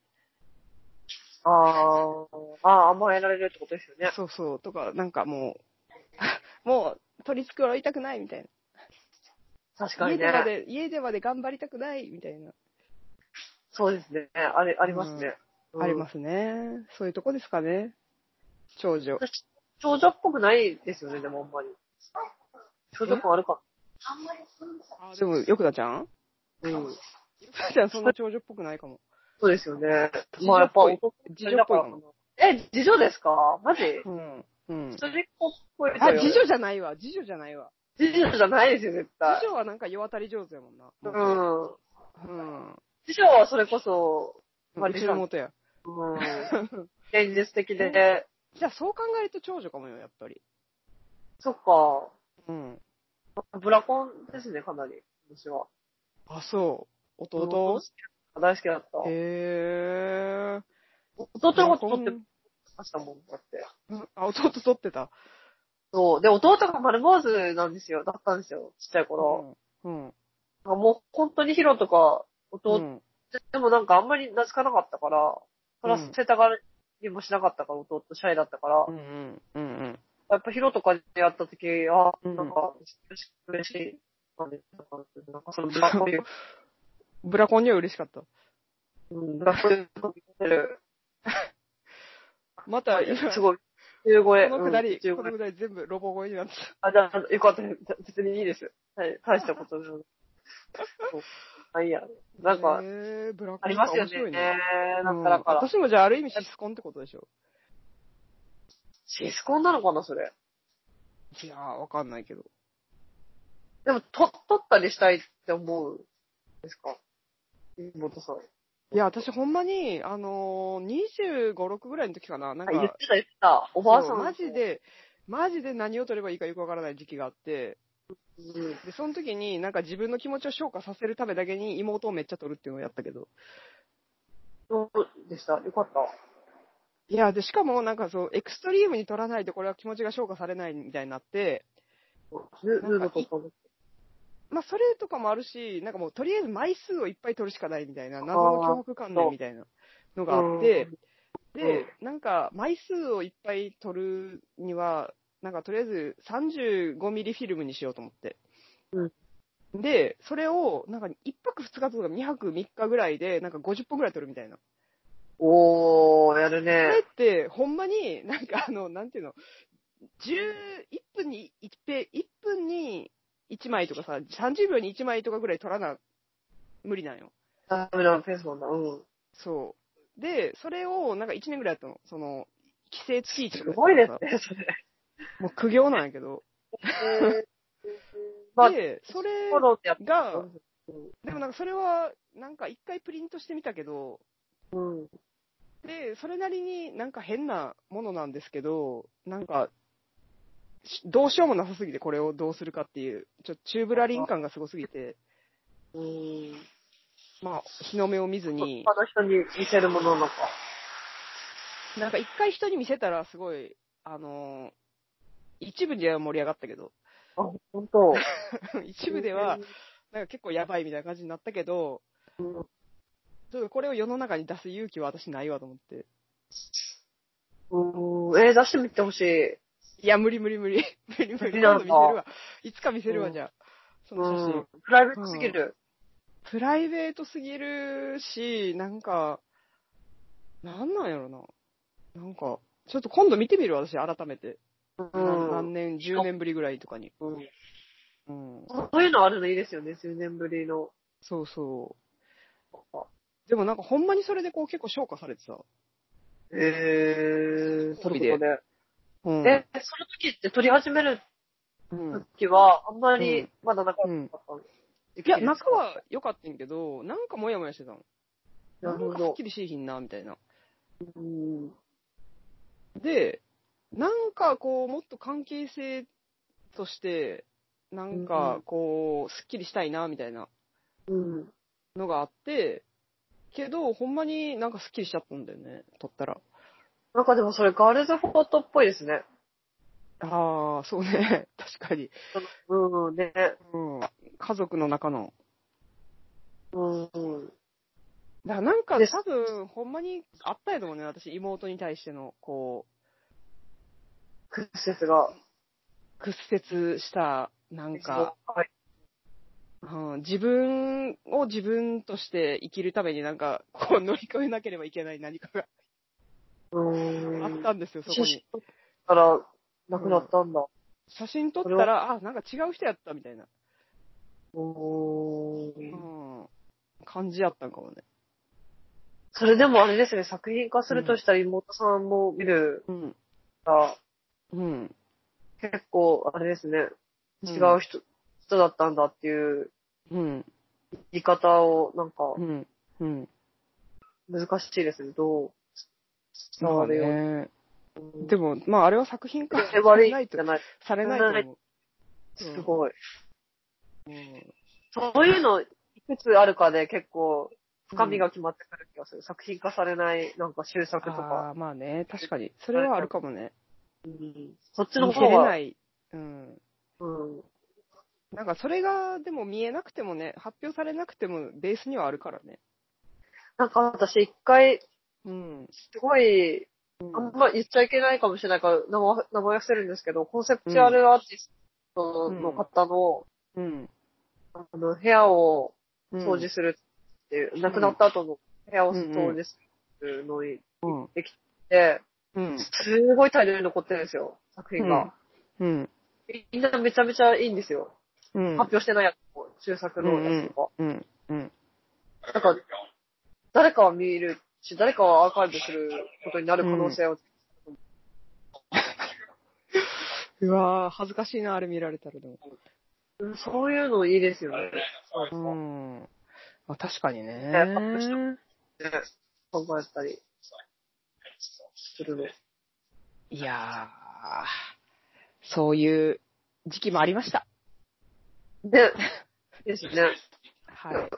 S2: ああ、ああ、甘えられるってことですよね。
S1: そうそう。とか、なんかもう、 もう、取り繕いたくないみたい
S2: 確
S1: な。
S2: か
S1: 家
S2: に
S1: でま
S2: ね。
S1: で、家でまで頑張りたくないみたいな。
S2: そうですね。あれ、ありますね。。
S1: ありますすね。そういうとこですかね。長女。
S2: 少女っぽくないですよね、でもあんまり。少女感あるか。
S1: あでも、よくだちゃ ん
S2: うん。
S1: よくだちゃんそんな長女っぽくないかも。
S2: そうですよね。
S1: 次
S2: まあ
S1: 女
S2: や
S1: っ
S2: っぱ
S1: ぽい
S2: 男
S1: 次女っぽいかも。
S2: え、次女ですかマジ
S1: うん。うん。
S2: それっぽいと
S1: あ、
S2: よ
S1: 次女じゃないわ。次女じゃないわ。
S2: 次女じゃないですよ、絶対
S1: 次。女はなんか世渡り上手やもんな。
S2: うん。
S1: うん。
S2: 次女はそれこそ、
S1: うん。うちの元や。
S2: うん。現実的で、
S1: じゃあ、そう考えると長女かもよ、やっぱり。
S2: そっか。
S1: うん。
S2: ブラコンですね、かなり。私は。
S1: あ、そう。弟
S2: 大好きだった。
S1: へえ。
S2: 弟のこ
S1: ブラ
S2: と撮
S1: コ
S2: って
S1: ン
S2: ましたもん、だって。
S1: うんあ、弟撮ってた。
S2: そう。で、弟が丸坊主なんですよ。だったんですよ。ちっちゃい頃。
S1: うん。うん。
S2: もう本当にヒロとか、
S1: う
S2: 弟
S1: ん。
S2: でもなんかあんまり懐かなかったから、
S1: うん
S2: 話せたがりもしなかったから、弟シャイだったから、
S1: うんうん。うんうん。
S2: やっぱヒロとかでやった時、あ
S1: う
S2: ー、
S1: ん
S2: なんか、嬉しい、嬉しい。なんかそのブラックビュー、
S1: ブラコンには嬉しかった。
S2: うんブラックビュー見てる。
S1: また、今、
S2: す
S1: こ
S2: ごい。15円。
S1: のくだり、
S2: うん
S1: このくだり全部ロボ声になってた。
S2: あ、じゃあ、よかった。別にいいです。はい。大したことない。そうまあいいや。なんか、
S1: えー、ブラコン
S2: ありますよ
S1: 面白
S2: ね。
S1: い
S2: なんかだから、
S1: うん私もじゃあある意味シスコンってことでしょ
S2: シスコンなのかな、それ。
S1: いやー、わかんないけど。
S2: でも、と、取ったりしたいって思うんですか妹さん。
S1: いや、私ほんまに、あのー、25、6ぐらいの時かな、なん
S2: あ、言っ
S1: か、
S2: てた言ってた。おばあさ
S1: そ
S2: ん。
S1: うマジ。で、マジで何を取ればいいかよくわからない時期があって、
S2: うん。
S1: で、その時になんか自分の気持ちを消化させるためだけに妹をめっちゃ取るっていうのをやったけど。
S2: そうでした。よかった。
S1: いや、で、しかもなんかそう、エクストリームに取らないとこれは気持ちが消化されないみたいになって、
S2: ルルーのところ。
S1: まあ、それとかもあるし、なんかもう、とりあえず枚数をいっぱい取るしかないみたいな、謎の脅迫観念みたいなのがあって、で、なんか、枚数をいっぱい取るには、なんか、とりあえず35ミリフィルムにしようと思って。で、それを、なんか、1泊2日とか2泊3日ぐらいで、なんか50本ぐらい取るみたいな。
S2: おー、やる
S1: それ
S2: ね。
S1: って、ほんまに、なんかあの、なんていうの、11分に1ペ、1分に1枚とかさ、30秒に1枚とかぐらい取らな、無理なんよ。
S2: ダメなペースなんだ。うん。
S1: そう。で、それをなんか1年ぐらいやったの。その、規制月1
S2: す
S1: とかやったのさ。
S2: ごいですね、それ。
S1: もう苦行なんやけど。
S2: まあ、
S1: で、それ
S2: フォローってやっ
S1: が、
S2: うん
S1: でもなんかそれは、なんか一回プリントしてみたけど、
S2: うん。
S1: で、それなりになんか変なものなんですけど、なんか、しどうしようもなさすぎてこれをどうするかっていう、ちょっとチューブラリン感がすごすぎて、
S2: うん。
S1: まあ、日の目を見ずに、
S2: 他の人に見せるものなのか。
S1: なんか一回人に見せたらすごい、あのー一部では盛り上がったけど、
S2: あ、本当。
S1: 一部では、なんか結構やばいみたいな感じになったけど、ちょっとこれを世の中に出す勇気は私ないわと思って。
S2: うん。うん。えー、出してみてほしい。
S1: いや、無理無理無理。無理無理。
S2: 無理な
S1: 今
S2: ん
S1: 度見
S2: だ
S1: せるわ。いつか見せる
S2: う
S1: わ、
S2: ん
S1: じゃあ。その写
S2: う
S1: 真。
S2: ん。プライベートすぎる。
S1: プライベートすぎるし、なんか、なんなんやろな。なんか、ちょっと今度見てみる私、改めて。
S2: う
S1: 何
S2: ん
S1: 何。年、10年ぶりぐらいとかに。
S2: うん
S1: うん。
S2: そういうのあるのいいですよね、10年ぶりの。
S1: そうそう。でもなんかほんまにそれでこう結構消化されてさ。
S2: えー、それこそね。
S1: うん。
S2: え、その時って撮り始める
S1: うん、
S2: 時は、あんま
S1: う
S2: り
S1: ん、
S2: まだ仲良かったの、
S1: いや、中は良かったんやけど、なんかモヤモヤしてたの。
S2: な
S1: な
S2: る
S1: ん
S2: ほ
S1: かすっ
S2: ど。
S1: きりしいひんな、みたいな。
S2: うん。
S1: で、なんかこう、もっと関係性として、なんかこう、すっきりしたいな、みたいな
S2: うん。
S1: のがあって、けど、ほんまになんかすっきりしちゃったんだよね、撮ったら。
S2: なんかでもそれガールズフォートっぽいですね。
S1: ああ、そうね。 確かに。
S2: うん、ね。
S1: うん。家族の中の。
S2: うん。
S1: だからなんか
S2: で
S1: 多分、ほんまにあったやと思うね、私、妹に対しての、こ
S2: 屈折が。
S1: う、屈折した、なんか、
S2: はい。
S1: うん、自分を自分として生きるためになんか、こう乗り越えなければいけない何かが
S2: うん。
S1: あったんですよ、そこ
S2: 写真
S1: に。
S2: 撮ったら、なくなったんだ。
S1: 写真撮ったら、あ、なんか違う人やったみたいな、
S2: お
S1: う
S2: ー
S1: ん、感じやったんかもね。
S2: それでもあれですね、作品化するとしたら妹さんも見る
S1: うん。
S2: から、
S1: うん。
S2: 結構あれですね、違う人、人だったんだっていう
S1: うん。
S2: 言い方をなんか
S1: うん。うん。
S2: 難しいですね、どう伝
S1: ま
S2: わ
S1: あ
S2: るように。
S1: ね。
S2: うん
S1: でも、まああれは作品化
S2: 手悪い
S1: ない
S2: じ
S1: と
S2: ゃ、ない。
S1: されないと思う。
S2: すごい。
S1: い。うん
S2: そういうのいくつあるかで結構深みが決まってくる気がする。作品化されないなんか終作とか。
S1: ああ、まあね、確かに。それはあるかもね。
S2: うんそっちの
S1: 見せ
S2: 方
S1: れ
S2: が
S1: な。い。うん。
S2: うん
S1: なんかそれが、でも見えなくてもね、発表されなくてもベースにはあるからね。
S2: なんか私一回、
S1: うん。
S2: すごい、
S1: うん
S2: あんま言っちゃいけないかもしれないから、名前、名前伏せるんですけど、コンセプチュアルアーティストの方の、
S1: うん。
S2: あの、部屋を
S1: うん
S2: 掃除するっていう、亡くなった後の部屋を掃除するのに
S1: うん。
S2: できて、
S1: うん。
S2: すごい大量に残ってるんですよ、作品が。
S1: うん。
S2: みんなめちゃめちゃいいんですよ。
S1: うん。
S2: 発表してないやつも、中作のやつとか。
S1: うん。うん。
S2: なんか、誰かは見るし、誰かはアーカイブすることになる可能性を、
S1: うわぁ、恥ずかしいな、あれ見られたらでも。
S2: うんそういうのいいですよね。なんか
S1: ん。まあ確かにね
S2: やっぱどうしてね考えたりするの。
S1: いやー、そういう時期もありました。
S2: で、ですね。
S1: はい。
S2: なんか、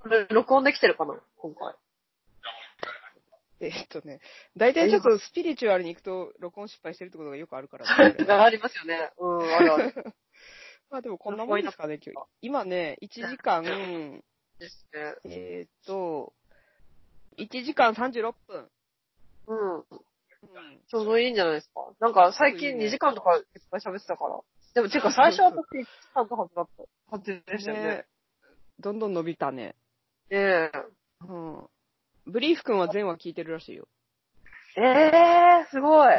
S2: これ録音できてるかな今 回。
S1: えっとね、大体ちょっとスピリチュアルに行くと録音失敗してるってことがよくあるから、
S2: ありますよね。うん、あるある。
S1: まあでもこんなもんですかね、今日。今ね、1時 間、
S2: ですね。
S1: えーっと、1時間36分。
S2: うん。
S1: うん
S2: ちょうどいいんじゃないですか。なんか最近2時間とかいっぱい喋ってたから。でも、てか最初は僕1時間とかだった。感じでしたよね。
S1: どんどん伸びたね。
S2: ねえ。
S1: うん。ブリーフ君は全話聞いてるらしいよ。
S2: ええー、すごい。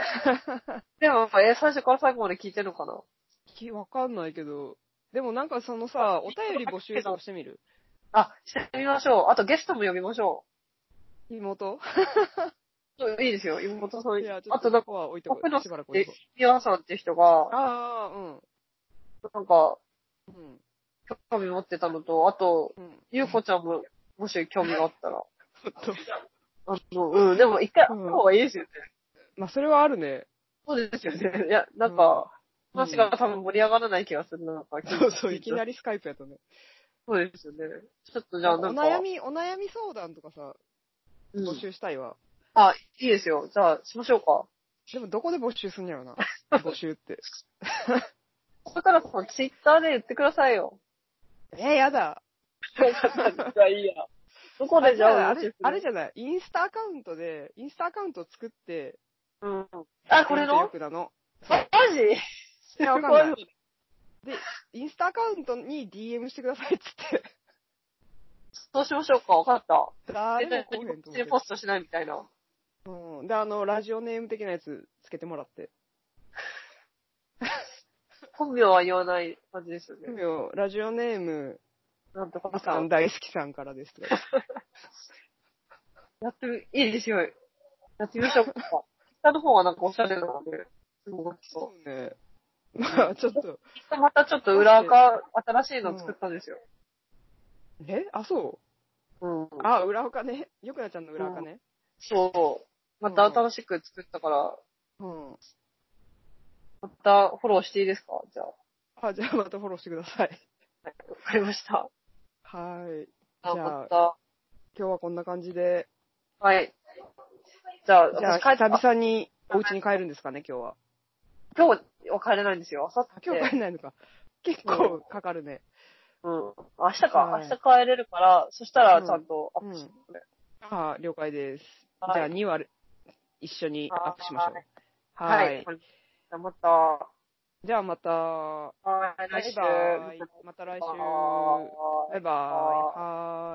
S2: でも、えー最初から最後まで聞いてるのかな
S1: きわかんないけど。でもなんかそのさ、お便り募集とかしてみ る
S2: あ、してみましょう。あとゲストも呼びましょ
S1: 妹
S2: う。そういいですよ、妹さん。
S1: いや、ちょ
S2: あ
S1: っと
S2: と、なんか、
S1: ここは置いとこ
S2: 僕の
S1: う。しばらく置いとこ
S2: ミワさんって人が
S1: う。、ああ、うん。
S2: なんか、
S1: うん。
S2: 興味持ってたのと、あと、
S1: うん。
S2: ゆうこちゃんも、もし興味があったら。
S1: ちょっと
S2: あの、うん、でも一回会った方がいいですよね。
S1: まあ、それはあるね。
S2: そうですよね。い や、なんか、
S1: うん
S2: 話が多分盛り上がらない気がするな、なんか。
S1: そうそう、いきな
S2: り。
S1: りスカイプやとね。
S2: そうですよね。ちょっとじゃあ
S1: お
S2: なんか、
S1: 悩み、お悩み相談とかさ、
S2: うん
S1: 募集したいわ。
S2: あ、いいですよ。じゃあ、しましょうか。
S1: でも、どこで募集すんやろ な。募集って。
S2: これからさ、ツイッターで言ってください よ。
S1: えー、やだ。
S2: じゃあいいや。どこでじ
S1: じゃ
S2: ゃ
S1: あ、
S2: あ、
S1: あれ、あれじ
S2: ゃ
S1: ゃない。インスタアカウントで、インスタアカウントを作って、
S2: うん。あ、これ
S1: よ
S2: の
S1: くなの。
S2: マジす
S1: いやわかん
S2: ご
S1: ない
S2: い。
S1: インスタアカウントに DM してくださいっつって。
S2: どうしましょうかわかった。
S1: 誰も来おへんと思
S2: 全然ポストしないみたいな。
S1: う。うん。で、あの、ラジオネーム的なやつつけてもらって。
S2: 本名は言わない感じですよね。
S1: ラジオネーム、
S2: なんとか
S1: お
S2: さ
S1: さ
S2: ん
S1: ん。大好きさんからですとか。
S2: やってみ、いいですよ。やってみましょうか。下の方はなんかおしゃれなので、すごく
S1: そ
S2: そう。
S1: うね。ま あ、ちょっと。
S2: またちょっと裏垢、新しいの作ったんですよ。
S1: えあ、そ
S2: うん。
S1: うあ、裏垢ね。よくなちゃんの裏垢ね。
S2: そう。また新しく作ったから、
S1: うん。
S2: またフォローしていいですかじゃあ。
S1: あ、じゃあまたフォローしてください。
S2: はいわかりました。
S1: はい。
S2: じゃあ
S1: じゃあ
S2: また。
S1: 今日はこんな感じで。
S2: はい。じゃあ、
S1: じゃあ、
S2: 私帰っ
S1: 久
S2: た。
S1: 々にお家に帰るんですかね、今日は。
S2: 今日は帰れないんですよ。明後
S1: あ
S2: 日。
S1: 今日帰んないのか。結構かかるね。
S2: うん。明日か
S1: は。い
S2: 明日帰れるから、そしたらちゃんとアップしますね。
S1: ああ、了解です。
S2: はい
S1: じゃあ2話一緒にアップしましょう。は。
S2: はいい。じゃあまた。は
S1: じゃあまた、バ
S2: い、来
S1: イ
S2: 週。哦
S1: バイ。また来週。
S2: Bye.
S1: 呃バイバイ。はーい。